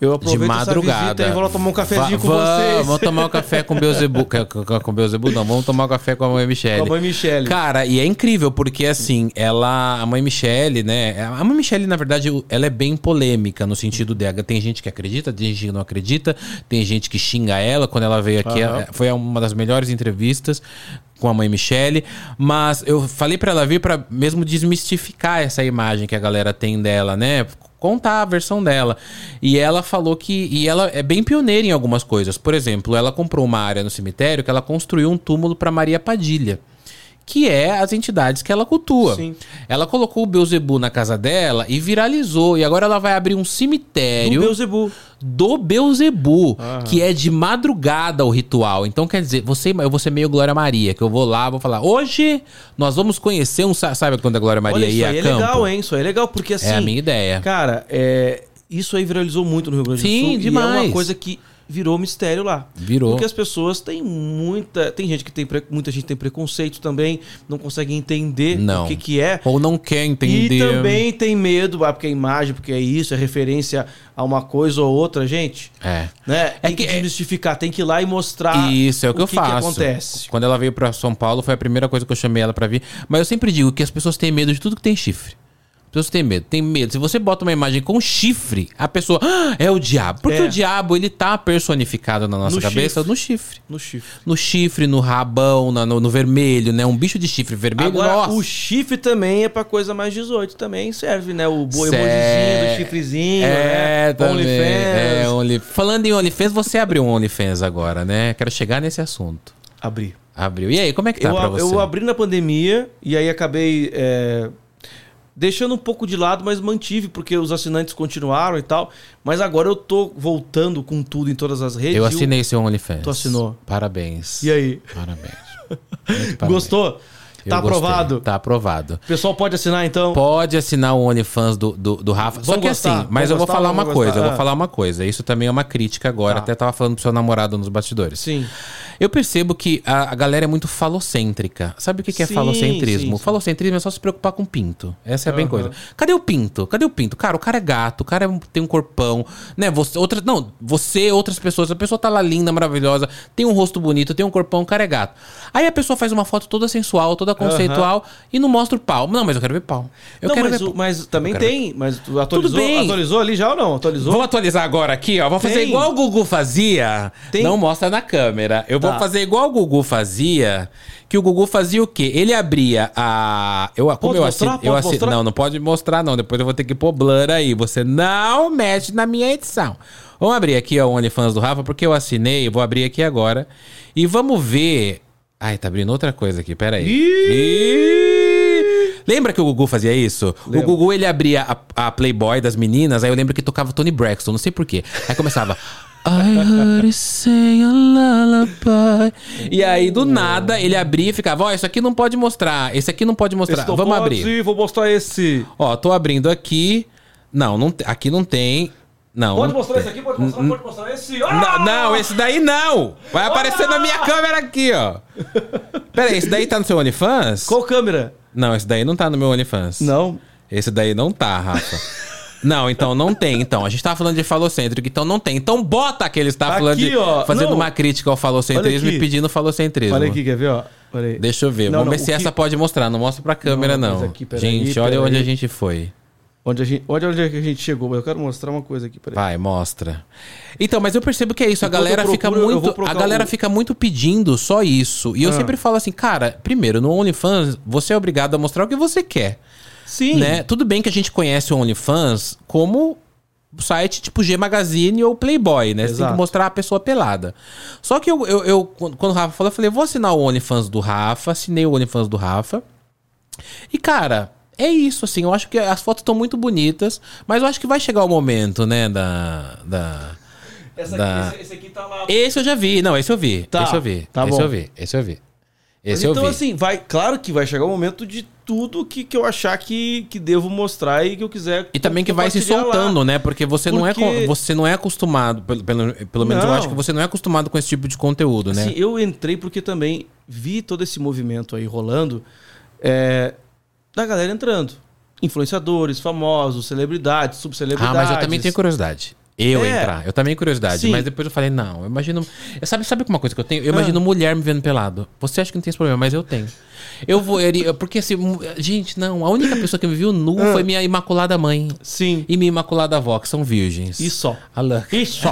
Speaker 2: eu
Speaker 1: De
Speaker 2: aproveito essa
Speaker 1: madrugada.
Speaker 2: visita e vou lá tomar um cafezinho
Speaker 1: Va-
Speaker 2: com
Speaker 1: vamos,
Speaker 2: vocês.
Speaker 1: Vamos tomar um café com Beuzebu. com- com- Com Beuzebu, não. Vamos tomar um café com a mãe Michele.
Speaker 2: Com a mãe Michele.
Speaker 1: Cara, e é incrível, porque assim, ela. A mãe Michele, né? A mãe Michele, na verdade, ela é bem polêmica no sentido dela. Tem gente que acredita, tem gente que não acredita, tem gente que xinga ela quando ela veio aqui. ela- Foi uma das melhores entrevistas com a mãe Michele, mas eu falei pra ela vir pra mesmo desmistificar essa imagem que a galera tem dela, né? contar a versão dela. E ela falou que. E ela é bem pioneira em algumas coisas. Por exemplo, ela comprou uma área no cemitério que ela construiu um túmulo pra Maria Padilha. Que é as entidades que ela cultua.
Speaker 2: Sim.
Speaker 1: Ela colocou o Beuzebu na casa dela e viralizou. E agora ela vai abrir um
Speaker 2: Do
Speaker 1: cemitério
Speaker 2: Beuzebu.
Speaker 1: do Beuzebu, que é de madrugada o ritual. Então quer dizer, você, eu vou ser meio Glória Maria, que eu vou lá, vou falar, hoje nós vamos conhecer um. sa- Sabe quando a Glória Maria
Speaker 2: Olha, isso
Speaker 1: ia a
Speaker 2: aí é
Speaker 1: campo?
Speaker 2: legal, hein? Isso aí é legal, porque assim...
Speaker 1: É a minha ideia.
Speaker 2: Cara, é, isso aí viralizou muito no Rio Grande do
Speaker 1: Sim,
Speaker 2: Sul. E é
Speaker 1: demais.
Speaker 2: uma coisa que virou mistério lá.
Speaker 1: Virou.
Speaker 2: Porque as pessoas têm muita. Tem gente que tem. pre- Muita gente tem preconceito também, não consegue entender
Speaker 1: Não.
Speaker 2: o que, que é.
Speaker 1: Ou não quer entender.
Speaker 2: E também tem medo, ah, porque é imagem, porque é isso, é referência a uma coisa ou outra, gente.
Speaker 1: É.
Speaker 2: Né?
Speaker 1: É
Speaker 2: Tem que,
Speaker 1: que-
Speaker 2: desmistificar, tem que ir lá e mostrar
Speaker 1: E Isso é o que eu faço.
Speaker 2: acontece.
Speaker 1: Quando ela veio pra São Paulo, foi a primeira coisa que eu chamei ela pra vir. Mas eu sempre digo que as pessoas têm medo de tudo que tem chifre. As pessoas têm medo, têm medo. Se você bota uma imagem com chifre, a pessoa. "Ah, é o diabo. Porque
Speaker 2: É.
Speaker 1: o diabo, ele tá personificado na nossa
Speaker 2: No
Speaker 1: cabeça
Speaker 2: chifre.
Speaker 1: no chifre.
Speaker 2: No chifre.
Speaker 1: No chifre, no rabão, na- no, no vermelho, né? Um bicho de chifre vermelho,
Speaker 2: Agora,
Speaker 1: nossa.
Speaker 2: o chifre também é pra coisa mais 18, também serve, né? O boi
Speaker 1: Cê-
Speaker 2: emojizinho, do chifrezinho,
Speaker 1: É,
Speaker 2: né?
Speaker 1: também.
Speaker 2: OnlyFans.
Speaker 1: É, Only- Falando em OnlyFans, você abriu um OnlyFans agora, né? Quero chegar nesse assunto.
Speaker 2: Abri.
Speaker 1: Abriu. E aí, como é que tá
Speaker 2: eu,
Speaker 1: pra
Speaker 2: a-
Speaker 1: você?
Speaker 2: eu abri na pandemia e aí acabei é, deixando um pouco de lado, mas mantive, porque os assinantes continuaram e tal. Mas agora eu tô voltando com tudo em todas as redes.
Speaker 1: Eu
Speaker 2: E o-
Speaker 1: assinei seu OnlyFans.
Speaker 2: Tu assinou.
Speaker 1: Parabéns.
Speaker 2: E aí?
Speaker 1: Parabéns. Muito parabéns.
Speaker 2: Gostou?
Speaker 1: Eu
Speaker 2: tá
Speaker 1: gostei.
Speaker 2: aprovado?
Speaker 1: Tá aprovado.
Speaker 2: O pessoal pode assinar então?
Speaker 1: Pode assinar o OnlyFans do, do, do Rafa. Só
Speaker 2: Vão
Speaker 1: que
Speaker 2: gostar,
Speaker 1: assim, mas
Speaker 2: vão
Speaker 1: eu vou
Speaker 2: gostar,
Speaker 1: falar
Speaker 2: não
Speaker 1: uma
Speaker 2: vão
Speaker 1: coisa,
Speaker 2: gostar?
Speaker 1: eu vou
Speaker 2: Ah.
Speaker 1: falar uma coisa. Isso também é uma crítica agora.
Speaker 2: Tá.
Speaker 1: Até tava falando pro seu namorado nos bastidores.
Speaker 2: Sim.
Speaker 1: Eu percebo que a, a galera é muito falocêntrica. Sabe o que, que é
Speaker 2: Sim,
Speaker 1: falocentrismo?
Speaker 2: sim, sim.
Speaker 1: Falocentrismo é só se preocupar com o pinto. Essa é bem
Speaker 2: Aham.
Speaker 1: coisa. Cadê o pinto? Cadê o pinto? Cara, o cara é gato, o cara é um- tem um corpão, né? Você, outra, não, você, outras pessoas, a pessoa tá lá linda, maravilhosa, tem um rosto bonito, tem um corpão, o cara é gato. Aí a pessoa faz uma foto toda sensual, toda conceitual e não mostra o pau. Não, mas eu quero ver pau. Eu
Speaker 2: não,
Speaker 1: quero
Speaker 2: mas,
Speaker 1: ver
Speaker 2: o-
Speaker 1: pau.
Speaker 2: mas também
Speaker 1: quero
Speaker 2: tem. Mas tu atualizou,
Speaker 1: bem.
Speaker 2: atualizou ali já ou não? Atualizou?
Speaker 1: Vou atualizar agora aqui, ó. Vou fazer
Speaker 2: Tem.
Speaker 1: igual o Gugu fazia.
Speaker 2: Tem.
Speaker 1: Não mostra na câmera. Eu vou
Speaker 2: Tá.
Speaker 1: fazer igual o Gugu fazia. Que o Gugu fazia o quê? Ele abria a. Eu, como
Speaker 2: Pode
Speaker 1: eu
Speaker 2: mostrar?
Speaker 1: assino.
Speaker 2: Pode
Speaker 1: Eu assi-
Speaker 2: mostrar?
Speaker 1: Não, não pode mostrar, não. Depois eu vou ter que pôr blur aí. Você não mexe na minha edição. Vamos abrir aqui ó, o OnlyFans do Rafa, porque eu assinei. Vou abrir aqui agora. E vamos ver. Ai, tá abrindo outra coisa aqui. Pera aí. Ih! Lembra que o Gugu fazia isso? O Gugu, ele abria a, a Playboy das meninas, aí eu lembro que tocava Tony Braxton, não sei porquê. Aí começava... I heard it sing a lullaby. E aí, do nada, ele abria e ficava, ó, isso aqui não pode mostrar, esse aqui não pode mostrar,
Speaker 2: Esse não
Speaker 1: Tá, vamos
Speaker 2: pode,
Speaker 1: abrir.
Speaker 2: Vou mostrar esse.
Speaker 1: Ó, tô abrindo aqui. Não, não te- aqui não tem... Não,
Speaker 2: Pode
Speaker 1: não
Speaker 2: mostrar
Speaker 1: tem.
Speaker 2: esse aqui, pode mostrar, pode mostrar esse. Ah!
Speaker 1: Hum, Não, não, esse daí não! Vai aparecer na minha câmera aqui, ó. Pera aí, esse daí tá no seu OnlyFans?
Speaker 2: Qual câmera?
Speaker 1: Não, esse daí não tá no meu OnlyFans.
Speaker 2: Não.
Speaker 1: Esse daí não tá, Rafa. Não, então não tem. Então, a gente tá falando de falocêntrico, então não tem. Então bota que eles tá
Speaker 2: Aqui,
Speaker 1: falando de,
Speaker 2: ó.
Speaker 1: fazendo
Speaker 2: Não.
Speaker 1: uma crítica ao falocentrismo
Speaker 2: Olha
Speaker 1: e
Speaker 2: aqui.
Speaker 1: pedindo falocentrismo.
Speaker 2: Olha aqui, quer ver, ó? Olha aí.
Speaker 1: Deixa eu ver.
Speaker 2: Não,
Speaker 1: Vamos
Speaker 2: não,
Speaker 1: ver
Speaker 2: o
Speaker 1: se
Speaker 2: que-
Speaker 1: essa pode mostrar. Não mostra pra câmera, não.
Speaker 2: Não, mas aqui, peraí,
Speaker 1: gente, olha
Speaker 2: peraí.
Speaker 1: onde a gente foi.
Speaker 2: Onde a gente, olha onde é que a gente chegou. Eu quero mostrar uma coisa aqui, peraí.
Speaker 1: Vai, mostra. Então, mas eu percebo que é isso. A
Speaker 2: Enquanto
Speaker 1: galera
Speaker 2: eu
Speaker 1: fica
Speaker 2: procuro, eu vou
Speaker 1: muito. A
Speaker 2: procurar Ah.
Speaker 1: galera
Speaker 2: o-
Speaker 1: fica muito pedindo só isso. E eu sempre falo assim, cara, primeiro, no OnlyFans, você é obrigado a mostrar o que você quer.
Speaker 2: Sim.
Speaker 1: né? Tudo bem que a gente conhece o OnlyFans como site tipo G Magazine ou Playboy, né? Você tem que
Speaker 2: Exato.
Speaker 1: mostrar a pessoa pelada. Só que eu, eu, eu- quando quando o Rafa falou, eu falei, vou assinar o OnlyFans do Rafa, assinei o OnlyFans do Rafa. E, cara, é isso, assim, eu acho que as fotos estão muito bonitas, mas eu acho que vai chegar o momento, né, da... da...
Speaker 2: Essa
Speaker 1: Da-
Speaker 2: esse, esse aqui tá lá.
Speaker 1: Esse eu já vi, não, esse eu vi,
Speaker 2: Tá,
Speaker 1: esse eu vi,
Speaker 2: tá
Speaker 1: esse
Speaker 2: bom.
Speaker 1: eu vi, esse eu vi, esse eu
Speaker 2: então,
Speaker 1: vi.
Speaker 2: assim, vai, claro que vai chegar o momento de tudo que, que eu achar que, que devo mostrar e que eu quiser.
Speaker 1: E também que vai se
Speaker 2: compartilhar lá.
Speaker 1: soltando, né? Porque você não é
Speaker 2: Porque-
Speaker 1: co- você não é acostumado, pelo, pelo, pelo menos eu
Speaker 2: Não.
Speaker 1: acho que você não é acostumado com esse tipo de conteúdo, né?
Speaker 2: Assim, eu entrei porque também vi todo esse movimento aí rolando é, da galera entrando. Influenciadores, famosos, celebridades,
Speaker 1: ah,
Speaker 2: subcelebridades.
Speaker 1: mas eu também tenho curiosidade. Eu
Speaker 2: É.
Speaker 1: entrar, eu também tenho curiosidade.
Speaker 2: Sim.
Speaker 1: Mas depois eu falei, não, eu imagino. Eu sabe, sabe uma coisa que eu tenho? Eu
Speaker 2: Ah.
Speaker 1: imagino mulher me vendo pelado. Você acha que não tem esse problema, mas eu tenho. Eu vou. ele- eu- Porque assim, mu- gente, não, a única pessoa que me viu nu
Speaker 2: Ah.
Speaker 1: foi minha imaculada mãe
Speaker 2: Sim.
Speaker 1: e minha imaculada avó, que são virgens.
Speaker 2: E só.
Speaker 1: Alô.
Speaker 3: Isso.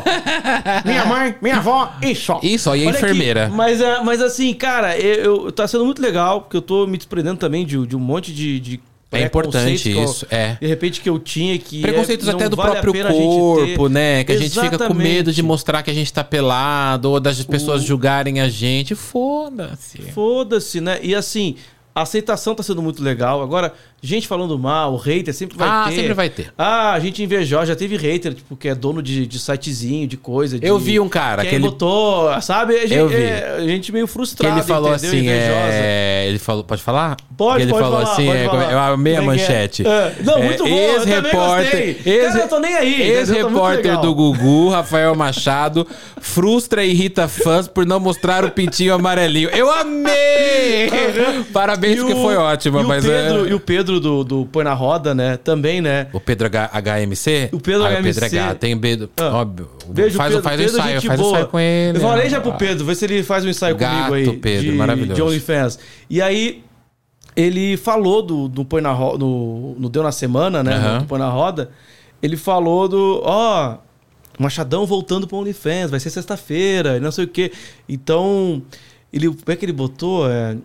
Speaker 3: minha mãe, minha avó, isso.
Speaker 1: Isso, aí a
Speaker 2: Olha aqui,
Speaker 1: enfermeira.
Speaker 2: mas, ah, mas assim, cara, eu, eu- tá sendo muito legal, porque eu tô me desprendendo também de, de um monte de. de
Speaker 1: É importante
Speaker 2: preconceitos que eu-
Speaker 1: isso, é.
Speaker 2: De repente que eu tinha que.
Speaker 1: Preconceitos
Speaker 2: é, não
Speaker 1: até do
Speaker 2: vale a
Speaker 1: próprio
Speaker 2: pena a gente
Speaker 1: corpo,
Speaker 2: ter.
Speaker 1: né? Que a gente fica com medo de
Speaker 2: Exatamente.
Speaker 1: mostrar que a gente tá pelado, ou das pessoas julgarem a gente. Foda-se.
Speaker 2: Foda-se, né? E assim, a aceitação tá sendo muito legal. Agora, gente falando mal, hater sempre vai
Speaker 1: Ah,
Speaker 2: ter.
Speaker 1: sempre vai ter.
Speaker 2: Ah, a gente invejou, já teve hater, tipo, que é dono de, de sitezinho, de coisa. de-
Speaker 1: Eu vi um cara
Speaker 2: que
Speaker 1: que
Speaker 2: aí
Speaker 1: ele-
Speaker 2: botou, sabe? A gente,
Speaker 1: Eu vi.
Speaker 2: é, a gente meio
Speaker 1: Que
Speaker 2: frustrado.
Speaker 1: ele falou assim,
Speaker 2: Invejosa.
Speaker 1: é... Ele falou... Pode falar?
Speaker 2: Pode,
Speaker 1: Que ele
Speaker 2: pode
Speaker 1: falou
Speaker 2: falar,
Speaker 1: assim,
Speaker 2: pode
Speaker 1: é,
Speaker 2: falar.
Speaker 1: eu amei a
Speaker 2: Como é que é?
Speaker 1: manchete.
Speaker 2: É, não, muito bom, eu também
Speaker 1: Ex-repórter...
Speaker 2: gostei. Cara, eu tô nem aí, entendeu? Tá muito
Speaker 1: Ex-repórter
Speaker 2: legal.
Speaker 1: do Gugu, Rafael Machado, frustra e irrita fãs por não mostrar o pintinho amarelinho. Eu amei! Parabéns,
Speaker 2: Uhum. E
Speaker 1: que
Speaker 2: o-
Speaker 1: foi ótima,
Speaker 2: e
Speaker 1: mas...
Speaker 2: o
Speaker 1: é-
Speaker 2: Pedro, E o Pedro do, do Põe na Roda, né? Também, né?
Speaker 1: O Pedro H- HMC?
Speaker 2: O Pedro
Speaker 1: O Pedro
Speaker 2: HMC.
Speaker 1: H. Tem Pedro.
Speaker 2: Ah.
Speaker 1: Óbvio.
Speaker 2: Beijo,
Speaker 1: faz,
Speaker 2: Pedro.
Speaker 1: Faz o
Speaker 2: Pedro,
Speaker 1: ensaio,
Speaker 2: gente
Speaker 1: faz o
Speaker 2: boa.
Speaker 1: ensaio com ele.
Speaker 2: Eu falei já
Speaker 1: Ah.
Speaker 2: pro Pedro, vê se ele faz um ensaio
Speaker 1: Gato,
Speaker 2: comigo aí.
Speaker 1: Pedro,
Speaker 2: de,
Speaker 1: maravilhoso.
Speaker 2: De OnlyFans. E aí, ele falou do, do Põe na Roda, no, no Deu na Semana, né?
Speaker 1: Aham.
Speaker 2: No Põe na Roda. Ele falou do, ó, Machadão voltando pro OnlyFans, vai ser sexta-feira, e não sei o quê. Então, ele, como é que ele botou? É,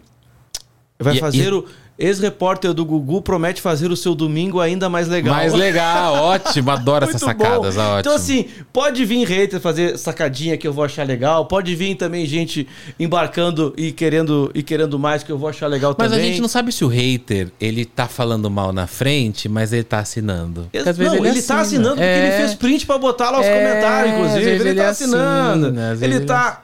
Speaker 2: vai
Speaker 1: E- é,
Speaker 2: fazer
Speaker 1: e-
Speaker 2: o... Ex-repórter do Gugu promete fazer o seu domingo ainda mais legal.
Speaker 1: Mais legal, ótimo. Adoro essas
Speaker 2: Muito
Speaker 1: sacadas,
Speaker 2: bom.
Speaker 1: ótimo.
Speaker 2: Então, assim, pode vir hater fazer sacadinha que eu vou achar legal. Pode vir também gente embarcando e querendo, e querendo mais que eu vou achar legal
Speaker 1: mas
Speaker 2: também.
Speaker 1: a gente não sabe se o hater, ele tá falando mal na frente, mas ele tá assinando. Porque
Speaker 2: Não,
Speaker 1: às vezes
Speaker 2: ele, tá
Speaker 1: assina.
Speaker 2: assinando porque
Speaker 1: É.
Speaker 2: ele fez print pra botar lá os
Speaker 1: É, às
Speaker 2: comentários, inclusive.
Speaker 1: vezes
Speaker 2: Ele,
Speaker 1: ele
Speaker 2: tá
Speaker 1: assina,
Speaker 2: assinando.
Speaker 1: às vezes
Speaker 2: ele
Speaker 1: ele
Speaker 2: tá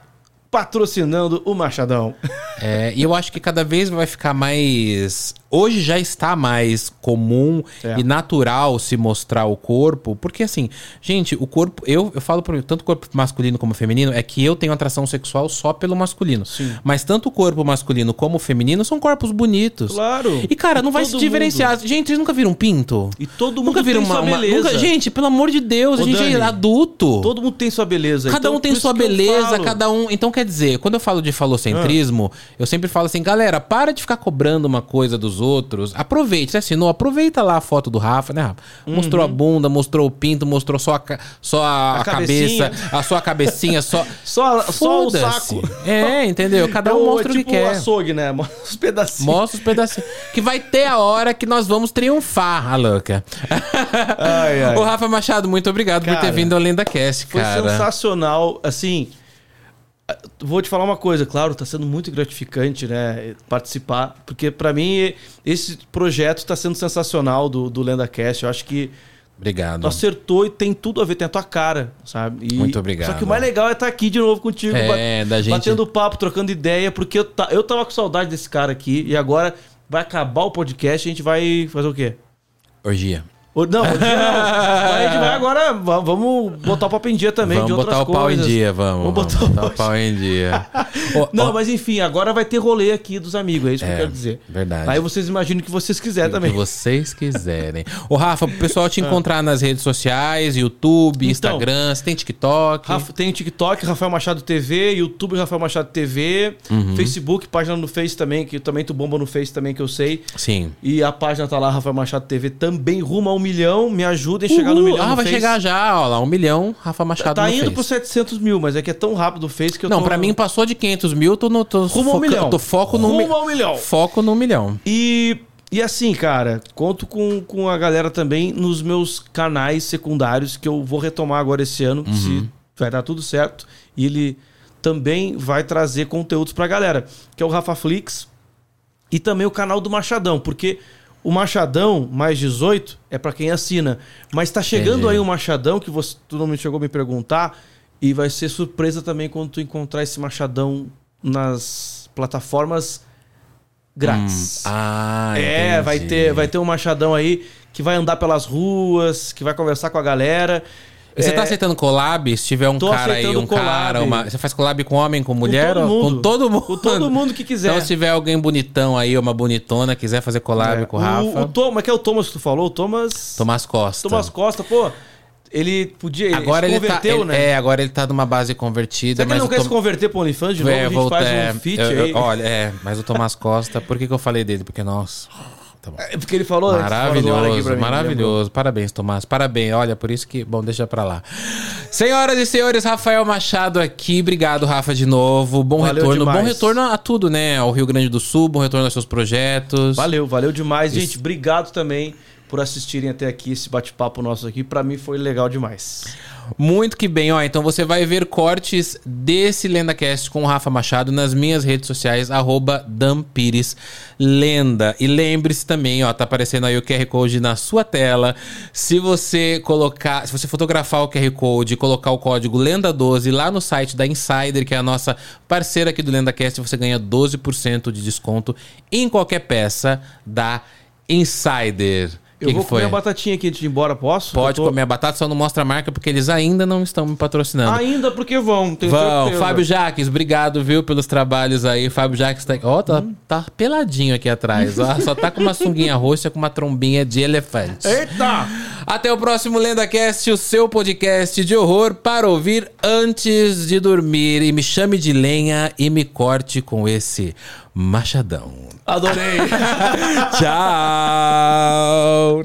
Speaker 2: patrocinando o Machadão.
Speaker 1: É, e eu acho que cada vez vai ficar mais. Hoje já está mais comum
Speaker 2: É.
Speaker 1: e natural se mostrar o corpo, porque assim, gente, o corpo. Eu, eu falo por tanto corpo masculino como feminino, é que eu tenho atração sexual só pelo masculino. Mas tanto o corpo masculino como o feminino são corpos bonitos.
Speaker 2: Claro.
Speaker 1: E cara, não vai
Speaker 2: Todo
Speaker 1: se diferenciar. Gente, vocês nunca viram um pinto?
Speaker 2: E todo mundo
Speaker 1: nunca viram
Speaker 2: tem
Speaker 1: uma.
Speaker 2: sua
Speaker 1: uma-
Speaker 2: beleza.
Speaker 1: nunca- gente, pelo amor de Deus,
Speaker 2: Ô,
Speaker 1: a gente é
Speaker 2: Dani,
Speaker 1: adulto.
Speaker 2: Todo mundo tem sua beleza.
Speaker 1: Cada
Speaker 2: Então,
Speaker 1: um tem
Speaker 2: por isso
Speaker 1: sua
Speaker 2: que eu
Speaker 1: beleza,
Speaker 2: falo. Ah.
Speaker 1: cada um. Então, quer dizer, quando eu falo de falocentrismo, eu sempre falo assim, galera, para de ficar cobrando uma coisa dos outros. Aproveite, você assinou, aproveita lá a foto do Rafa, né, Rafa? Mostrou a bunda, mostrou o pinto, mostrou só a, ca- só a,
Speaker 2: Uhum. A
Speaker 1: a cabeça,
Speaker 2: cabecinha.
Speaker 1: a sua cabecinha, só.
Speaker 2: Só, só o
Speaker 1: Foda-se.
Speaker 2: saco.
Speaker 1: É, entendeu? Cada um
Speaker 2: É
Speaker 1: mostra o
Speaker 2: tipo
Speaker 1: que quer.
Speaker 2: açougue, né? Os pedacinhos.
Speaker 1: Mostra os pedacinhos. Que vai ter a hora que nós vamos triunfar, a louca.
Speaker 2: Ai, ai.
Speaker 1: Ô, Rafa Machado, muito obrigado por ter
Speaker 2: É, Cara,
Speaker 1: vindo ao Lenda Cast,
Speaker 2: Foi
Speaker 1: cara.
Speaker 2: sensacional, assim. ah, Vou te falar uma coisa, claro, tá sendo muito gratificante, né, participar, porque pra mim esse projeto tá sendo sensacional do, do LendaCast. Eu acho que
Speaker 1: Obrigado.
Speaker 2: tu acertou e tem tudo a ver, tem a tua cara, sabe? E-
Speaker 1: Muito obrigado.
Speaker 2: Só que o mais legal é estar aqui de novo contigo,
Speaker 1: É, da gente-
Speaker 2: batendo papo, trocando ideia, porque eu, ta- eu tava com saudade desse cara aqui e agora vai acabar o podcast e a gente vai fazer o quê?
Speaker 1: Orgia.
Speaker 2: O- Não, hoje não. a gente vai agora, va- vamos botar o papo em dia também
Speaker 1: Vamos
Speaker 2: de outras
Speaker 1: botar o pau
Speaker 2: coisas.
Speaker 1: em dia, vamos.
Speaker 2: Vamos botar o pau em
Speaker 1: em dia. Ó, ó,
Speaker 2: Não, mas enfim, agora vai ter rolê aqui dos amigos, é isso que
Speaker 1: É,
Speaker 2: eu quero dizer.
Speaker 1: verdade.
Speaker 2: Aí vocês imaginam o que vocês quiserem
Speaker 1: O que
Speaker 2: também. Ah.
Speaker 1: vocês quiserem. Ô, Rafa, pro pessoal te encontrar nas redes sociais, YouTube,
Speaker 2: Então,
Speaker 1: Instagram, você tem TikTok.
Speaker 2: Rafa- tem o TikTok, Rafael Machado TV, YouTube Rafael Machado TV,
Speaker 1: Uhum.
Speaker 2: Facebook, página no Face também, que também tu bomba no Face também, que eu sei.
Speaker 1: Sim.
Speaker 2: E a página tá lá, Rafael Machado TV, também rumo a um milhão. Me ajudem a chegar no
Speaker 1: Uhul.
Speaker 2: milhão
Speaker 1: ah,
Speaker 2: no
Speaker 1: vai
Speaker 2: Face.
Speaker 1: chegar já, ó lá, um milhão, Rafa Machado
Speaker 2: Tá
Speaker 1: no
Speaker 2: indo
Speaker 1: Face.
Speaker 2: pro 700 mil, mas é que é tão rápido o Face que eu
Speaker 1: Não,
Speaker 2: tô...
Speaker 1: pra mim passou de 500 mil, tô no... Tô
Speaker 2: Rumo ao
Speaker 1: foca-
Speaker 2: milhão.
Speaker 1: Tô foco no...
Speaker 2: Rumo
Speaker 1: mi-
Speaker 2: ao milhão.
Speaker 1: Foco no milhão.
Speaker 2: E, e assim, cara, conto com, com a galera também nos meus canais secundários que eu vou retomar agora esse ano, se vai dar tudo certo. E ele também vai trazer conteúdos pra galera, que é o Rafa Flix e também o canal do Machadão, porque o Machadão mais 18 é pra quem assina, mas tá chegando
Speaker 1: Entendi.
Speaker 2: aí o Machadão que você tu não me chegou a me perguntar e vai ser surpresa também quando tu encontrar esse Machadão nas plataformas grátis.
Speaker 1: Ah,
Speaker 2: É,
Speaker 1: entendi.
Speaker 2: vai ter, vai ter um machadão aí que vai andar pelas ruas, que vai conversar com a galera.
Speaker 1: E Você
Speaker 2: É,
Speaker 1: tá aceitando collab? Se tiver um
Speaker 2: Tô
Speaker 1: cara aí,
Speaker 2: aceitando
Speaker 1: um cara,
Speaker 2: collab.
Speaker 1: uma... Você faz collab com homem, com mulher?
Speaker 2: todo
Speaker 1: ou-
Speaker 2: mundo.
Speaker 1: Com todo mundo.
Speaker 2: Com todo mundo que quiser.
Speaker 1: Então se tiver alguém bonitão aí, uma bonitona, quiser fazer collab
Speaker 2: É,
Speaker 1: com o Rafa,
Speaker 2: O, Thomas, que é o Thomas que tu falou, o Thomas.
Speaker 1: Tomás Costa.
Speaker 2: Thomas Costa, pô. Ele podia. ele
Speaker 1: Agora
Speaker 2: se
Speaker 1: ele tá,
Speaker 2: converteu,
Speaker 1: ele-
Speaker 2: né?
Speaker 1: É, agora ele tá numa base convertida.
Speaker 2: Será que
Speaker 1: mas
Speaker 2: ele não
Speaker 1: o
Speaker 2: quer
Speaker 1: Tom-
Speaker 2: se converter pro OnlyFans de novo?
Speaker 1: É,
Speaker 2: a gente
Speaker 1: volta- é,
Speaker 2: faz um feat
Speaker 1: eu- eu-
Speaker 2: aí.
Speaker 1: Olha, é, mas o Tomás Costa, por que, que eu falei dele? Porque, nossa, tá bom.
Speaker 2: É porque ele falou antes, fora do ar aqui pra
Speaker 1: Maravilhoso,
Speaker 2: mim, né,
Speaker 1: maravilhoso. Parabéns, Tomás. Parabéns. Olha, por isso que. Bom, deixa pra lá. Senhoras e senhores, Rafael Machado aqui. Obrigado, Rafa, de novo. Bom
Speaker 2: Valeu
Speaker 1: retorno.
Speaker 2: demais.
Speaker 1: Bom retorno a tudo, né? Ao Rio Grande do Sul, bom retorno aos seus projetos.
Speaker 2: Valeu, valeu demais, gente. Obrigado também por assistirem até aqui esse bate-papo nosso aqui. Pra mim foi legal demais.
Speaker 1: Muito que bem, ó. Então você vai ver cortes desse LendaCast com o Rafa Machado nas minhas redes sociais, arroba Dampires Lenda. E lembre-se também, ó, tá aparecendo aí o QR Code na sua tela. Se você colocar, se você fotografar o QR Code e colocar o código Lenda12 lá no site da Insider, que é a nossa parceira aqui do LendaCast, você ganha 12% de desconto em qualquer peça da Insider.
Speaker 2: Eu
Speaker 1: Que que
Speaker 2: vou
Speaker 1: foi?
Speaker 2: comer a batatinha aqui antes de ir embora, posso?
Speaker 1: Pode
Speaker 2: Eu tô-
Speaker 1: comer a batata, só não mostra a marca porque eles ainda não estão me patrocinando.
Speaker 2: Ainda porque vão, tenho
Speaker 1: Vão,
Speaker 2: certeza.
Speaker 1: Fábio Jaques, obrigado, viu, pelos trabalhos aí. Fábio Jaques tá. Ó, tá, tá peladinho aqui atrás. Ó, só tá com uma sunguinha roxa com uma trombinha de elefante.
Speaker 2: Eita!
Speaker 1: Até o próximo LendaCast, o seu podcast de horror para ouvir antes de dormir. E me chame de lenha e me corte com esse machadão.
Speaker 2: Adorei!
Speaker 1: Tchau!